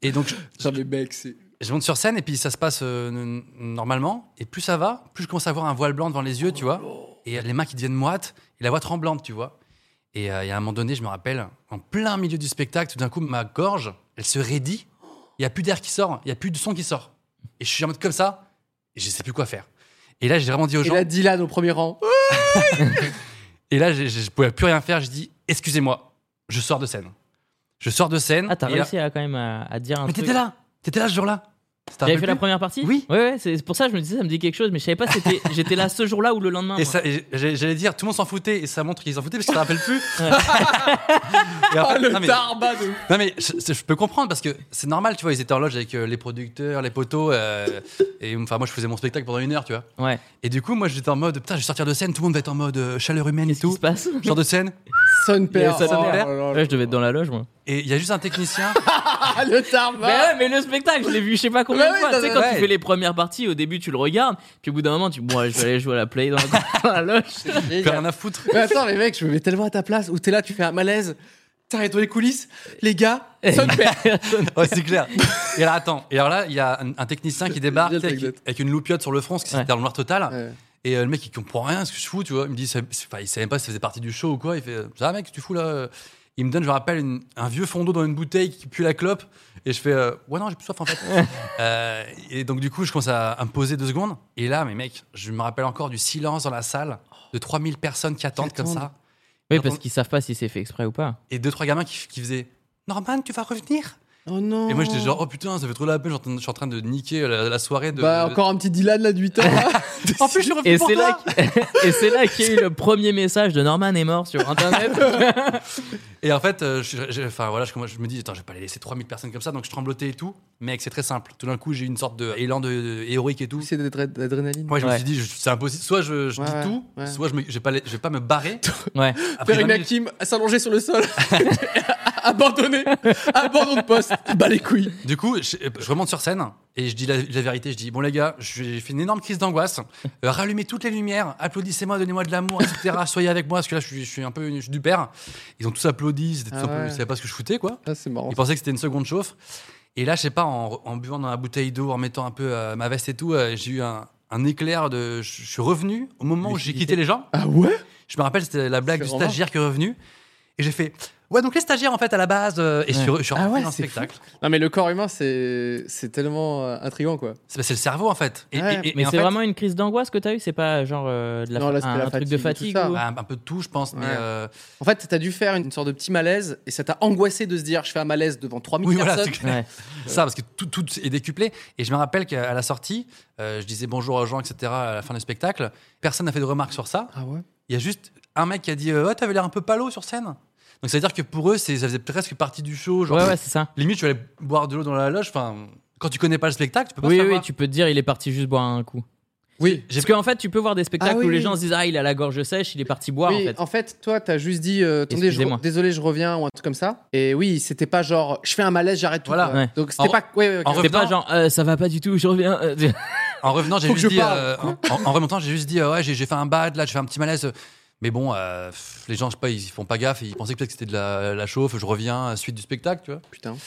[SPEAKER 3] Et donc,
[SPEAKER 2] j'en ai vexé.
[SPEAKER 3] Je monte sur scène et puis ça se passe euh, n- n- normalement. Et plus ça va, plus je commence à avoir un voile blanc devant les yeux, tu vois. Et les mains qui deviennent moites et la voix tremblante, tu vois. Et euh, et à un moment donné, je me rappelle, en plein milieu du spectacle, tout d'un coup, ma gorge, elle se raidit. Il n'y a plus d'air qui sort, il n'y a plus de son qui sort. Et je suis en mode comme ça, et je sais plus quoi faire. Et là, j'ai vraiment dit aux
[SPEAKER 2] Et
[SPEAKER 3] gens.
[SPEAKER 2] là, Dylan au premier rang.
[SPEAKER 3] Et là, j'ai- j'ai- je pouvais plus rien faire. Je dis, excusez-moi, je sors de scène. Je sors de scène.
[SPEAKER 4] Ah, t'as
[SPEAKER 3] et là-
[SPEAKER 4] réussi à, quand même à, à dire un
[SPEAKER 3] Mais
[SPEAKER 4] truc.
[SPEAKER 3] t'étais là T'étais là ce jour-là C'était un
[SPEAKER 4] T'avais
[SPEAKER 3] peu
[SPEAKER 4] fait la
[SPEAKER 3] plus.
[SPEAKER 4] première partie Oui. Ouais, ouais, c'est c'est pour ça que je me disais, ça me dit quelque chose, mais je savais pas si c'était- j'étais là ce jour-là ou le lendemain.
[SPEAKER 3] Et
[SPEAKER 4] moi.
[SPEAKER 3] ça, et j'ai- j'allais dire, tout le monde s'en foutait, et ça montre qu'ils s'en foutaient parce qu'ils s'en rappellent plus. Et
[SPEAKER 4] Oh,
[SPEAKER 3] après-
[SPEAKER 2] Ah, le
[SPEAKER 3] non, mais-
[SPEAKER 2] tarba de
[SPEAKER 3] Non mais je, je- je peux comprendre parce que c'est normal, tu vois, ils étaient en loge avec euh, les producteurs, les poteaux, euh, et enfin moi je faisais mon spectacle pendant une heure, tu vois.
[SPEAKER 4] Ouais.
[SPEAKER 3] Et du coup moi j'étais en mode putain, je vais sortir de scène, tout le monde va être en mode euh, chaleur humaine et tout.
[SPEAKER 4] se passe
[SPEAKER 3] Genre de scène.
[SPEAKER 2] Son Oh
[SPEAKER 4] Il y avait
[SPEAKER 3] Son
[SPEAKER 4] sa
[SPEAKER 3] père.
[SPEAKER 4] mère. Ouais, je devais être dans la loge, moi.
[SPEAKER 3] Et il y a juste un technicien.
[SPEAKER 2] Ah, le
[SPEAKER 4] Mais
[SPEAKER 2] tarba
[SPEAKER 4] ouais, mais le spectacle, je l'ai vu je sais pas combien
[SPEAKER 2] Bah
[SPEAKER 4] de
[SPEAKER 2] oui,
[SPEAKER 4] fois. Tu sais,
[SPEAKER 2] t'as-
[SPEAKER 4] quand
[SPEAKER 2] ouais.
[SPEAKER 4] tu fais les premières parties, au début tu le regardes, puis au bout d'un moment tu bon, ouais, je vais aller jouer à la play dans la, dans la loge.
[SPEAKER 2] J'ai rien
[SPEAKER 3] à foutre.
[SPEAKER 2] Mais attends, les mecs, je me mets tellement à ta place où t'es là, tu fais un malaise. T'arrêtes dans les coulisses, les gars, son père.
[SPEAKER 3] ouais, c'est clair. Et alors, attends. Et alors là, il y a un, un technicien qui débarque
[SPEAKER 2] Génial,
[SPEAKER 3] avec,
[SPEAKER 2] t'inquiète.
[SPEAKER 3] avec une loupiote sur le front, parce que c'était dans le noir total. Et euh, le mec, il comprend rien, ce que je fous, tu vois. Il me dit, ça- c'est- enfin, il savait même pas si ça faisait partie du show ou quoi. Il fait, euh, ça, va, mec, tu fous là. Il me donne, je me rappelle, une- un vieux fond d'eau dans une bouteille qui pue la clope. Et je fais, euh, ouais, non, j'ai plus soif en fait. Euh, et donc, du coup, je commence à, à me poser deux secondes. Et là, mais mec, je me rappelle encore du silence dans la salle de 3000 personnes qui attendent comme ça.
[SPEAKER 4] Oui, parce qu'ils savent pas si c'est fait exprès ou pas.
[SPEAKER 3] Et deux, trois gamins qui, qui faisaient, Norman, tu vas revenir
[SPEAKER 2] Oh non.
[SPEAKER 3] et moi j'étais genre, oh putain, ça fait trop la peine, je suis en train de- je suis en train de niquer euh, la, la soirée de.
[SPEAKER 2] Bah, encore un petit Dylan là de 8 ans. là.
[SPEAKER 3] En plus, je suis revenu
[SPEAKER 4] Et
[SPEAKER 3] pour
[SPEAKER 4] c'est
[SPEAKER 3] toi.
[SPEAKER 4] là, que- et c'est là qu'il y a eu le premier message de Norman est mort sur internet.
[SPEAKER 3] Et en fait, euh, je, je- enfin, voilà, je, commence- je me dis, attends, je vais pas les laisser 3000 personnes comme ça, donc je tremblotais et tout. Mec, c'est très simple. Tout d'un coup, j'ai eu une sorte d'élan de, de- héroïque et tout.
[SPEAKER 2] C'est de l'adr- de l'adrénaline.
[SPEAKER 3] Ouais, je me suis dit, je- c'est impossible. Soit je, je
[SPEAKER 2] Ouais,
[SPEAKER 3] dis
[SPEAKER 2] ouais,
[SPEAKER 3] tout,
[SPEAKER 2] ouais.
[SPEAKER 3] soit je, me- je vais pas, les- je vais pas me barrer.
[SPEAKER 4] ouais.
[SPEAKER 2] Faire une Hakim, s'allonger sur le sol, abandonner, abandon de poste, bah les couilles.
[SPEAKER 3] Du coup, je, je remonte sur scène et je dis la, la vérité. Je dis bon les gars, je- j'ai fait une énorme crise d'angoisse. Euh, rallumez toutes les lumières, applaudissez-moi, donnez-moi de l'amour, etc. Soyez avec moi parce que là, je suis, je suis un peu je suis du père. Ils ont tous applaudi, ils étaient tous
[SPEAKER 2] Ah
[SPEAKER 3] un peu-
[SPEAKER 2] ouais.
[SPEAKER 3] ils savaient pas ce que je foutais quoi.
[SPEAKER 2] Ah, c'est marrant.
[SPEAKER 3] Ils pensaient que c'était une seconde chauffe. Et là, je sais pas, en, en buvant dans la bouteille d'eau, en mettant un peu euh, ma veste et tout, euh, j'ai eu un, un éclair de. Je je suis revenu au moment où j'ai quitté les gens.
[SPEAKER 2] Ah ouais
[SPEAKER 3] Je me rappelle, c'était la blague
[SPEAKER 2] C'est
[SPEAKER 3] du
[SPEAKER 2] vraiment.
[SPEAKER 3] stagiaire qui est revenu. Et j'ai fait. Ouais, donc les stagiaires, en fait, à la base. euh, et je suis, re- je suis rentré
[SPEAKER 2] ah ouais,
[SPEAKER 3] dans le
[SPEAKER 2] c'est fou.
[SPEAKER 3] spectacle.
[SPEAKER 2] Non mais le corps humain c'est c'est tellement euh, intriguant quoi.
[SPEAKER 3] C'est c'est le cerveau, en fait. Et- et- et-
[SPEAKER 4] mais
[SPEAKER 3] et en
[SPEAKER 4] c'est
[SPEAKER 3] fait-
[SPEAKER 4] vraiment une crise d'angoisse que t'as eu, c'est pas genre euh, de la,
[SPEAKER 2] Non, là, c'était
[SPEAKER 4] un,
[SPEAKER 2] la
[SPEAKER 4] un truc de
[SPEAKER 2] fatigue et
[SPEAKER 4] fatigue
[SPEAKER 2] tout ça.
[SPEAKER 4] ou-
[SPEAKER 3] Bah, un peu de tout, je pense. Mais
[SPEAKER 2] Ouais.
[SPEAKER 3] euh,
[SPEAKER 2] En fait, t'as dû faire une sorte de petit malaise et ça t'a angoissé de se dire je fais un malaise devant 3000
[SPEAKER 3] oui, voilà,
[SPEAKER 2] personnes.
[SPEAKER 3] c'est clair. ça, parce que tout, tout est décuplé. Et je me rappelle qu'à la sortie, euh, je disais bonjour aux gens, etc. à la fin du spectacle. Personne n'a fait de remarques sur ça.
[SPEAKER 2] Ah ouais
[SPEAKER 3] Il y a juste un mec qui a dit euh, Ouais, t'avais l'air un peu palo sur scène. Donc ça veut dire que pour eux, c'est- ça faisait presque partie du show. Genre,
[SPEAKER 4] Ouais, ouais, c'est ça.
[SPEAKER 3] Limite, tu allais boire de l'eau dans la loge. Enfin, quand tu connais pas le spectacle, tu peux pas
[SPEAKER 4] Oui,
[SPEAKER 3] savoir.
[SPEAKER 4] oui, tu peux te dire, il est parti juste boire un coup.
[SPEAKER 2] Oui.
[SPEAKER 4] Parce qu'en fait, tu peux voir des spectacles
[SPEAKER 2] Ah
[SPEAKER 4] où
[SPEAKER 2] oui,
[SPEAKER 4] les
[SPEAKER 2] oui.
[SPEAKER 4] gens se disent, ah, il a la gorge sèche, il est parti boire,
[SPEAKER 2] oui,
[SPEAKER 4] en fait.
[SPEAKER 2] toi, t'as juste dit euh, attendez, je re-
[SPEAKER 4] Excusez-moi.
[SPEAKER 2] désolé, je reviens ou un truc comme ça. Et oui, c'était pas genre je fais un malaise, j'arrête tout.
[SPEAKER 3] Voilà.
[SPEAKER 2] quoi.
[SPEAKER 3] Ouais.
[SPEAKER 2] Donc
[SPEAKER 3] En-
[SPEAKER 2] c'était pas. Ouais, ouais, ok.
[SPEAKER 3] en
[SPEAKER 4] C'était pas genre, euh, ça va pas du tout, je reviens. euh, tu-
[SPEAKER 3] En revenant, j'ai
[SPEAKER 4] Faut que
[SPEAKER 3] juste
[SPEAKER 4] je
[SPEAKER 3] dit.
[SPEAKER 4] parle.
[SPEAKER 3] euh, en, en- en remontant, j'ai juste dit euh, Ouais, j'ai j'ai fait un bad, là, j'ai fait un petit malaise. Mais bon, euh, pff, les gens, je sais pas, ils font pas gaffe. Ils pensaient peut-être que c'était de la, la chauffe. Je reviens, euh, suite du spectacle, tu vois.
[SPEAKER 2] Putain.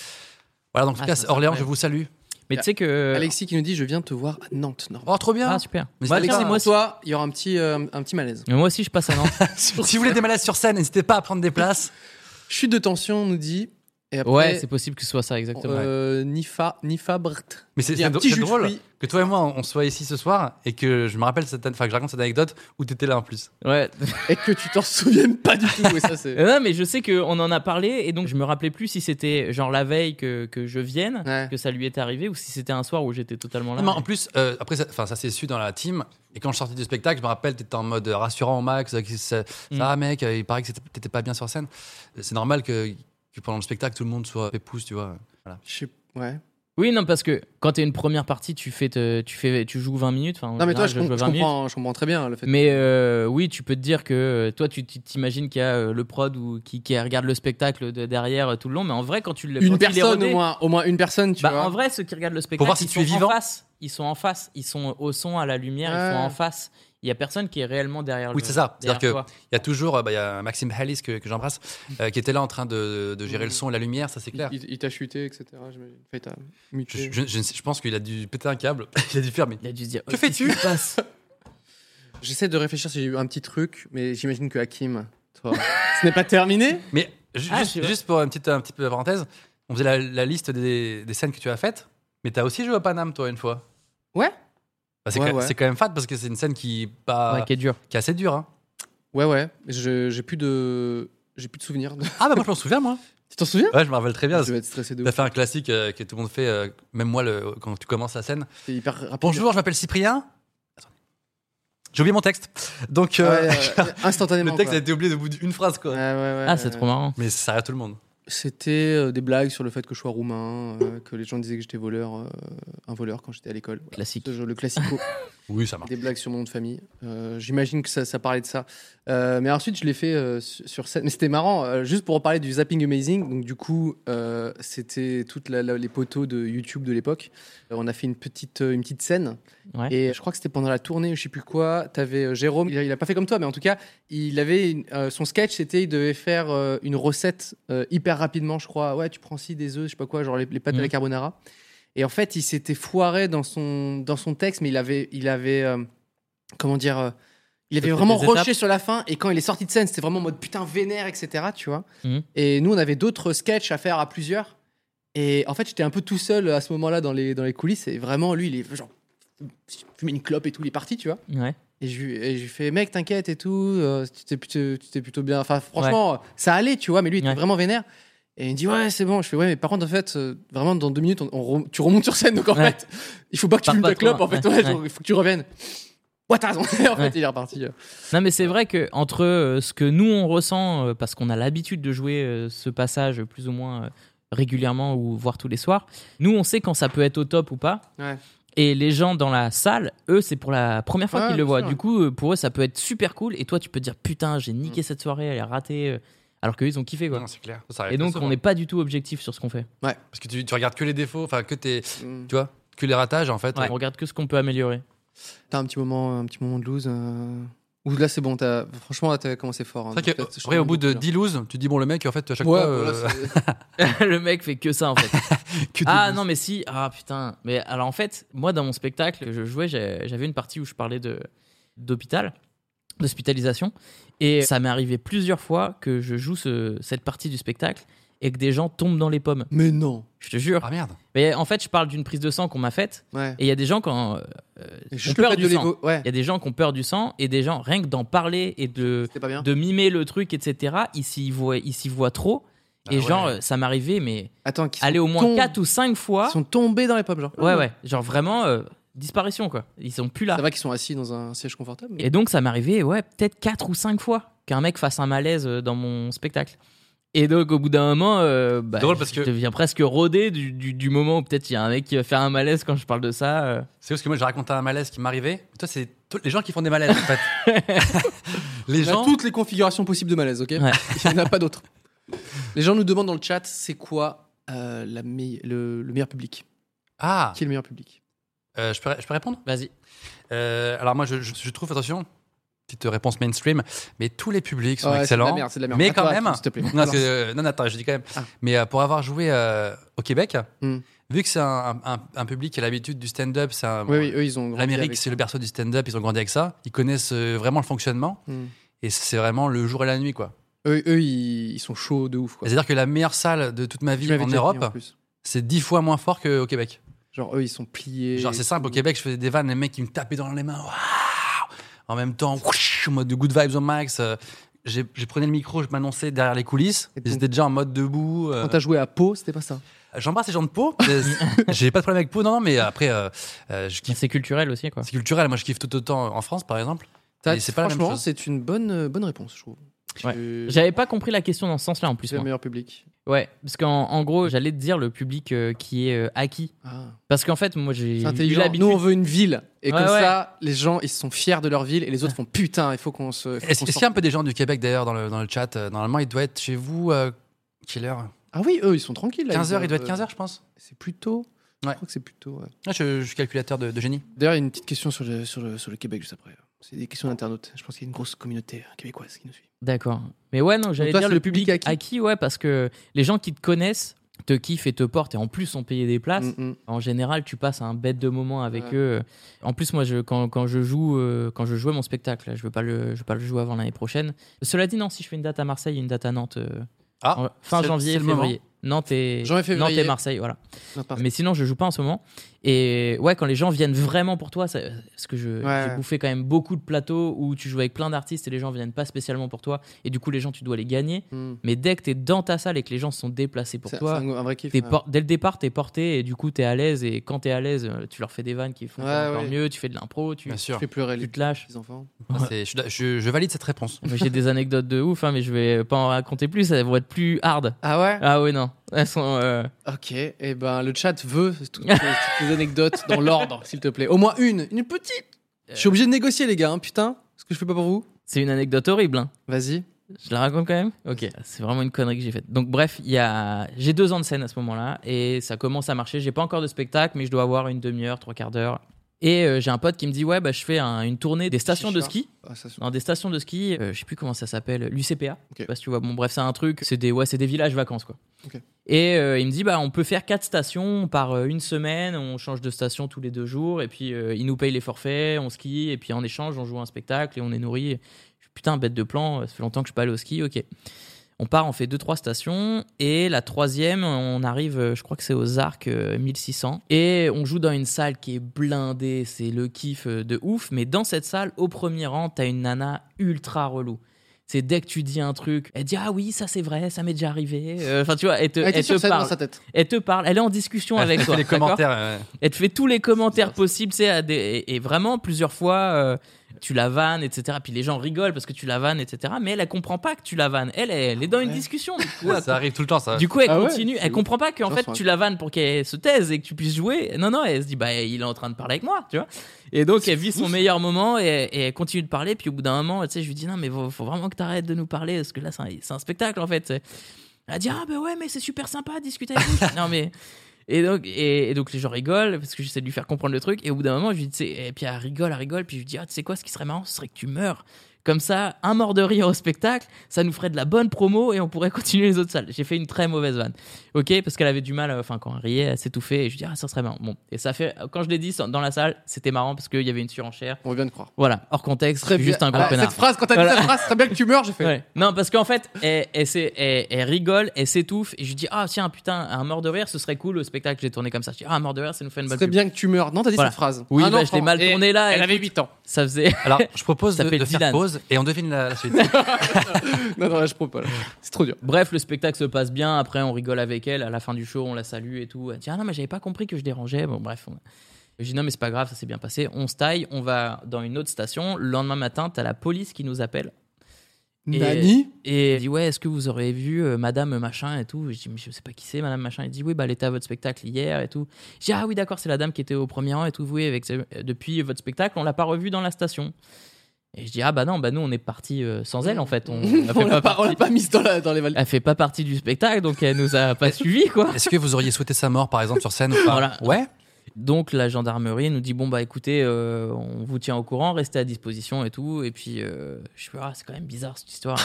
[SPEAKER 3] Voilà, donc en tout
[SPEAKER 4] Ah,
[SPEAKER 3] cas,
[SPEAKER 4] c'est
[SPEAKER 3] Orléans,
[SPEAKER 4] incroyable.
[SPEAKER 3] je vous salue.
[SPEAKER 4] Mais tu sais que.
[SPEAKER 2] Alexis qui nous dit Je viens te voir à Nantes.
[SPEAKER 3] Oh, trop bien.
[SPEAKER 4] Ah, super.
[SPEAKER 2] Mais
[SPEAKER 4] Bah, tiens,
[SPEAKER 2] Alexis,
[SPEAKER 4] moi
[SPEAKER 2] moi,
[SPEAKER 4] aussi-
[SPEAKER 2] toi, il y aura un petit, euh, un petit malaise.
[SPEAKER 4] Mais moi aussi, je passe à Nantes.
[SPEAKER 3] si vous voulez des malaises sur scène, n'hésitez pas à prendre des places.
[SPEAKER 2] Chute de tension, on nous dit. Et après,
[SPEAKER 4] Ouais, c'est possible que ce soit ça, exactement.
[SPEAKER 2] euh, Nifa, Nifa Bert.
[SPEAKER 3] Mais c'est
[SPEAKER 2] Il y a
[SPEAKER 3] c'est
[SPEAKER 2] un
[SPEAKER 3] dr-
[SPEAKER 2] petit
[SPEAKER 3] c'est
[SPEAKER 2] jus de
[SPEAKER 3] drôle
[SPEAKER 2] fruits.
[SPEAKER 3] que toi et moi on soit ici ce soir et que je me rappelle cette, an- enfin que je raconte cette anecdote où t'étais là en plus.
[SPEAKER 4] Ouais.
[SPEAKER 2] Et que tu t'en souviennes pas du tout. et ça, c'est-
[SPEAKER 4] Euh, Non, mais je sais qu'on en a parlé et donc je me rappelais plus si c'était genre la veille que, que je vienne, que ça lui est arrivé ou si c'était un soir où j'étais totalement
[SPEAKER 2] Ah
[SPEAKER 4] là.
[SPEAKER 3] Non, mais en plus, euh, après, ça, enfin, ça s'est su dans la team. Et quand je sortais du spectacle, je me rappelle, t'étais en mode rassurant au max. euh, que ça,
[SPEAKER 2] Mm.
[SPEAKER 3] ça, mec, euh, il paraît que c'était- t'étais pas bien sur scène. Euh, C'est normal que, que pendant le spectacle, tout le monde soit épouse, tu vois. Voilà.
[SPEAKER 2] Ouais.
[SPEAKER 4] Oui, non, parce que quand t'es une première partie, tu fais, te- tu fais, tu joues 20 minutes.
[SPEAKER 2] Non, mais toi, je, com- je comprends, je comprends très bien le fait.
[SPEAKER 4] Mais euh, oui, tu peux te dire que euh, toi, tu tu t'imagines qu'il y a euh, le prod ou qui, qui regarde le spectacle de- derrière euh, tout le long, mais en vrai, quand tu le
[SPEAKER 2] une
[SPEAKER 4] quand il est
[SPEAKER 2] personne,
[SPEAKER 4] rodé-
[SPEAKER 2] au moins, au moins une personne, tu
[SPEAKER 4] Bah,
[SPEAKER 2] vois.
[SPEAKER 4] en vrai, ceux qui regardent le spectacle,
[SPEAKER 3] Pour voir si
[SPEAKER 4] ils
[SPEAKER 3] tu
[SPEAKER 4] sont
[SPEAKER 3] es vivant.
[SPEAKER 4] En face. Ils sont en face, ils sont au son, à la lumière, ils sont
[SPEAKER 3] Ouais.
[SPEAKER 4] en face. Il y a personne qui est réellement derrière.
[SPEAKER 3] Oui,
[SPEAKER 4] le-
[SPEAKER 3] c'est ça.
[SPEAKER 4] derrière
[SPEAKER 3] C'est-à-dire
[SPEAKER 4] toi.
[SPEAKER 3] qu'il y a toujours euh, bah, il y a Maxime Hallis que, que j'embrasse, euh, qui était là en train de, de gérer le son et la lumière, ça c'est clair.
[SPEAKER 2] Il, il t'a chuté, etc. j'imagine. Enfin, il t'a
[SPEAKER 3] Je,
[SPEAKER 2] muté.
[SPEAKER 3] je- je ne sais- je pense qu'il a dû péter un câble. Il a dû faire, mais.
[SPEAKER 4] Il a dû se dire.
[SPEAKER 3] Que fais-tu
[SPEAKER 2] J'essaie de réfléchir si j'ai eu un petit truc, mais j'imagine que Hakim, toi, ce n'est pas terminé.
[SPEAKER 3] Mais ju-
[SPEAKER 2] Ah, c'est
[SPEAKER 3] juste,
[SPEAKER 2] vrai.
[SPEAKER 3] juste pour un petit, un petit peu de parenthèse, on faisait la, la liste des, des scènes que tu as faites, mais t'as aussi joué à Paname, toi, une fois.
[SPEAKER 2] Ouais.
[SPEAKER 3] Bah, c'est
[SPEAKER 2] Ouais,
[SPEAKER 3] quand,
[SPEAKER 2] ouais.
[SPEAKER 3] c'est quand même fat parce que c'est une scène qui, est pas,
[SPEAKER 4] Ouais, qui est dure.
[SPEAKER 3] Qui est assez dure. Hein.
[SPEAKER 2] Ouais, ouais. Je- J'ai plus de, j'ai plus de souvenirs. de-
[SPEAKER 3] Ah, bah moi, je m'en souviens, moi.
[SPEAKER 2] Tu t'en souviens
[SPEAKER 3] Ouais, je me rappelle très bien.
[SPEAKER 2] Je vais être stressé de
[SPEAKER 3] T'as
[SPEAKER 2] ouf.
[SPEAKER 3] fait un classique euh, que tout le monde fait, euh, même moi, le, quand tu commences la scène.
[SPEAKER 2] C'est hyper rapide.
[SPEAKER 3] Bonjour, je m'appelle Cyprien. Attendez. J'ai oublié mon texte. Donc, euh,
[SPEAKER 2] Ouais, euh, instantanément,
[SPEAKER 3] Le texte
[SPEAKER 2] quoi.
[SPEAKER 3] a été oublié au bout d'une phrase, quoi.
[SPEAKER 4] Ah, c'est trop marrant.
[SPEAKER 3] Mais ça arrive à tout le monde.
[SPEAKER 2] C'était euh, des blagues sur le fait que je sois roumain, euh, que les gens disaient que j'étais voleur, euh, un voleur quand j'étais à l'école. Voilà.
[SPEAKER 4] Classique.
[SPEAKER 2] Ce genre- le classico.
[SPEAKER 3] oui, ça marche.
[SPEAKER 2] Des blagues sur mon nom de famille. Euh, J'imagine que ça, ça parlait de ça. Euh, mais ensuite, je l'ai fait euh, su- sur scène. Mais c'était marrant, euh, juste pour en parler du Zapping Amazing. Donc, du coup, euh, c'était toutes la- la- les poteaux de YouTube de l'époque. Euh, on a fait une petite, euh, une petite scène.
[SPEAKER 4] Ouais.
[SPEAKER 2] Et je crois que c'était pendant la tournée, je sais plus quoi. T'avais euh, Jérôme, il a, il a pas fait comme toi, mais en tout cas, il avait une- euh, son sketch, c'était il devait faire euh, une recette euh, hyper rapidement, je crois. Ouais, tu prends ci, des œufs, je sais pas quoi, genre les, les pâtes à la
[SPEAKER 4] Mhm.
[SPEAKER 2] carbonara. Et en fait, il s'était foiré dans son, dans son texte, mais il avait, il avait euh, comment dire, euh, il avait
[SPEAKER 4] Sauté
[SPEAKER 2] vraiment
[SPEAKER 4] des
[SPEAKER 2] rushé
[SPEAKER 4] étapes.
[SPEAKER 2] sur la fin. Et quand il est sorti de scène, c'était vraiment en mode putain vénère, etc. Tu vois.
[SPEAKER 4] Mhm.
[SPEAKER 2] Et nous, on avait d'autres sketchs à faire à plusieurs. Et en fait, j'étais un peu tout seul à ce moment-là dans les, dans les coulisses. Et vraiment, lui, il est genre, fumait une clope et tout, il est parti, tu vois.
[SPEAKER 4] Ouais.
[SPEAKER 2] Et je, lui- et je lui fais, mec, t'inquiète et tout, euh, tu t'es plutôt, tu t'es plutôt bien. Enfin, franchement, ça allait, tu vois, mais lui, il était vraiment vénère. Et il me dit, ouais, c'est bon. Je fais, ouais, mais par contre, en fait, euh, vraiment, dans deux minutes, on- on rem- tu remontes sur scène. Donc, en
[SPEAKER 4] Ouais.
[SPEAKER 2] fait, il faut pas que tu
[SPEAKER 4] Pars
[SPEAKER 2] fumes
[SPEAKER 4] pas
[SPEAKER 2] ta
[SPEAKER 4] trop,
[SPEAKER 2] clope, en fait,
[SPEAKER 4] ouais,
[SPEAKER 2] ouais,
[SPEAKER 4] ouais.
[SPEAKER 2] genre, il faut que tu reviennes. Ouais, t'as raison. en fait, il est reparti. euh.
[SPEAKER 4] Non, mais c'est vrai que entre euh, ce que nous on ressent, euh, parce qu'on a l'habitude de jouer euh, ce passage euh, plus ou moins euh, régulièrement ou voire tous les soirs, nous on sait quand ça peut être au top ou pas.
[SPEAKER 2] Ouais.
[SPEAKER 4] Et les gens dans la salle, eux, c'est pour la première fois
[SPEAKER 2] Ouais,
[SPEAKER 4] qu'ils le
[SPEAKER 2] bien
[SPEAKER 4] voient.
[SPEAKER 2] sûr. Mm.
[SPEAKER 4] Du coup, euh, pour eux, ça peut être super cool. Et toi, tu peux te dire putain, j'ai niqué cette soirée, elle est ratée. euh, Alors qu'eux, ils ont kiffé quoi.
[SPEAKER 3] Non, c'est clair. Ça arrive
[SPEAKER 4] Et donc,
[SPEAKER 3] très
[SPEAKER 4] on
[SPEAKER 3] souvent.
[SPEAKER 4] n'est pas du tout objectif sur ce qu'on fait.
[SPEAKER 2] Ouais.
[SPEAKER 3] hein. Parce que tu, tu regardes que les défauts, enfin, que tes.
[SPEAKER 4] Mm.
[SPEAKER 3] Tu vois, que les ratages, en fait.
[SPEAKER 4] On regarde que ce qu'on peut améliorer.
[SPEAKER 2] T'as un petit moment, un petit moment de loose. euh, Ou là, c'est bon, t'as- franchement, là, t'as commencé fort. hein.
[SPEAKER 3] C'est vrai que,
[SPEAKER 2] Peut-être, je
[SPEAKER 3] après,
[SPEAKER 2] te
[SPEAKER 3] au bout de
[SPEAKER 2] demande
[SPEAKER 3] 10 loses, tu dis, bon, le mec, en fait, à chaque
[SPEAKER 2] Ouais,
[SPEAKER 3] fois.
[SPEAKER 2] voilà,
[SPEAKER 3] euh,
[SPEAKER 4] le mec fait que ça en fait.
[SPEAKER 3] Que des
[SPEAKER 4] ah
[SPEAKER 3] boosts.
[SPEAKER 4] non mais si, ah putain. Mais alors en fait, moi dans mon spectacle, que je jouais, j'ai- j'avais une partie où je parlais de d'hôpital, d'hospitalisation, et ça m'est arrivé plusieurs fois que je joue ce- cette partie du spectacle et que des gens tombent dans les pommes.
[SPEAKER 2] Mais non.
[SPEAKER 4] Je te jure.
[SPEAKER 3] Ah merde.
[SPEAKER 4] Mais en fait, je parle d'une prise de sang qu'on m'a faite.
[SPEAKER 2] Ouais.
[SPEAKER 4] Et il y a des gens qui ont, euh,
[SPEAKER 2] Juste le
[SPEAKER 4] ont peur
[SPEAKER 2] fait
[SPEAKER 4] du
[SPEAKER 2] de les
[SPEAKER 4] sang.
[SPEAKER 2] vo-
[SPEAKER 4] Il
[SPEAKER 2] ouais.
[SPEAKER 4] y a des gens qui ont peur du sang et des gens, rien que d'en parler et de, de mimer le truc, etc., ils s'y voient, ils s'y voient trop. et
[SPEAKER 2] ouais.
[SPEAKER 4] genre, euh, ça m'arrivait, mais
[SPEAKER 2] Attends,
[SPEAKER 4] aller au moins
[SPEAKER 2] tombes-
[SPEAKER 4] 4 ou 5 fois.
[SPEAKER 2] Ils sont tombés dans les pommes, genre.
[SPEAKER 4] Ouais, ouais. Genre vraiment, euh, disparition, quoi. Ils sont plus là.
[SPEAKER 2] Ça va qu'ils sont assis dans un siège confortable. mais-
[SPEAKER 4] Et donc, ça m'arrivait, ouais, peut-être 4 ou 5 fois qu'un mec fasse un malaise euh, dans mon spectacle. Et donc, au bout d'un moment, euh, bah,
[SPEAKER 3] Drôle parce
[SPEAKER 4] je
[SPEAKER 3] que-
[SPEAKER 4] deviens presque rodé du, du- du moment où peut-être il y a un mec qui va faire un malaise quand je parle de ça. euh.
[SPEAKER 3] C'est parce que moi, je racontais un malaise qui m'arrivait. Toi, c'est tous les gens qui font des malaises, en fait.
[SPEAKER 2] On
[SPEAKER 3] les
[SPEAKER 2] a
[SPEAKER 3] gens.
[SPEAKER 2] toutes les configurations possibles de malaise, ok Il n'y en a pas d'autres. Les gens nous demandent dans le chat, c'est quoi euh, la meille- le, le meilleur public
[SPEAKER 3] Ah
[SPEAKER 2] Qui est le meilleur public
[SPEAKER 3] Euh, je, peux, je peux répondre Euh,
[SPEAKER 4] Vas-y.
[SPEAKER 3] alors, moi, je, je- je trouve, attention, petite réponse mainstream, mais tous les publics sont
[SPEAKER 2] Ouais, c'est de
[SPEAKER 3] excellents.
[SPEAKER 2] la merde, Ah. c'est de la merde.
[SPEAKER 3] Mais
[SPEAKER 2] À
[SPEAKER 3] quand
[SPEAKER 2] toi,
[SPEAKER 3] même.
[SPEAKER 2] s'il te plaît. Hmm.
[SPEAKER 3] Non, parce que, euh, non, non, attends, je dis quand même. Mais euh, pour avoir joué euh, au Québec, Vu que c'est un, un- un public qui a l'habitude du stand-up, c'est un-
[SPEAKER 2] Oui, oui, eux, ils ont grandi
[SPEAKER 3] l'Amérique,
[SPEAKER 2] avec
[SPEAKER 3] c'est le berceau du stand-up, ils ont grandi avec ça, ils connaissent euh, vraiment le fonctionnement,
[SPEAKER 2] Hmm.
[SPEAKER 3] et c'est vraiment le jour et la nuit, quoi.
[SPEAKER 2] Eux, eux, ils, ils sont chauds de ouf. quoi.
[SPEAKER 3] C'est-à-dire que la meilleure salle de toute ma
[SPEAKER 2] Tu
[SPEAKER 3] vie
[SPEAKER 2] m'avais
[SPEAKER 3] en
[SPEAKER 2] déjà dit,
[SPEAKER 3] Europe,
[SPEAKER 2] en plus.
[SPEAKER 3] c'est dix fois moins fort qu'au Québec.
[SPEAKER 2] Genre, eux, ils sont pliés.
[SPEAKER 3] Genre, c'est
[SPEAKER 2] mm.
[SPEAKER 3] simple, au Québec, je faisais des vannes, les mecs, ils me tapaient dans les mains, Waouh en même temps, whoosh, en mode de good vibes au max. euh, J'ai j'ai prenais le micro, je m'annonçais derrière les coulisses, ils étaient déjà en mode debout. euh,
[SPEAKER 2] Quand t'as joué à Pau, c'était pas ça.
[SPEAKER 3] J'embrasse les gens de Pau. Euh, J'ai pas de problème avec Pau, non, non, mais après, euh, euh, je kiffe.
[SPEAKER 4] C'est culturel aussi, quoi.
[SPEAKER 3] C'est culturel. Moi, je kiffe tout autant en France, par exemple.
[SPEAKER 2] T'as-
[SPEAKER 3] Et c'est pas la même
[SPEAKER 2] franchement,
[SPEAKER 3] chose.
[SPEAKER 2] c'est une bonne, euh, bonne réponse, je trouve.
[SPEAKER 4] Ouais.
[SPEAKER 2] Tu-
[SPEAKER 4] J'avais pas compris la question dans ce sens-là en plus.
[SPEAKER 2] C'est le
[SPEAKER 4] moi.
[SPEAKER 2] meilleur public.
[SPEAKER 4] Ouais, parce qu'en en gros, j'allais te dire le public euh, qui est euh, acquis.
[SPEAKER 2] Ah.
[SPEAKER 4] Parce qu'en fait, moi j'ai
[SPEAKER 2] C'est
[SPEAKER 4] eu
[SPEAKER 2] intelligent. Nous,
[SPEAKER 4] l'habitude.
[SPEAKER 2] on veut une ville. Et
[SPEAKER 4] Ouais,
[SPEAKER 2] comme
[SPEAKER 4] ouais.
[SPEAKER 2] ça, les gens, ils sont fiers de leur ville et les autres font putain, il faut qu'on se. faut
[SPEAKER 3] Est-ce
[SPEAKER 2] qu'on
[SPEAKER 3] est-ce qu'il y a un peu des gens du Québec, d'ailleurs, dans le, dans le chat euh, Normalement, il doit être chez vous. euh, quelle heure
[SPEAKER 2] sorte. Ah oui, eux, ils sont tranquilles. là,
[SPEAKER 3] 15 heures, il doit être
[SPEAKER 2] euh,
[SPEAKER 3] 15 heures, je pense.
[SPEAKER 2] C'est plus tôt.
[SPEAKER 3] Ouais.
[SPEAKER 2] Je crois que c'est plus tôt. ouais.
[SPEAKER 3] Ah, je, je suis calculateur de, de génie.
[SPEAKER 2] D'ailleurs, il y a une petite question sur le, sur le, sur le Québec juste après. C'est des questions d'internautes. Je pense qu'il y a une grosse communauté euh, québécoise qui nous suit.
[SPEAKER 4] D'accord. Mais ouais, non, j'allais
[SPEAKER 2] toi,
[SPEAKER 4] dire
[SPEAKER 2] c'est
[SPEAKER 4] le
[SPEAKER 2] le
[SPEAKER 4] public,
[SPEAKER 2] public
[SPEAKER 4] acquis. ouais, parce que les gens qui te connaissent te kiffent et te portent et en plus ont payé des
[SPEAKER 2] Mm,
[SPEAKER 3] Mm.
[SPEAKER 4] places. En général, tu passes un bête de moment avec
[SPEAKER 2] Ouais.
[SPEAKER 4] eux. En plus, moi, je, quand, quand je joue, euh, quand je jouais mon spectacle, là, je veux pas le, je veux pas le jouer avant l'année prochaine. Cela dit, non, si je fais une date à Marseille, et une date à Nantes, euh,
[SPEAKER 3] Ah,
[SPEAKER 4] en- fin
[SPEAKER 3] c'est-
[SPEAKER 4] janvier,
[SPEAKER 3] c'est le
[SPEAKER 4] février.
[SPEAKER 3] moment.
[SPEAKER 4] Nantes et,
[SPEAKER 3] Janvier, février.
[SPEAKER 4] Nantes et Marseille, voilà.
[SPEAKER 3] Nantes, Marseille.
[SPEAKER 4] Mais sinon, je joue pas en ce moment. Et ouais, quand les gens viennent vraiment pour toi, ça- parce que je,
[SPEAKER 2] Ouais.
[SPEAKER 4] j'ai bouffé quand même beaucoup de plateaux où tu joues avec plein d'artistes et les gens viennent pas spécialement pour toi. Et du coup, les gens, tu dois les gagner.
[SPEAKER 2] Mm.
[SPEAKER 4] Mais dès que t'es dans ta salle et que les gens se sont déplacés pour
[SPEAKER 2] C'est-
[SPEAKER 4] toi,
[SPEAKER 2] c'est un- un vrai kiff,
[SPEAKER 4] t'es
[SPEAKER 2] ouais.
[SPEAKER 4] por- dès le départ, t'es porté et du coup, t'es à l'aise. Et quand t'es à l'aise, euh, tu leur fais des vannes qui font
[SPEAKER 2] Ouais,
[SPEAKER 4] encore
[SPEAKER 2] ouais.
[SPEAKER 4] mieux. Tu fais de l'impro, tu,
[SPEAKER 3] Bien sûr.
[SPEAKER 4] tu
[SPEAKER 3] Tu fais
[SPEAKER 2] pleurer
[SPEAKER 4] tu te lâches.
[SPEAKER 2] Les enfants.
[SPEAKER 3] Ah, c'est- je, je- je valide cette réponse.
[SPEAKER 4] Mais J'ai des anecdotes de ouf, hein, mais je vais pas en raconter plus. Elles vont être plus hard.
[SPEAKER 2] Ah ouais
[SPEAKER 4] Ah ouais, non. Elles sont. euh,
[SPEAKER 2] Ok, et ben le chat veut toutes les, toutes les anecdotes dans l'ordre, s'il te plaît. Au moins une, une petite. Je suis obligé de négocier, les gars, hein, putain. Ce que je fais pas pour vous.
[SPEAKER 4] C'est une anecdote horrible. hein.
[SPEAKER 2] Vas-y.
[SPEAKER 4] Je la raconte quand même Ok, c'est vraiment une connerie que j'ai faite. Donc bref, il y a... j'ai deux ans de scène à ce moment-là et ça commence à marcher. J'ai pas encore de spectacle, mais je dois avoir une demi-heure, trois quarts d'heure. Et euh, j'ai un pote qui me dit ouais bah je fais un- une tournée des stations de
[SPEAKER 2] Chicha.
[SPEAKER 4] ski.
[SPEAKER 2] Ah, ça se-
[SPEAKER 4] Dans des stations de ski, euh, je sais plus comment ça s'appelle, l'UCPA. Je sais
[SPEAKER 2] Ok.
[SPEAKER 4] pas si tu vois. Bon bref, c'est un truc. C'est des ouais, c'est des villages vacances quoi.
[SPEAKER 2] Ok.
[SPEAKER 4] Et euh, il me dit bah on peut faire quatre stations par euh, une semaine, on change de station tous les deux jours et puis euh, il nous paye les forfaits, on skie et puis en échange on joue à un spectacle et on est nourri. Je suis, Putain bête de plan, euh, ça fait longtemps que je suis pas allé au ski, ok. On part, on fait deux trois stations et la troisième on arrive, euh, je crois que c'est aux Arcs euh, 1600 et on joue dans une salle qui est blindée, c'est le kiff euh, de ouf. Mais dans cette salle au premier rang t'as une nana ultra relou. C'est dès que tu dis un truc, elle dit ah oui ça c'est vrai, ça m'est déjà arrivé. Euh, Enfin tu vois, elle te,
[SPEAKER 2] Elle était
[SPEAKER 4] elle
[SPEAKER 2] sur
[SPEAKER 4] te
[SPEAKER 2] scène dans
[SPEAKER 4] parle.
[SPEAKER 2] sa tête.
[SPEAKER 4] Elle te parle, elle est en discussion
[SPEAKER 3] Elle
[SPEAKER 4] avec
[SPEAKER 3] fait
[SPEAKER 4] toi.
[SPEAKER 3] les
[SPEAKER 4] d'accord
[SPEAKER 3] commentaires, euh, ouais.
[SPEAKER 4] Elle te fait tous les commentaires possibles, tu sais, à des- et, et vraiment plusieurs fois, euh, tu la vannes, etc. Puis les gens rigolent parce que tu la vannes, etc. Mais elle, elle comprend pas que tu la vannes. Elle, elle, est dans une discussion. Du coup, elle-
[SPEAKER 3] ça arrive tout le temps, ça.
[SPEAKER 4] du coup, elle
[SPEAKER 3] Ah ouais,
[SPEAKER 4] continue.
[SPEAKER 3] c'est
[SPEAKER 4] elle
[SPEAKER 3] ouf.
[SPEAKER 4] comprend pas qu'en
[SPEAKER 3] Les gens
[SPEAKER 4] fait,
[SPEAKER 3] sont
[SPEAKER 4] tu la vannes pour qu'elle se taise et que tu puisses jouer. Non, non, elle se dit, bah, il est en train de parler avec moi, tu vois. Et donc, elle vit son meilleur moment et, et elle continue de parler. Puis au bout d'un moment, tu sais, je lui dis, non, mais faut, faut vraiment que t'arrêtes de nous parler parce que là, c'est un, c'est un spectacle, en fait. Elle dit, ah, bah ouais, mais c'est super sympa de discuter avec vous. non, mais. Et donc, et, et donc les gens rigolent parce que j'essaie de lui faire comprendre le truc. Et au bout d'un moment, je lui dis, tu sais- et puis elle rigole, elle rigole. Puis je lui dis, ah, tu sais quoi, ce qui serait marrant, ce serait que tu meurs. Comme ça, un mort de rire au spectacle, ça nous ferait de la bonne promo et on pourrait continuer les autres salles. J'ai fait une très mauvaise vanne. Ok, parce qu'elle avait du mal, euh, enfin, quand elle riait, elle s'étouffait. Et je lui dis, ah, ça serait marrant. Bon, et ça fait, quand je l'ai dit dans la salle, c'était marrant parce qu'il y avait une surenchère.
[SPEAKER 2] On vient de croire.
[SPEAKER 4] Voilà, hors contexte,
[SPEAKER 2] Très
[SPEAKER 4] je suis juste
[SPEAKER 2] bien.
[SPEAKER 4] un grand
[SPEAKER 2] Ah,
[SPEAKER 4] connard.
[SPEAKER 2] Cette phrase, quand t'as dit
[SPEAKER 4] Voilà.
[SPEAKER 2] cette phrase, très bien que tu meurs, j'ai fait.
[SPEAKER 4] Ouais. Non, parce qu'en fait, elle, elle s'est- elle- elle rigole, elle s'étouffe, et je lui dis Ah, tiens, putain, un mort de rire, ce serait cool, le spectacle que j'ai tourné comme ça. Je dis Ah, un mort de rire, ça nous fait une bonne
[SPEAKER 2] Très
[SPEAKER 4] pub.
[SPEAKER 2] bien que tu meurs. Ah Non, t'as dit
[SPEAKER 4] Voilà.
[SPEAKER 2] cette phrase.
[SPEAKER 4] Oui,
[SPEAKER 2] Un
[SPEAKER 4] bah, je l'ai
[SPEAKER 2] enfant.
[SPEAKER 4] mal
[SPEAKER 2] Et
[SPEAKER 4] tourné là.
[SPEAKER 2] Elle
[SPEAKER 4] écoute,
[SPEAKER 2] avait 8 ans.
[SPEAKER 4] Ça faisait.
[SPEAKER 3] Alors, je propose de,
[SPEAKER 4] s'appelle
[SPEAKER 3] de faire
[SPEAKER 4] Dylan.
[SPEAKER 3] pause et on devine la, la suite.
[SPEAKER 2] non, non, là, je propose. C'est trop dur.
[SPEAKER 4] Bref, le spectacle se passe bien. Après, on rigole avec elle. À la fin du show, on la salue et tout. Elle dit Ah non, mais j'avais pas compris que je dérangeais. Bon, bref. on- Je dis Non, mais c'est pas grave, ça s'est bien passé. On se taille, on va dans une autre station. Le lendemain matin, t'as la police qui nous appelle. Et-
[SPEAKER 2] Nani
[SPEAKER 4] Et elle dit Ouais, est-ce que vous aurez vu euh, Madame Machin et tout Je dis Mais je sais pas qui c'est, Madame Machin. Elle dit Oui, bah, elle était à votre spectacle hier et tout. Je dis Ah oui, d'accord, c'est la dame qui était au premier rang et tout. Oui, avec, euh, depuis votre spectacle, on l'a pas revue dans la station. Et je dis Ah bah non, bah nous, on est parti sans elle en fait. On, a
[SPEAKER 2] On l'a
[SPEAKER 4] pas
[SPEAKER 2] pas, on l'a pas mise dans, la- dans les valises.
[SPEAKER 4] elle fait pas partie du spectacle, donc elle nous a pas suivi, quoi.
[SPEAKER 3] Est-ce que vous auriez souhaité sa mort, par exemple, sur scène ou pas
[SPEAKER 4] Voilà.
[SPEAKER 3] Ouais.
[SPEAKER 4] Donc la gendarmerie nous dit bon bah écoutez, euh, on vous tient au courant, restez à disposition et tout. Et puis euh, je suis ah, c'est quand même bizarre cette histoire.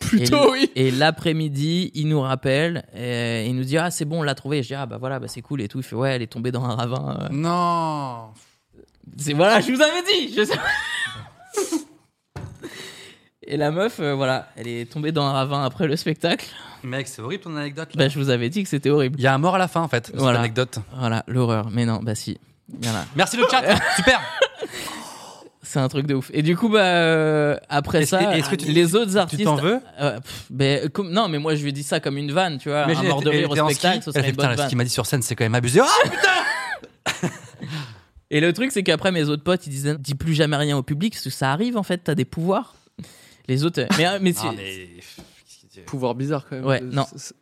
[SPEAKER 2] Plutôt,
[SPEAKER 4] et, oui. Et l'après-midi, il nous rappelle et il nous dit ah c'est bon, on l'a trouvé. Je dis ah bah voilà, bah c'est cool et tout. Il fait ouais, elle est tombée dans un ravin. euh.
[SPEAKER 3] Non
[SPEAKER 4] C'est voilà, je vous avais dit. je sais- et la meuf, euh, voilà, elle est tombée dans un ravin après le spectacle.
[SPEAKER 3] Mec, c'est horrible ton anecdote. Là.
[SPEAKER 4] Bah, je vous avais dit que c'était horrible.
[SPEAKER 3] Il y a un mort à la fin, en fait,
[SPEAKER 4] Voilà.
[SPEAKER 3] cette anecdote.
[SPEAKER 4] Voilà, l'horreur. Mais non, bah si. Voilà.
[SPEAKER 3] Merci le chat, super
[SPEAKER 4] C'est un truc de ouf. Et du coup, bah, euh, après
[SPEAKER 3] Est-ce
[SPEAKER 4] ça,
[SPEAKER 3] que- est-ce que tu-
[SPEAKER 4] les autres artistes.
[SPEAKER 3] t'en veux
[SPEAKER 4] Euh, pff, ben, comme- Non, mais moi, je lui ai dit ça comme une vanne, tu vois.
[SPEAKER 3] Mais
[SPEAKER 4] un
[SPEAKER 3] j'ai-
[SPEAKER 4] mort de
[SPEAKER 3] elle
[SPEAKER 4] rire au
[SPEAKER 3] était en
[SPEAKER 4] spectacle,
[SPEAKER 3] ski.
[SPEAKER 4] ce
[SPEAKER 3] Elle
[SPEAKER 4] serait
[SPEAKER 3] fait,
[SPEAKER 4] une
[SPEAKER 3] Eh, putain,
[SPEAKER 4] bonne
[SPEAKER 3] ce
[SPEAKER 4] vanne.
[SPEAKER 3] qu'il m'a dit sur scène, c'est quand même abusé. Ah, putain
[SPEAKER 4] Et le truc, c'est qu'après, mes autres potes, ils disaient Dis plus jamais rien au public, parce que ça arrive, en fait, t'as des pouvoirs. Les autres. Mais, euh, mais,
[SPEAKER 3] Ah,
[SPEAKER 4] c'est-
[SPEAKER 3] mais-
[SPEAKER 2] Pouvoir bizarre quand même.
[SPEAKER 4] Ouais,
[SPEAKER 2] Euh,
[SPEAKER 4] non.
[SPEAKER 2] c'est- c'est-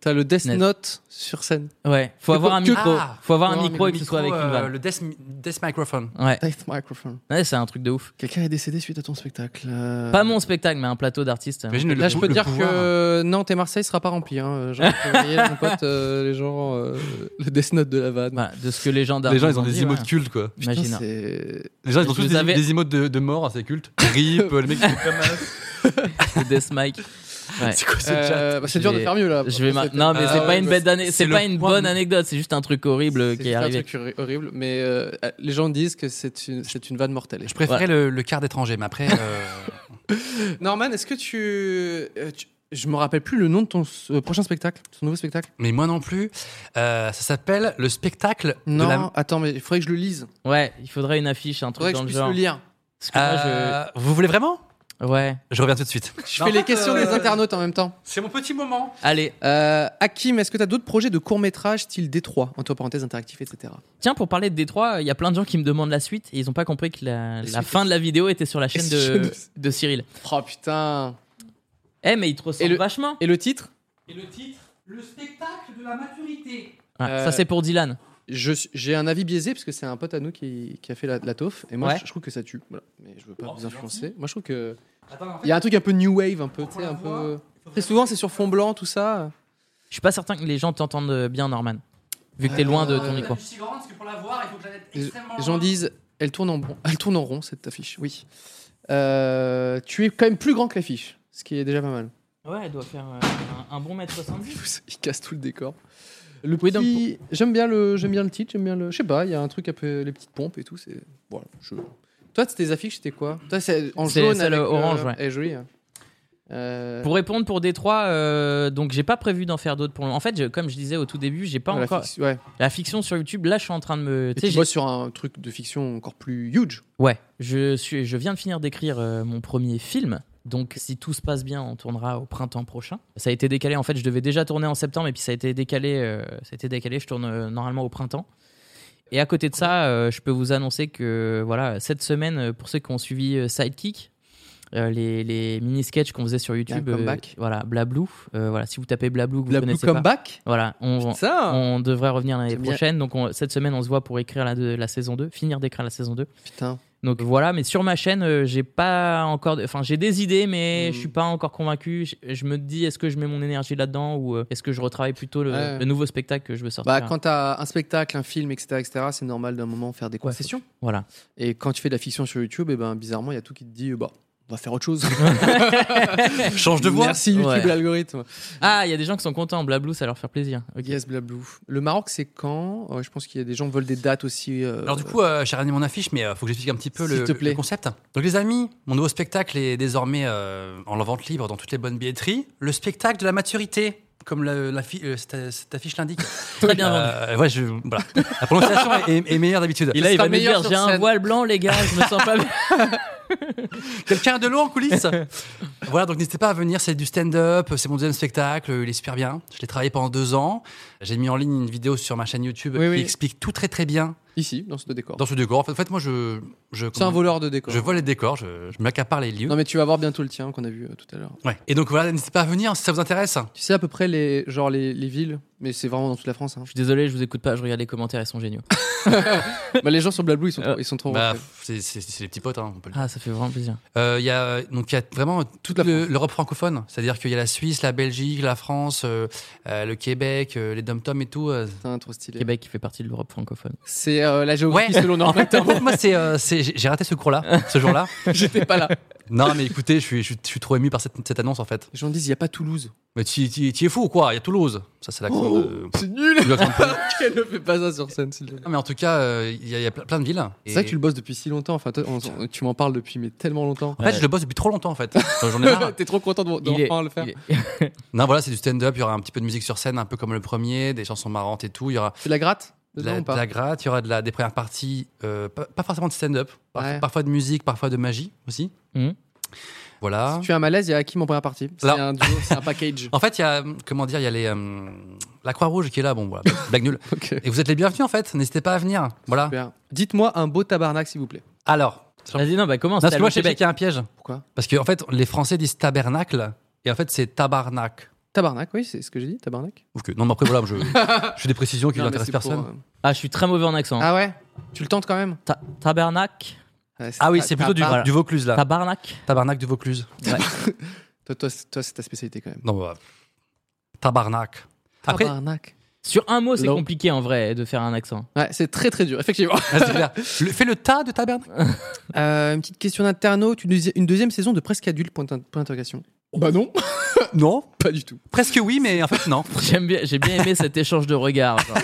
[SPEAKER 2] T'as le Death
[SPEAKER 4] Net.
[SPEAKER 2] Note sur scène.
[SPEAKER 4] Ouais, faut avoir un
[SPEAKER 2] Que-
[SPEAKER 4] micro.
[SPEAKER 3] Ah,
[SPEAKER 4] faut avoir un micro et que ce soit avec
[SPEAKER 3] euh,
[SPEAKER 4] une vanne.
[SPEAKER 3] Le death, mi- death microphone.
[SPEAKER 4] Ouais.
[SPEAKER 2] Death microphone.
[SPEAKER 4] Ouais, c'est un truc de ouf.
[SPEAKER 2] Quelqu'un est décédé suite à ton spectacle. euh.
[SPEAKER 4] Pas mon spectacle, mais un plateau d'artistes.
[SPEAKER 3] Imagine
[SPEAKER 2] Là,
[SPEAKER 3] le-
[SPEAKER 2] je peux
[SPEAKER 3] le
[SPEAKER 2] te dire
[SPEAKER 3] pouvoir.
[SPEAKER 2] que euh, Nantes et Marseille sera pas rempli. Hein. Genre, mon pote, euh, les gens, euh, le Death Note de la vanne.
[SPEAKER 4] Voilà, de ce que les gens
[SPEAKER 3] Les gens, ils ont des émots de culte, quoi.
[SPEAKER 2] Putain,
[SPEAKER 4] Imagine.
[SPEAKER 2] c'est-
[SPEAKER 3] Les gens, ils ont
[SPEAKER 4] Je
[SPEAKER 3] tous
[SPEAKER 4] vous
[SPEAKER 3] des,
[SPEAKER 4] avais-
[SPEAKER 3] des emotes de, de mort, c'est culte. Rip, le mec qui fait comme un-
[SPEAKER 4] Le Death Mike. Ouais.
[SPEAKER 3] C'est quoi ce
[SPEAKER 2] Euh,
[SPEAKER 3] chat
[SPEAKER 2] bah, c'est dur
[SPEAKER 4] Je
[SPEAKER 2] de
[SPEAKER 4] vais-
[SPEAKER 2] faire mieux là.
[SPEAKER 4] Je vais ma-
[SPEAKER 2] Après,
[SPEAKER 4] Non, mais
[SPEAKER 3] Ah
[SPEAKER 4] c'est pas
[SPEAKER 3] ouais,
[SPEAKER 4] une
[SPEAKER 3] bah,
[SPEAKER 4] bête d'année,
[SPEAKER 3] c'est-
[SPEAKER 4] c'est
[SPEAKER 3] c'est
[SPEAKER 4] pas
[SPEAKER 3] le
[SPEAKER 4] une
[SPEAKER 3] point
[SPEAKER 4] bonne
[SPEAKER 3] de-
[SPEAKER 4] anecdote, c'est juste un truc horrible
[SPEAKER 2] C'est
[SPEAKER 4] qui est
[SPEAKER 2] un
[SPEAKER 4] arrivé.
[SPEAKER 2] truc horri- horrible, mais euh, les gens disent que c'est une, c'est une vanne mortelle.
[SPEAKER 3] Je préférais le, le quart d'étranger, mais après. euh,
[SPEAKER 2] Norman, est-ce que tu, euh, tu- Je me rappelle plus le nom de ton s- euh, prochain spectacle, ton nouveau spectacle.
[SPEAKER 3] Mais moi non plus. Euh, ça s'appelle le spectacle
[SPEAKER 2] Non,
[SPEAKER 3] de la.
[SPEAKER 2] attends, mais il faudrait que je le lise.
[SPEAKER 4] Ouais, il faudrait une affiche, un
[SPEAKER 2] Il faudrait
[SPEAKER 4] truc
[SPEAKER 2] que je
[SPEAKER 4] dans le
[SPEAKER 2] puisse
[SPEAKER 4] genre.
[SPEAKER 2] le lire.
[SPEAKER 4] Parce que moi,
[SPEAKER 3] Euh, Vous voulez vraiment
[SPEAKER 4] je- Ouais.
[SPEAKER 3] Je reviens tout de suite.
[SPEAKER 2] Je fais les questions des internautes en même temps.
[SPEAKER 3] C'est mon petit moment.
[SPEAKER 4] Allez,
[SPEAKER 2] Euh, Hakim, est-ce que tu as d'autres projets de court-métrage style Détroit, entre parenthèses interactif, etc.
[SPEAKER 4] tiens, pour parler de Détroit, il y a plein de gens qui me demandent la suite et ils ont pas compris que la,
[SPEAKER 2] La
[SPEAKER 4] la
[SPEAKER 2] suite.
[SPEAKER 4] fin de la vidéo était sur la chaîne
[SPEAKER 2] sur
[SPEAKER 4] de,
[SPEAKER 2] le-
[SPEAKER 4] de Cyril.
[SPEAKER 2] Oh putain
[SPEAKER 4] Eh, mais ils te ressemblent
[SPEAKER 2] le-
[SPEAKER 4] vachement.
[SPEAKER 2] Et le titre
[SPEAKER 3] Et le titre Le spectacle de la maturité.
[SPEAKER 4] Ouais,
[SPEAKER 2] Euh,
[SPEAKER 4] Ça, c'est pour Dylan.
[SPEAKER 2] Je suis- J'ai un avis biaisé parce que c'est un pote à nous qui, qui a fait la, la taufe et moi
[SPEAKER 4] Ouais.
[SPEAKER 2] je, je trouve que ça tue. Voilà. Mais je veux pas
[SPEAKER 3] Oh,
[SPEAKER 2] vous
[SPEAKER 3] c'est
[SPEAKER 2] influencer. Moi je trouve que
[SPEAKER 3] Attends, en fait,
[SPEAKER 2] il y a un truc un peu new wave, un peu,
[SPEAKER 3] Faut
[SPEAKER 2] tu sais,
[SPEAKER 3] la
[SPEAKER 2] un
[SPEAKER 3] voir.
[SPEAKER 2] peu. Très souvent c'est sur fond blanc tout ça.
[SPEAKER 4] Je suis pas certain que les gens t'entendent bien, Norman. Vu que t'es loin de ton
[SPEAKER 2] Euh,
[SPEAKER 4] micro.
[SPEAKER 3] je suis grande parce que pour la voir, il faut que j'aille être
[SPEAKER 2] Les
[SPEAKER 3] extrêmement.
[SPEAKER 2] les gens disent elle tourne en rond, elle tourne en rond cette affiche. Oui. Euh, tu es quand même plus grand que l'affiche, ce qui est déjà pas mal.
[SPEAKER 4] Ouais, elle doit faire euh, un, bon mètre 70.
[SPEAKER 2] il casse tout le décor. Le
[SPEAKER 4] Oui, donc,
[SPEAKER 2] petit- j'aime bien le j'aime bien le titre, j'aime bien le je sais pas, il y a un truc un peu les petites pompes et tout, c'est voilà, je- Toi, tes affiches, c'était quoi Toi, c'est en
[SPEAKER 4] C'est
[SPEAKER 2] jaune
[SPEAKER 4] celle
[SPEAKER 2] avec
[SPEAKER 4] orange, ouais.
[SPEAKER 2] Eh, joli. hein. Euh,
[SPEAKER 4] Pour répondre pour Détroit, euh, donc j'ai pas prévu d'en faire d'autres pour le moment. En fait, je- comme je disais au tout début, j'ai pas
[SPEAKER 2] la
[SPEAKER 4] encore.
[SPEAKER 2] fiction, ouais.
[SPEAKER 4] La fiction sur YouTube, là, je suis en train de me.
[SPEAKER 2] Et
[SPEAKER 4] tu sais,
[SPEAKER 2] tu
[SPEAKER 4] j'ai-
[SPEAKER 2] bosses sur un truc de fiction encore plus huge.
[SPEAKER 4] Ouais, je, suis, je viens de finir d'écrire euh, mon premier film. Donc, si tout se passe bien, on tournera au printemps prochain. Ça a été décalé. En fait, je devais déjà tourner en septembre, et puis ça a été décalé. euh, ça a été décalé. Je tourne euh, normalement au printemps. Et à côté de ça, euh, je peux vous annoncer que voilà, cette semaine, euh, pour ceux qui ont suivi euh, Sidekick, euh, les, les mini sketchs qu'on faisait sur YouTube, euh,
[SPEAKER 2] comeback.
[SPEAKER 4] voilà, Blablou. euh, voilà, si vous tapez Blablou, que vous
[SPEAKER 2] La Blue
[SPEAKER 4] connaissez pas,
[SPEAKER 2] Comeback
[SPEAKER 4] voilà, on,
[SPEAKER 2] Ça
[SPEAKER 4] on devrait revenir l'année
[SPEAKER 2] C'est bien.
[SPEAKER 4] prochaine. Donc, on- cette semaine, on se voit pour écrire la, de- la saison 2, finir d'écrire la saison 2.
[SPEAKER 2] Putain.
[SPEAKER 4] Donc voilà, mais sur ma chaîne, euh, j'ai pas encore. de- Enfin, j'ai des idées, mais
[SPEAKER 2] Mm.
[SPEAKER 4] je suis pas encore convaincu. Je, je me dis, est-ce que je mets mon énergie là-dedans ou euh, est-ce que je retravaille plutôt le,
[SPEAKER 2] Ouais.
[SPEAKER 4] le nouveau spectacle que je veux sortir
[SPEAKER 2] Bah, quand t'as un spectacle, un film, etc., etc., c'est normal d'un moment faire des concessions.
[SPEAKER 4] Voilà.
[SPEAKER 2] Et quand tu fais de la fiction sur YouTube, et ben bizarrement, il y a tout qui te dit euh, bah, on va faire autre chose.
[SPEAKER 3] Eh, Change de voix.
[SPEAKER 2] Merci YouTube
[SPEAKER 4] Ouais.
[SPEAKER 2] l'algorithme.
[SPEAKER 4] Ah, il y a des gens qui sont contents. Blablou, ça leur fait plaisir. Ok.
[SPEAKER 2] Yes Blablou. Le Maroc, c'est quand Ouais, Je pense qu'il y a des gens qui veulent des dates aussi. euh,
[SPEAKER 3] Alors du coup, euh, j'ai ramené mon affiche, mais euh, faut que j'explique un petit peu
[SPEAKER 2] S'il
[SPEAKER 3] le,
[SPEAKER 2] te plaît.
[SPEAKER 3] le concept. Donc les amis, mon nouveau spectacle est désormais euh, en vente libre dans toutes les bonnes billetteries. Le spectacle de la maturité, comme la, la fi- euh, cette, cette affiche l'indique.
[SPEAKER 4] Très bien vendu.
[SPEAKER 3] Euh, ouais, je- voilà. La prononciation est, est- est meilleure d'habitude.
[SPEAKER 4] Et là, il
[SPEAKER 2] sera
[SPEAKER 4] va me
[SPEAKER 2] meilleur sur
[SPEAKER 4] dire, j'ai un
[SPEAKER 2] scène.
[SPEAKER 4] voile blanc, les gars, je me sens pas bien.
[SPEAKER 3] Quelqu'un a de l'eau en coulisses Voilà, donc n'hésitez pas à venir, c'est du stand-up, c'est mon deuxième spectacle, il est super bien. Je l'ai travaillé pendant deux ans. J'ai mis en ligne une vidéo sur ma chaîne YouTube
[SPEAKER 2] Oui,
[SPEAKER 3] qui
[SPEAKER 2] oui.
[SPEAKER 3] explique tout très très bien
[SPEAKER 2] Ici, dans ce décor.
[SPEAKER 3] dans ce décor. En fait, en fait, moi, je, je-
[SPEAKER 2] C'est un voleur de décors.
[SPEAKER 3] Je vole les décors, je, je m'accapare les lieux.
[SPEAKER 2] Non, mais tu vas voir bientôt le tien qu'on a vu euh, tout à l'heure.
[SPEAKER 3] Ouais. Et donc voilà, n'hésitez pas à venir si ça vous intéresse.
[SPEAKER 2] Tu sais à peu près les, genre les, les villes, mais c'est vraiment dans toute la France. hein. Je
[SPEAKER 4] suis désolé, je vous écoute pas, je regarde les commentaires, ils sont géniaux.
[SPEAKER 2] bah, les gens sur Blablou, ils sont trop, ils sont trop
[SPEAKER 3] Bah,
[SPEAKER 2] rentrés.
[SPEAKER 3] pff, c'est c'est- c'est les petits potes, hein, on peut le dire.
[SPEAKER 4] Ah, ça fait vraiment plaisir.
[SPEAKER 3] Euh, Il y a donc il y a vraiment toute le- l'Europe francophone, c'est-à-dire qu'il y a la Suisse, la Belgique, la France, euh, euh, le Québec, euh, les dom-toms et tout. euh.
[SPEAKER 2] trop stylé.
[SPEAKER 4] Québec qui fait partie de l'Europe francophone.
[SPEAKER 2] C'est euh, la géographie selon
[SPEAKER 3] en fait,
[SPEAKER 2] Normandin.
[SPEAKER 3] en fait, moi c'est, euh, c'est- j'ai j'ai raté ce cours-là, ce jour-là.
[SPEAKER 2] J'étais pas là.
[SPEAKER 3] Non, mais écoutez, je suis, je suis, je suis trop ému par cette, cette annonce en fait.
[SPEAKER 2] Les gens disent il y a pas Toulouse.
[SPEAKER 3] Mais tu es fou ou quoi Il y a Toulouse. Ça c'est la
[SPEAKER 2] Oh, C'est nul.
[SPEAKER 3] Qu'elle
[SPEAKER 2] ne fait pas ça sur scène, s'il te plaît.
[SPEAKER 3] Mais en tout cas, euh, il y, a- il y a plein plein de villes.
[SPEAKER 2] C'est
[SPEAKER 3] Et-
[SPEAKER 2] vrai que tu le bosses depuis si longtemps. Enfin, toi, on- on- tu m'en parles depuis mais tellement longtemps.
[SPEAKER 3] En fait, je le bosse depuis trop longtemps en fait. J'en ai marre.
[SPEAKER 2] T'es trop content de-
[SPEAKER 3] Il est-
[SPEAKER 2] d'enfin le faire.
[SPEAKER 3] Non, voilà, c'est du stand-up. Il y aura un petit peu de musique sur scène, un peu comme le premier, des chansons marrantes et tout. Il y aura
[SPEAKER 2] C'est de la gratte
[SPEAKER 3] de
[SPEAKER 2] dedans
[SPEAKER 3] la,
[SPEAKER 2] ou pas
[SPEAKER 3] de la gratte, il y aura de la, des premières parties, euh, pas, pas forcément de stand-up, parf-
[SPEAKER 2] Ouais.
[SPEAKER 3] parfois de musique, parfois de magie aussi.
[SPEAKER 4] Mhm.
[SPEAKER 3] Voilà.
[SPEAKER 2] Tu as un malaise, il y a Hakim en première partie. C'est
[SPEAKER 3] Alors-
[SPEAKER 2] un duo, c'est un package.
[SPEAKER 3] En fait, il y a, euh, comment dire, il y a les, euh, la Croix-Rouge qui est là, bon, voilà, blague nulle. Et vous êtes les bienvenus en fait, n'hésitez pas à venir. Voilà.
[SPEAKER 2] Dites-moi un beau tabarnak, s'il vous plaît.
[SPEAKER 3] Alors.
[SPEAKER 4] Vas-y, non, bah
[SPEAKER 3] Non,
[SPEAKER 4] commence.
[SPEAKER 3] parce
[SPEAKER 4] t'as
[SPEAKER 3] que moi,
[SPEAKER 4] le
[SPEAKER 3] je sais
[SPEAKER 4] Québec.
[SPEAKER 3] qu'il y a un piège.
[SPEAKER 2] Pourquoi
[SPEAKER 3] Parce que, en fait, les Français disent tabernacle, et en fait, c'est tabarnak.
[SPEAKER 2] Tabarnak, oui, c'est ce que j'ai dit, tabarnak.
[SPEAKER 3] Ou que- Non, mais après, voilà, je, je fais des précisions qui
[SPEAKER 2] Non, mais
[SPEAKER 3] n'intéressent
[SPEAKER 2] c'est pour,
[SPEAKER 3] personne.
[SPEAKER 2] euh,
[SPEAKER 4] Ah, je suis très mauvais en accent.
[SPEAKER 2] Ah ouais Tu le tentes quand même
[SPEAKER 4] Ta- tabernac.
[SPEAKER 3] Ah oui, c'est plutôt du,
[SPEAKER 4] Voilà.
[SPEAKER 3] du Vaucluse là.
[SPEAKER 4] Tabarnak.
[SPEAKER 3] Tabarnak du Vaucluse.
[SPEAKER 2] Toi, toi, c'est- toi, c'est ta spécialité quand même.
[SPEAKER 3] Non, bah, tabarnak. Après,
[SPEAKER 2] Tabarnak.
[SPEAKER 4] Sur un mot, c'est
[SPEAKER 2] Low.
[SPEAKER 4] compliqué en vrai de faire un accent.
[SPEAKER 2] Ouais, c'est très très dur, effectivement.
[SPEAKER 3] Ah, c'est clair. Le- fais le tas de tabernacle.
[SPEAKER 2] Euh, une petite question d'internaute, une, deuxi- une deuxième saison de presque adulte, point d'in- point d'interrogation. Bah non,
[SPEAKER 3] Euh, Non,
[SPEAKER 2] pas du tout.
[SPEAKER 3] presque oui, mais en fait, non.
[SPEAKER 4] J'aime bien, j'ai bien aimé cet échange de regards. genre.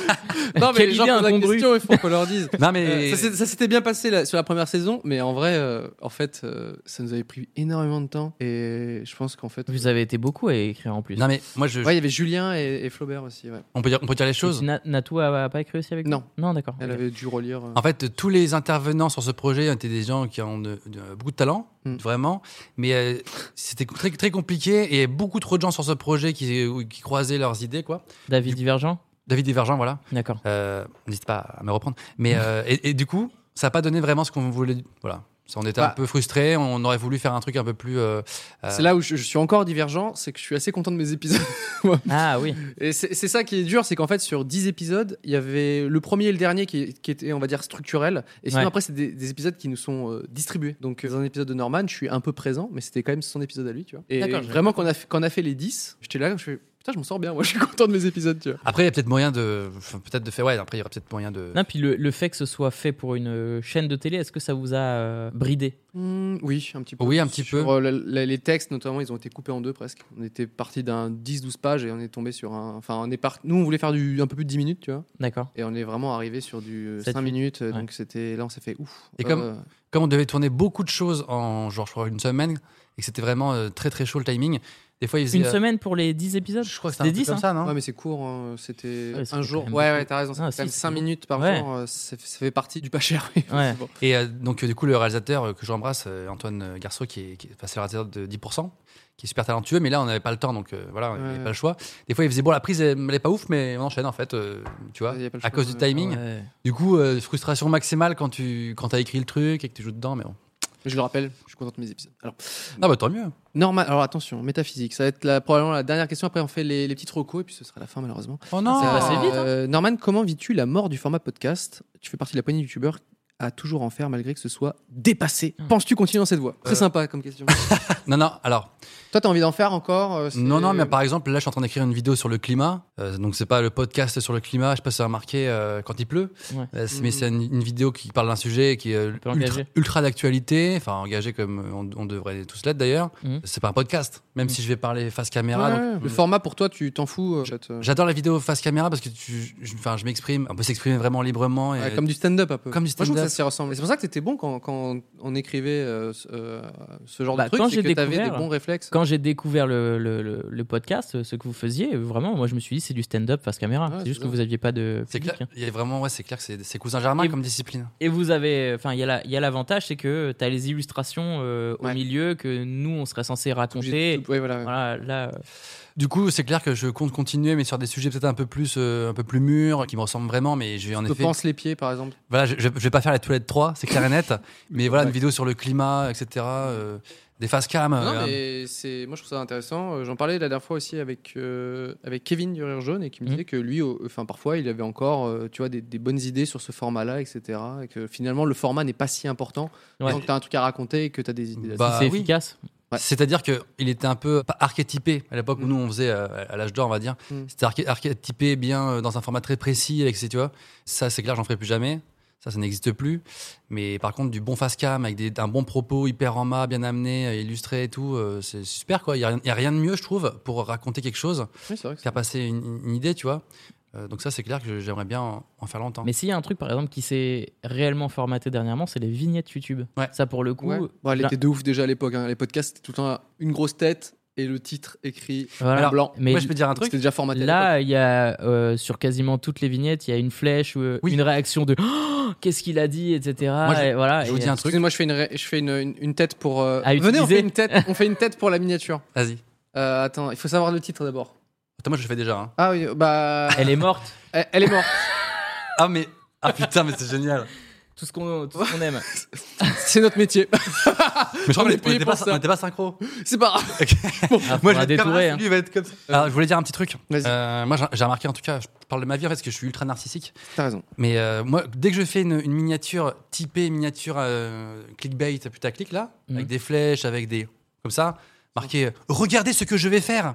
[SPEAKER 2] Non, mais
[SPEAKER 4] Quelle
[SPEAKER 2] les gens
[SPEAKER 4] idée
[SPEAKER 2] posent la
[SPEAKER 4] incongrue.
[SPEAKER 2] question, il faut qu'on leur dise.
[SPEAKER 3] Non, mais.
[SPEAKER 2] Euh, ça s'est- ça s'était bien passé là, sur la première saison, mais en vrai, euh, en fait, euh, ça nous avait pris énormément de temps. Et je pense qu'en fait.
[SPEAKER 4] Vous avez été beaucoup à écrire en plus.
[SPEAKER 3] Non, mais moi, je.
[SPEAKER 2] Ouais, il y avait Julien et, et Flaubert aussi, ouais.
[SPEAKER 3] On peut, dire, on peut dire les
[SPEAKER 4] Et
[SPEAKER 3] choses.
[SPEAKER 4] Na- Natou a, a pas écrit aussi avec
[SPEAKER 2] Non.
[SPEAKER 4] vous Non, d'accord.
[SPEAKER 2] Elle
[SPEAKER 4] ok. Ah,
[SPEAKER 2] avait dû relire. euh.
[SPEAKER 3] En fait, tous les intervenants sur ce projet étaient des gens qui ont de- de- beaucoup de talent,
[SPEAKER 2] Mm.
[SPEAKER 3] vraiment. Mais euh, c'était très, très compliqué et il y avait beaucoup trop de gens sur ce projet qui, qui croisaient leurs idées, quoi.
[SPEAKER 4] David Divergent
[SPEAKER 3] David Divergent, voilà.
[SPEAKER 4] D'accord.
[SPEAKER 3] Euh, N'hésite pas à me reprendre. Mais euh, et, et du coup, ça n'a pas donné vraiment ce qu'on voulait. Voilà. Ça, on était un
[SPEAKER 2] Bah.
[SPEAKER 3] peu frustrés. On aurait voulu faire un truc un peu plus. euh, euh,
[SPEAKER 2] C'est là où je, je suis encore divergent, c'est que je suis assez content de mes épisodes.
[SPEAKER 4] Ah oui.
[SPEAKER 2] Et c'est c'est ça qui est dur, c'est qu'en fait, sur 10 épisodes, il y avait le premier et le dernier qui, qui étaient, on va dire, structurels. Et sinon,
[SPEAKER 4] Ouais.
[SPEAKER 2] après, c'est des, des épisodes qui nous sont euh, distribués. Donc, euh, dans un épisode de Norman, je suis un peu présent, mais c'était quand même son épisode à lui, tu vois. Et
[SPEAKER 4] D'accord, je-
[SPEAKER 2] vraiment, quand on, a fait, quand on a fait les 10, j'étais là, je fais, putain, je m'en sors bien, moi, je suis content de mes épisodes, tu vois.
[SPEAKER 3] Après, il y a peut-être moyen de. enfin, Peut-être de faire. Ouais, après, il y aura peut-être moyen de.
[SPEAKER 4] Non, puis le, le fait que ce soit fait pour une euh, chaîne de télé, est-ce que ça vous a euh, bridé
[SPEAKER 2] Hmm, oui, un petit peu.
[SPEAKER 3] Oui, un petit
[SPEAKER 2] Sur,
[SPEAKER 3] peu.
[SPEAKER 2] euh, la- la- les textes, notamment, ils ont été coupés en deux presque. On était parti d'un 10-12 pages et on est tombé sur un. Enfin, on est parti. Nous, on voulait faire du, un peu plus de 10 minutes, tu vois.
[SPEAKER 4] D'accord.
[SPEAKER 2] Et on est vraiment arrivé sur du
[SPEAKER 4] Sept,
[SPEAKER 2] 5
[SPEAKER 4] huit.
[SPEAKER 2] minutes. euh,
[SPEAKER 4] Ouais.
[SPEAKER 2] Donc, c'était. Là, on s'est fait ouf.
[SPEAKER 3] Et comme-
[SPEAKER 2] euh,
[SPEAKER 3] comme on devait tourner beaucoup de choses en genre je crois une semaine et que c'était vraiment euh, très très chaud le timing des fois ils faisaient
[SPEAKER 4] Une
[SPEAKER 3] euh,
[SPEAKER 4] semaine pour les 10 épisodes
[SPEAKER 3] je crois que c'était
[SPEAKER 4] C'était
[SPEAKER 3] un truc
[SPEAKER 4] 10
[SPEAKER 3] comme
[SPEAKER 4] hein
[SPEAKER 3] ça non
[SPEAKER 2] Ouais, mais c'est court. hein, C'était
[SPEAKER 4] Ouais, ça
[SPEAKER 2] un
[SPEAKER 4] fait
[SPEAKER 2] jour.
[SPEAKER 4] quand même
[SPEAKER 2] Ouais,
[SPEAKER 4] beaucoup.
[SPEAKER 2] ouais, t'as raison. Ça fait
[SPEAKER 4] Ah,
[SPEAKER 2] quand
[SPEAKER 4] si,
[SPEAKER 2] même
[SPEAKER 4] c'est
[SPEAKER 2] 5
[SPEAKER 4] beaucoup.
[SPEAKER 2] minutes par
[SPEAKER 4] Ouais.
[SPEAKER 2] jour. euh, Ça fait- ça fait partie du pas cher. oui,
[SPEAKER 4] Ouais.
[SPEAKER 2] c'est bon.
[SPEAKER 3] et euh, donc euh, du coup le réalisateur euh, que j'embrasse euh, Antoine euh, Garceau qui est, qui est- enfin, c'est le réalisateur de 10% qui est super talentueux mais là on n'avait pas le temps donc euh, voilà on
[SPEAKER 2] Ouais,
[SPEAKER 3] n'avait
[SPEAKER 2] ouais.
[SPEAKER 3] pas le choix des fois il faisait bon la prise elle, elle est pas ouf mais on enchaîne en fait euh, tu vois
[SPEAKER 2] Il y a pas le
[SPEAKER 3] à
[SPEAKER 2] choix,
[SPEAKER 3] cause du
[SPEAKER 2] ouais.
[SPEAKER 3] timing
[SPEAKER 4] Ouais.
[SPEAKER 3] du coup euh, frustration maximale quand tu quand t'as écrit le truc et que tu joues dedans mais bon
[SPEAKER 2] Je le rappelle, je suis content de mes épisodes. Alors,
[SPEAKER 3] ah bah tant mieux
[SPEAKER 2] normal. Alors, attention, métaphysique. Ça va être la- probablement la dernière question. Après, on fait les, les petits recos et puis ce sera la fin, malheureusement.
[SPEAKER 3] oh non
[SPEAKER 4] C'est passé vite, hein.
[SPEAKER 2] Euh, Norman, comment vis-tu la mort du format podcast Tu fais partie de la poignée de youtubeurs à toujours en faire malgré que ce soit dépassé.
[SPEAKER 4] Ah.
[SPEAKER 2] Penses-tu continuer dans cette voie Très
[SPEAKER 3] Euh.
[SPEAKER 2] sympa comme question.
[SPEAKER 3] non non alors
[SPEAKER 2] Toi, t'as envie d'en faire encore euh, c'est-
[SPEAKER 3] Non, non, mais par exemple, là, je suis en train d'écrire une vidéo sur le climat. Euh, donc, c'est pas le podcast sur le climat. Je sais pas si vous avez remarqué euh, quand il pleut.
[SPEAKER 4] Ouais. Mm.
[SPEAKER 3] Euh, c'est- Mais
[SPEAKER 2] Mhm.
[SPEAKER 3] c'est une, une vidéo qui parle d'un sujet qui est euh,
[SPEAKER 4] peu
[SPEAKER 3] ultra,
[SPEAKER 4] engagé.
[SPEAKER 3] ultra d'actualité. Enfin, engagé comme euh, on, on devrait tous l'être d'ailleurs.
[SPEAKER 4] Mhm.
[SPEAKER 3] C'est pas un podcast, même
[SPEAKER 4] Mm.
[SPEAKER 3] si je vais parler face
[SPEAKER 2] Ouais,
[SPEAKER 3] caméra.
[SPEAKER 2] ouais,
[SPEAKER 3] donc-
[SPEAKER 2] Le format pour toi, tu t'en fous euh, chat, euh,
[SPEAKER 3] J'adore la vidéo face caméra parce que tu, je, enfin, je m'exprime. On peut s'exprimer vraiment librement. Et,
[SPEAKER 2] ouais, Comme du stand-up un peu.
[SPEAKER 3] Comme
[SPEAKER 2] Moi,
[SPEAKER 3] du
[SPEAKER 2] je trouve
[SPEAKER 3] stand-up.
[SPEAKER 2] que ça s'y ressemble. Et C'est pour ça que t'étais bon quand, quand on écrivait euh, ce- euh, ce genre
[SPEAKER 4] Bah,
[SPEAKER 2] de truc,
[SPEAKER 4] quand
[SPEAKER 2] c'est
[SPEAKER 4] j'ai
[SPEAKER 2] que t'avais des
[SPEAKER 4] découvert-
[SPEAKER 2] bons réflexes.
[SPEAKER 4] Quand j'ai découvert le, le- le- le podcast, euh, ce que vous faisiez, euh, vraiment, moi je me suis dit c'est du stand-up face caméra.
[SPEAKER 2] Ouais,
[SPEAKER 4] c'est juste
[SPEAKER 2] c'est
[SPEAKER 4] que
[SPEAKER 2] ça.
[SPEAKER 4] vous aviez pas de
[SPEAKER 3] C'est
[SPEAKER 4] public. hein.
[SPEAKER 3] clair. Il y a vraiment, ouais, c'est clair que c'est c'est cousin germain
[SPEAKER 4] Et-
[SPEAKER 3] comme discipline.
[SPEAKER 4] Et vous avez, enfin, il y a la- il y a l'avantage, c'est que tu as les illustrations euh,
[SPEAKER 2] Ouais.
[SPEAKER 4] au milieu que nous, on serait censé raconter.
[SPEAKER 2] Ouais, voilà. ouais.
[SPEAKER 4] Voilà, là, euh,
[SPEAKER 3] Du coup, c'est clair que je compte continuer, mais sur des sujets peut-être un peu plus, euh, un peu plus mûrs, qui me ressemblent vraiment. Mais je vais en
[SPEAKER 2] Je
[SPEAKER 3] effet.
[SPEAKER 2] pense les pieds, par exemple.
[SPEAKER 3] Voilà, je, je- je vais pas faire les la toilette 3, c'est clair et net. mais voilà, une vidéo sur le climat, etc. euh, des face cam.
[SPEAKER 4] Ah,
[SPEAKER 2] Non,
[SPEAKER 3] euh,
[SPEAKER 2] mais c'est, moi je trouve ça intéressant. Euh, J'en parlais la dernière fois aussi avec, euh, avec Kevin du Rire Jaune et
[SPEAKER 4] Mhm.
[SPEAKER 2] qui me disait que lui, au- enfin parfois, il avait encore euh, tu vois, des, des bonnes idées sur ce format-là, etc. Et que finalement, le format n'est pas si important.
[SPEAKER 3] Ouais.
[SPEAKER 2] Tant que tu as un truc à raconter et que tu as des idées.
[SPEAKER 3] Bah, oui.
[SPEAKER 2] Ouais.
[SPEAKER 3] C'est-à-dire qu'il était un peu pas archétypé à l'époque où nous on faisait euh, à l'âge d'or, on va dire.
[SPEAKER 2] Mm.
[SPEAKER 3] C'était arché- archétypé bien euh, dans un format très précis, avec ses- tu vois. Ça, c'est clair, j'en ferai plus jamais. Ça, ça n'existe plus. Mais par contre, du bon face cam, avec des- un bon propos hyper en mât, bien amené, euh, illustré et tout, euh, c'est super quoi. Il n'y a, rien de mieux, je trouve, pour raconter quelque chose
[SPEAKER 2] Oui, c'est vrai que
[SPEAKER 3] qu'à passer une, une idée, tu vois. Euh, donc, ça, c'est clair que j'aimerais bien en, en faire longtemps.
[SPEAKER 4] Mais s'il y a un truc, par exemple, qui s'est réellement formaté dernièrement, c'est les vignettes YouTube. Ça, pour le coup.
[SPEAKER 2] Ouais. Bon, elle
[SPEAKER 4] là-
[SPEAKER 2] était de ouf déjà à l'époque. hein. Les podcasts, c'était tout le temps une grosse tête et le titre écrit
[SPEAKER 4] Voilà.
[SPEAKER 2] en blanc.
[SPEAKER 4] Mais-
[SPEAKER 2] C'était déjà formaté. à
[SPEAKER 4] Là, il y a euh, sur quasiment toutes les vignettes, il y a une flèche ou euh, une réaction de Oh, qu'est-ce qu'il a dit, etc. Et voilà, et-
[SPEAKER 2] Excusez-moi, je fais une, ré- je fais une, une- une tête pour. euh,
[SPEAKER 4] À
[SPEAKER 2] Venez, on
[SPEAKER 4] utiliser.
[SPEAKER 2] fait, une tête, on fait une tête pour la miniature.
[SPEAKER 3] Vas-y.
[SPEAKER 2] Euh, attends, il faut savoir le titre d'abord.
[SPEAKER 3] Attends, moi, je le fais déjà. hein.
[SPEAKER 2] Ah oui, bah.
[SPEAKER 4] Elle est morte.
[SPEAKER 2] elle, elle est morte.
[SPEAKER 3] Ah, mais. Ah putain, mais c'est génial.
[SPEAKER 4] Tout ce qu'on tout ce qu'on aime.
[SPEAKER 2] C'est notre métier. mais
[SPEAKER 3] je crois
[SPEAKER 2] On
[SPEAKER 3] qu'on
[SPEAKER 2] est
[SPEAKER 3] était- on
[SPEAKER 2] payé
[SPEAKER 3] était
[SPEAKER 2] pour
[SPEAKER 3] pas-
[SPEAKER 2] ça.
[SPEAKER 3] on était pas synchro.
[SPEAKER 2] C'est pas grave.
[SPEAKER 4] Ah,
[SPEAKER 3] moi,
[SPEAKER 4] faudra
[SPEAKER 3] je vais être comme
[SPEAKER 4] détourer,
[SPEAKER 3] ça,
[SPEAKER 4] hein.
[SPEAKER 3] lui, il va être comme ça. Alors, je voulais dire un petit truc. Euh, moi, j'ai- j'ai remarqué, en tout cas, je parle de ma vie en fait, parce que je suis ultra narcissique.
[SPEAKER 2] T'as raison.
[SPEAKER 3] Mais euh, moi, dès que je fais une, une miniature typée, miniature euh, clickbait, putaclic, là,
[SPEAKER 4] Mhm.
[SPEAKER 3] avec des flèches, avec des. comme ça, marqué
[SPEAKER 2] Mhm.
[SPEAKER 3] euh, Regardez ce que je vais faire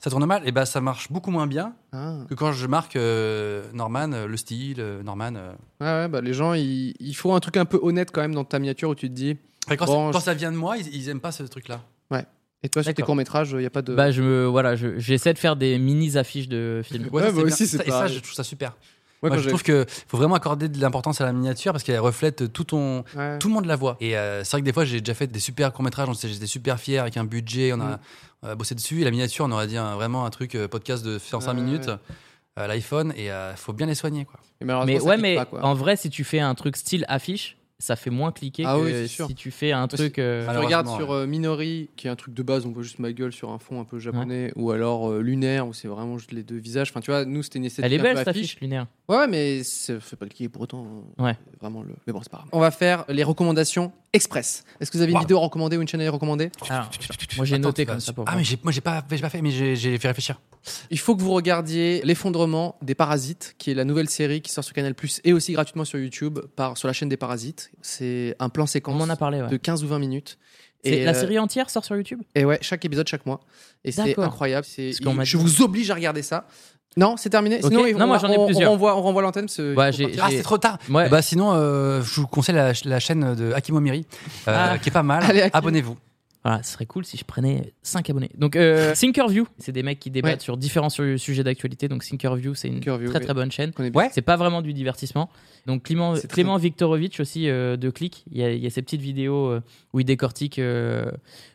[SPEAKER 3] Ça tourne mal, et ben ça marche beaucoup moins bien
[SPEAKER 2] Ah.
[SPEAKER 3] que quand je marque euh, Norman, euh, le style, euh, Norman. euh.
[SPEAKER 2] Ouais, ouais, bah, les gens, ils- il faut un truc un peu honnête quand même dans ta miniature où tu te dis.
[SPEAKER 3] Et quand,
[SPEAKER 2] bon,
[SPEAKER 3] quand
[SPEAKER 2] je-
[SPEAKER 3] ça vient de moi, ils, ils aiment pas ce truc-là.
[SPEAKER 2] Ouais. Et toi, sur tes
[SPEAKER 4] D'accord.
[SPEAKER 2] courts-métrages, il n'y a pas de.
[SPEAKER 4] Bah, je me, voilà, je- j'essaie de faire des mini affiches de films.
[SPEAKER 3] Ouais, ça,
[SPEAKER 2] bah
[SPEAKER 3] c'est bien. Ça- et ça, je trouve ça super. Moi,
[SPEAKER 4] Ouais, quand
[SPEAKER 3] je
[SPEAKER 4] j'ai-
[SPEAKER 3] trouve qu'il faut vraiment accorder de l'importance à la miniature parce qu'elle reflète tout ton.
[SPEAKER 2] Ouais.
[SPEAKER 3] Tout le monde la voit. Et euh, c'est vrai que des fois, j'ai déjà fait des super courts-métrages, on s'est- j'étais super fier avec un budget, on a,
[SPEAKER 2] Mm.
[SPEAKER 3] on a bossé dessus. Et la miniature, on aurait dit un- vraiment un truc euh, podcast de 5
[SPEAKER 2] Ouais,
[SPEAKER 3] minutes euh,
[SPEAKER 2] ouais.
[SPEAKER 3] à l'iPhone et il faut bien les soigner. Quoi.
[SPEAKER 4] Mais ouais, mais en vrai, si tu fais un truc style affiche, ça fait moins cliquer
[SPEAKER 2] Ah
[SPEAKER 4] que
[SPEAKER 2] oui, c'est sûr.
[SPEAKER 4] si tu fais un
[SPEAKER 2] Parce que
[SPEAKER 4] truc. euh,
[SPEAKER 2] si tu regardes sur euh, Minori, qui est un truc de base, on voit juste ma gueule sur un fond un peu japonais, ou alors euh, Lunaire, où c'est vraiment juste les deux visages. Enfin, tu vois, nous, c'était une esthétique.
[SPEAKER 4] Elle est
[SPEAKER 2] un
[SPEAKER 4] belle
[SPEAKER 2] peu
[SPEAKER 4] cette affiche lunaire.
[SPEAKER 2] Ouais, mais ça fait pas le cliquer pour autant. euh,
[SPEAKER 4] Ouais.
[SPEAKER 2] Vraiment le. Mais bon, c'est pas grave. On va faire les recommandations express. Est-ce que vous avez une vidéo à recommander ou une chaîne à recommander
[SPEAKER 4] Alors, Ah. moi j'ai
[SPEAKER 3] Ah. Attends,
[SPEAKER 4] noté
[SPEAKER 3] tu vas-
[SPEAKER 4] comme ça pour.
[SPEAKER 3] Ah,
[SPEAKER 4] voir.
[SPEAKER 3] mais j'ai- moi, j'ai pas, j'ai pas fait, mais j'ai j'ai fait réfléchir.
[SPEAKER 2] Il faut que vous regardiez L'effondrement des Parasites, qui est la nouvelle série qui sort sur Canal Plus et aussi gratuitement sur YouTube par, sur la chaîne des Parasites. C'est un plan séquence
[SPEAKER 4] On en a parlé, ouais.
[SPEAKER 2] de 15 ou 20 minutes.
[SPEAKER 4] C'est- la
[SPEAKER 2] euh,
[SPEAKER 4] série entière sort sur YouTube
[SPEAKER 2] Et ouais, chaque épisode chaque mois. Et c'est
[SPEAKER 4] D'accord.
[SPEAKER 2] incroyable. C'est,
[SPEAKER 4] Parce qu'on m'a
[SPEAKER 2] je
[SPEAKER 4] dit-
[SPEAKER 2] vous oblige à regarder ça. Non, c'est terminé.
[SPEAKER 4] Ok.
[SPEAKER 2] Sinon, ils-
[SPEAKER 4] Non,
[SPEAKER 2] on,
[SPEAKER 4] moi,
[SPEAKER 2] va-
[SPEAKER 4] j'en ai
[SPEAKER 2] on- on
[SPEAKER 4] plusieurs.
[SPEAKER 2] renvoie, on renvoie l'antenne. parce que
[SPEAKER 4] Ouais,
[SPEAKER 2] faut
[SPEAKER 4] j'ai-
[SPEAKER 2] partir.
[SPEAKER 3] Ah, c'est trop tard.
[SPEAKER 4] Ouais.
[SPEAKER 3] Bah, sinon, euh, je vous conseille la, la chaîne de Hakim Omiri, euh,
[SPEAKER 4] Ah.
[SPEAKER 3] qui est pas mal.
[SPEAKER 4] Allez, Hakim.
[SPEAKER 3] Abonnez-vous.
[SPEAKER 4] Voilà, ah, ce serait cool si je prenais 5 abonnés. Donc, euh, Thinkerview, c'est des mecs qui débattent sur différents su- sujets d'actualité. Donc, Thinkerview, c'est une très
[SPEAKER 2] oui.
[SPEAKER 4] très bonne chaîne.
[SPEAKER 2] Connais bien.
[SPEAKER 4] C'est pas vraiment du divertissement. Donc, Clément, Clément Viktorovitch aussi euh, de Click, il y, a- il y a ces petites vidéos euh, où il décortique euh,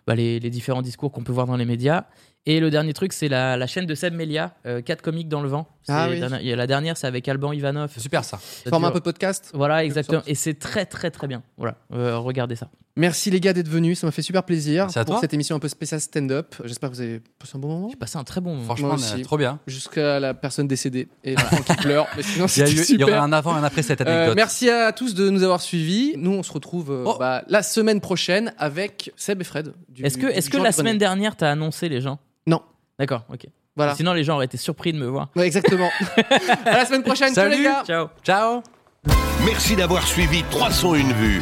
[SPEAKER 4] bah, les, les différents discours qu'on peut voir dans les médias. Et le dernier truc, c'est la, la chaîne de Seb Melia, 4 comiques dans le vent. C'est
[SPEAKER 2] Ah oui.
[SPEAKER 4] dernière- il y a la dernière, c'est avec Alban Ivanov. C'est
[SPEAKER 3] super ça.
[SPEAKER 2] Format un peu podcast.
[SPEAKER 4] Voilà, exactement. Et c'est très très très bien. Voilà, euh, regardez ça.
[SPEAKER 2] Merci les gars d'être venus. Ça m'a fait super plaisir
[SPEAKER 4] Merci à
[SPEAKER 2] pour
[SPEAKER 4] toi.
[SPEAKER 2] cette émission un peu spéciale stand-up. J'espère que vous avez passé un bon moment. J'ai
[SPEAKER 4] passé un très bon moment.
[SPEAKER 3] Franchement, euh, trop bien.
[SPEAKER 2] Jusqu'à la personne décédée et la femme qui pleure. Mais sinon,
[SPEAKER 3] Il y, a
[SPEAKER 2] c'était
[SPEAKER 3] eu- il y
[SPEAKER 2] super.
[SPEAKER 3] aura un avant et un après cette
[SPEAKER 2] Euh,
[SPEAKER 3] anecdote.
[SPEAKER 2] merci à tous de nous avoir suivis. Nous, on se retrouve
[SPEAKER 4] Oh.
[SPEAKER 2] euh, bah, la semaine prochaine avec Seb et Fred. du-
[SPEAKER 4] Est-ce que,
[SPEAKER 2] du
[SPEAKER 4] est que
[SPEAKER 2] Jean
[SPEAKER 4] la
[SPEAKER 2] Dubonnet.
[SPEAKER 4] semaine dernière, t'as annoncé les gens
[SPEAKER 2] Non.
[SPEAKER 4] D'accord, ok.
[SPEAKER 2] Voilà.
[SPEAKER 4] Sinon, les gens auraient été surpris de me voir.
[SPEAKER 2] Ouais, exactement. à la semaine prochaine. Salut, les gars.
[SPEAKER 4] Ciao.
[SPEAKER 3] Ciao.
[SPEAKER 5] Merci d'avoir suivi 301 vues.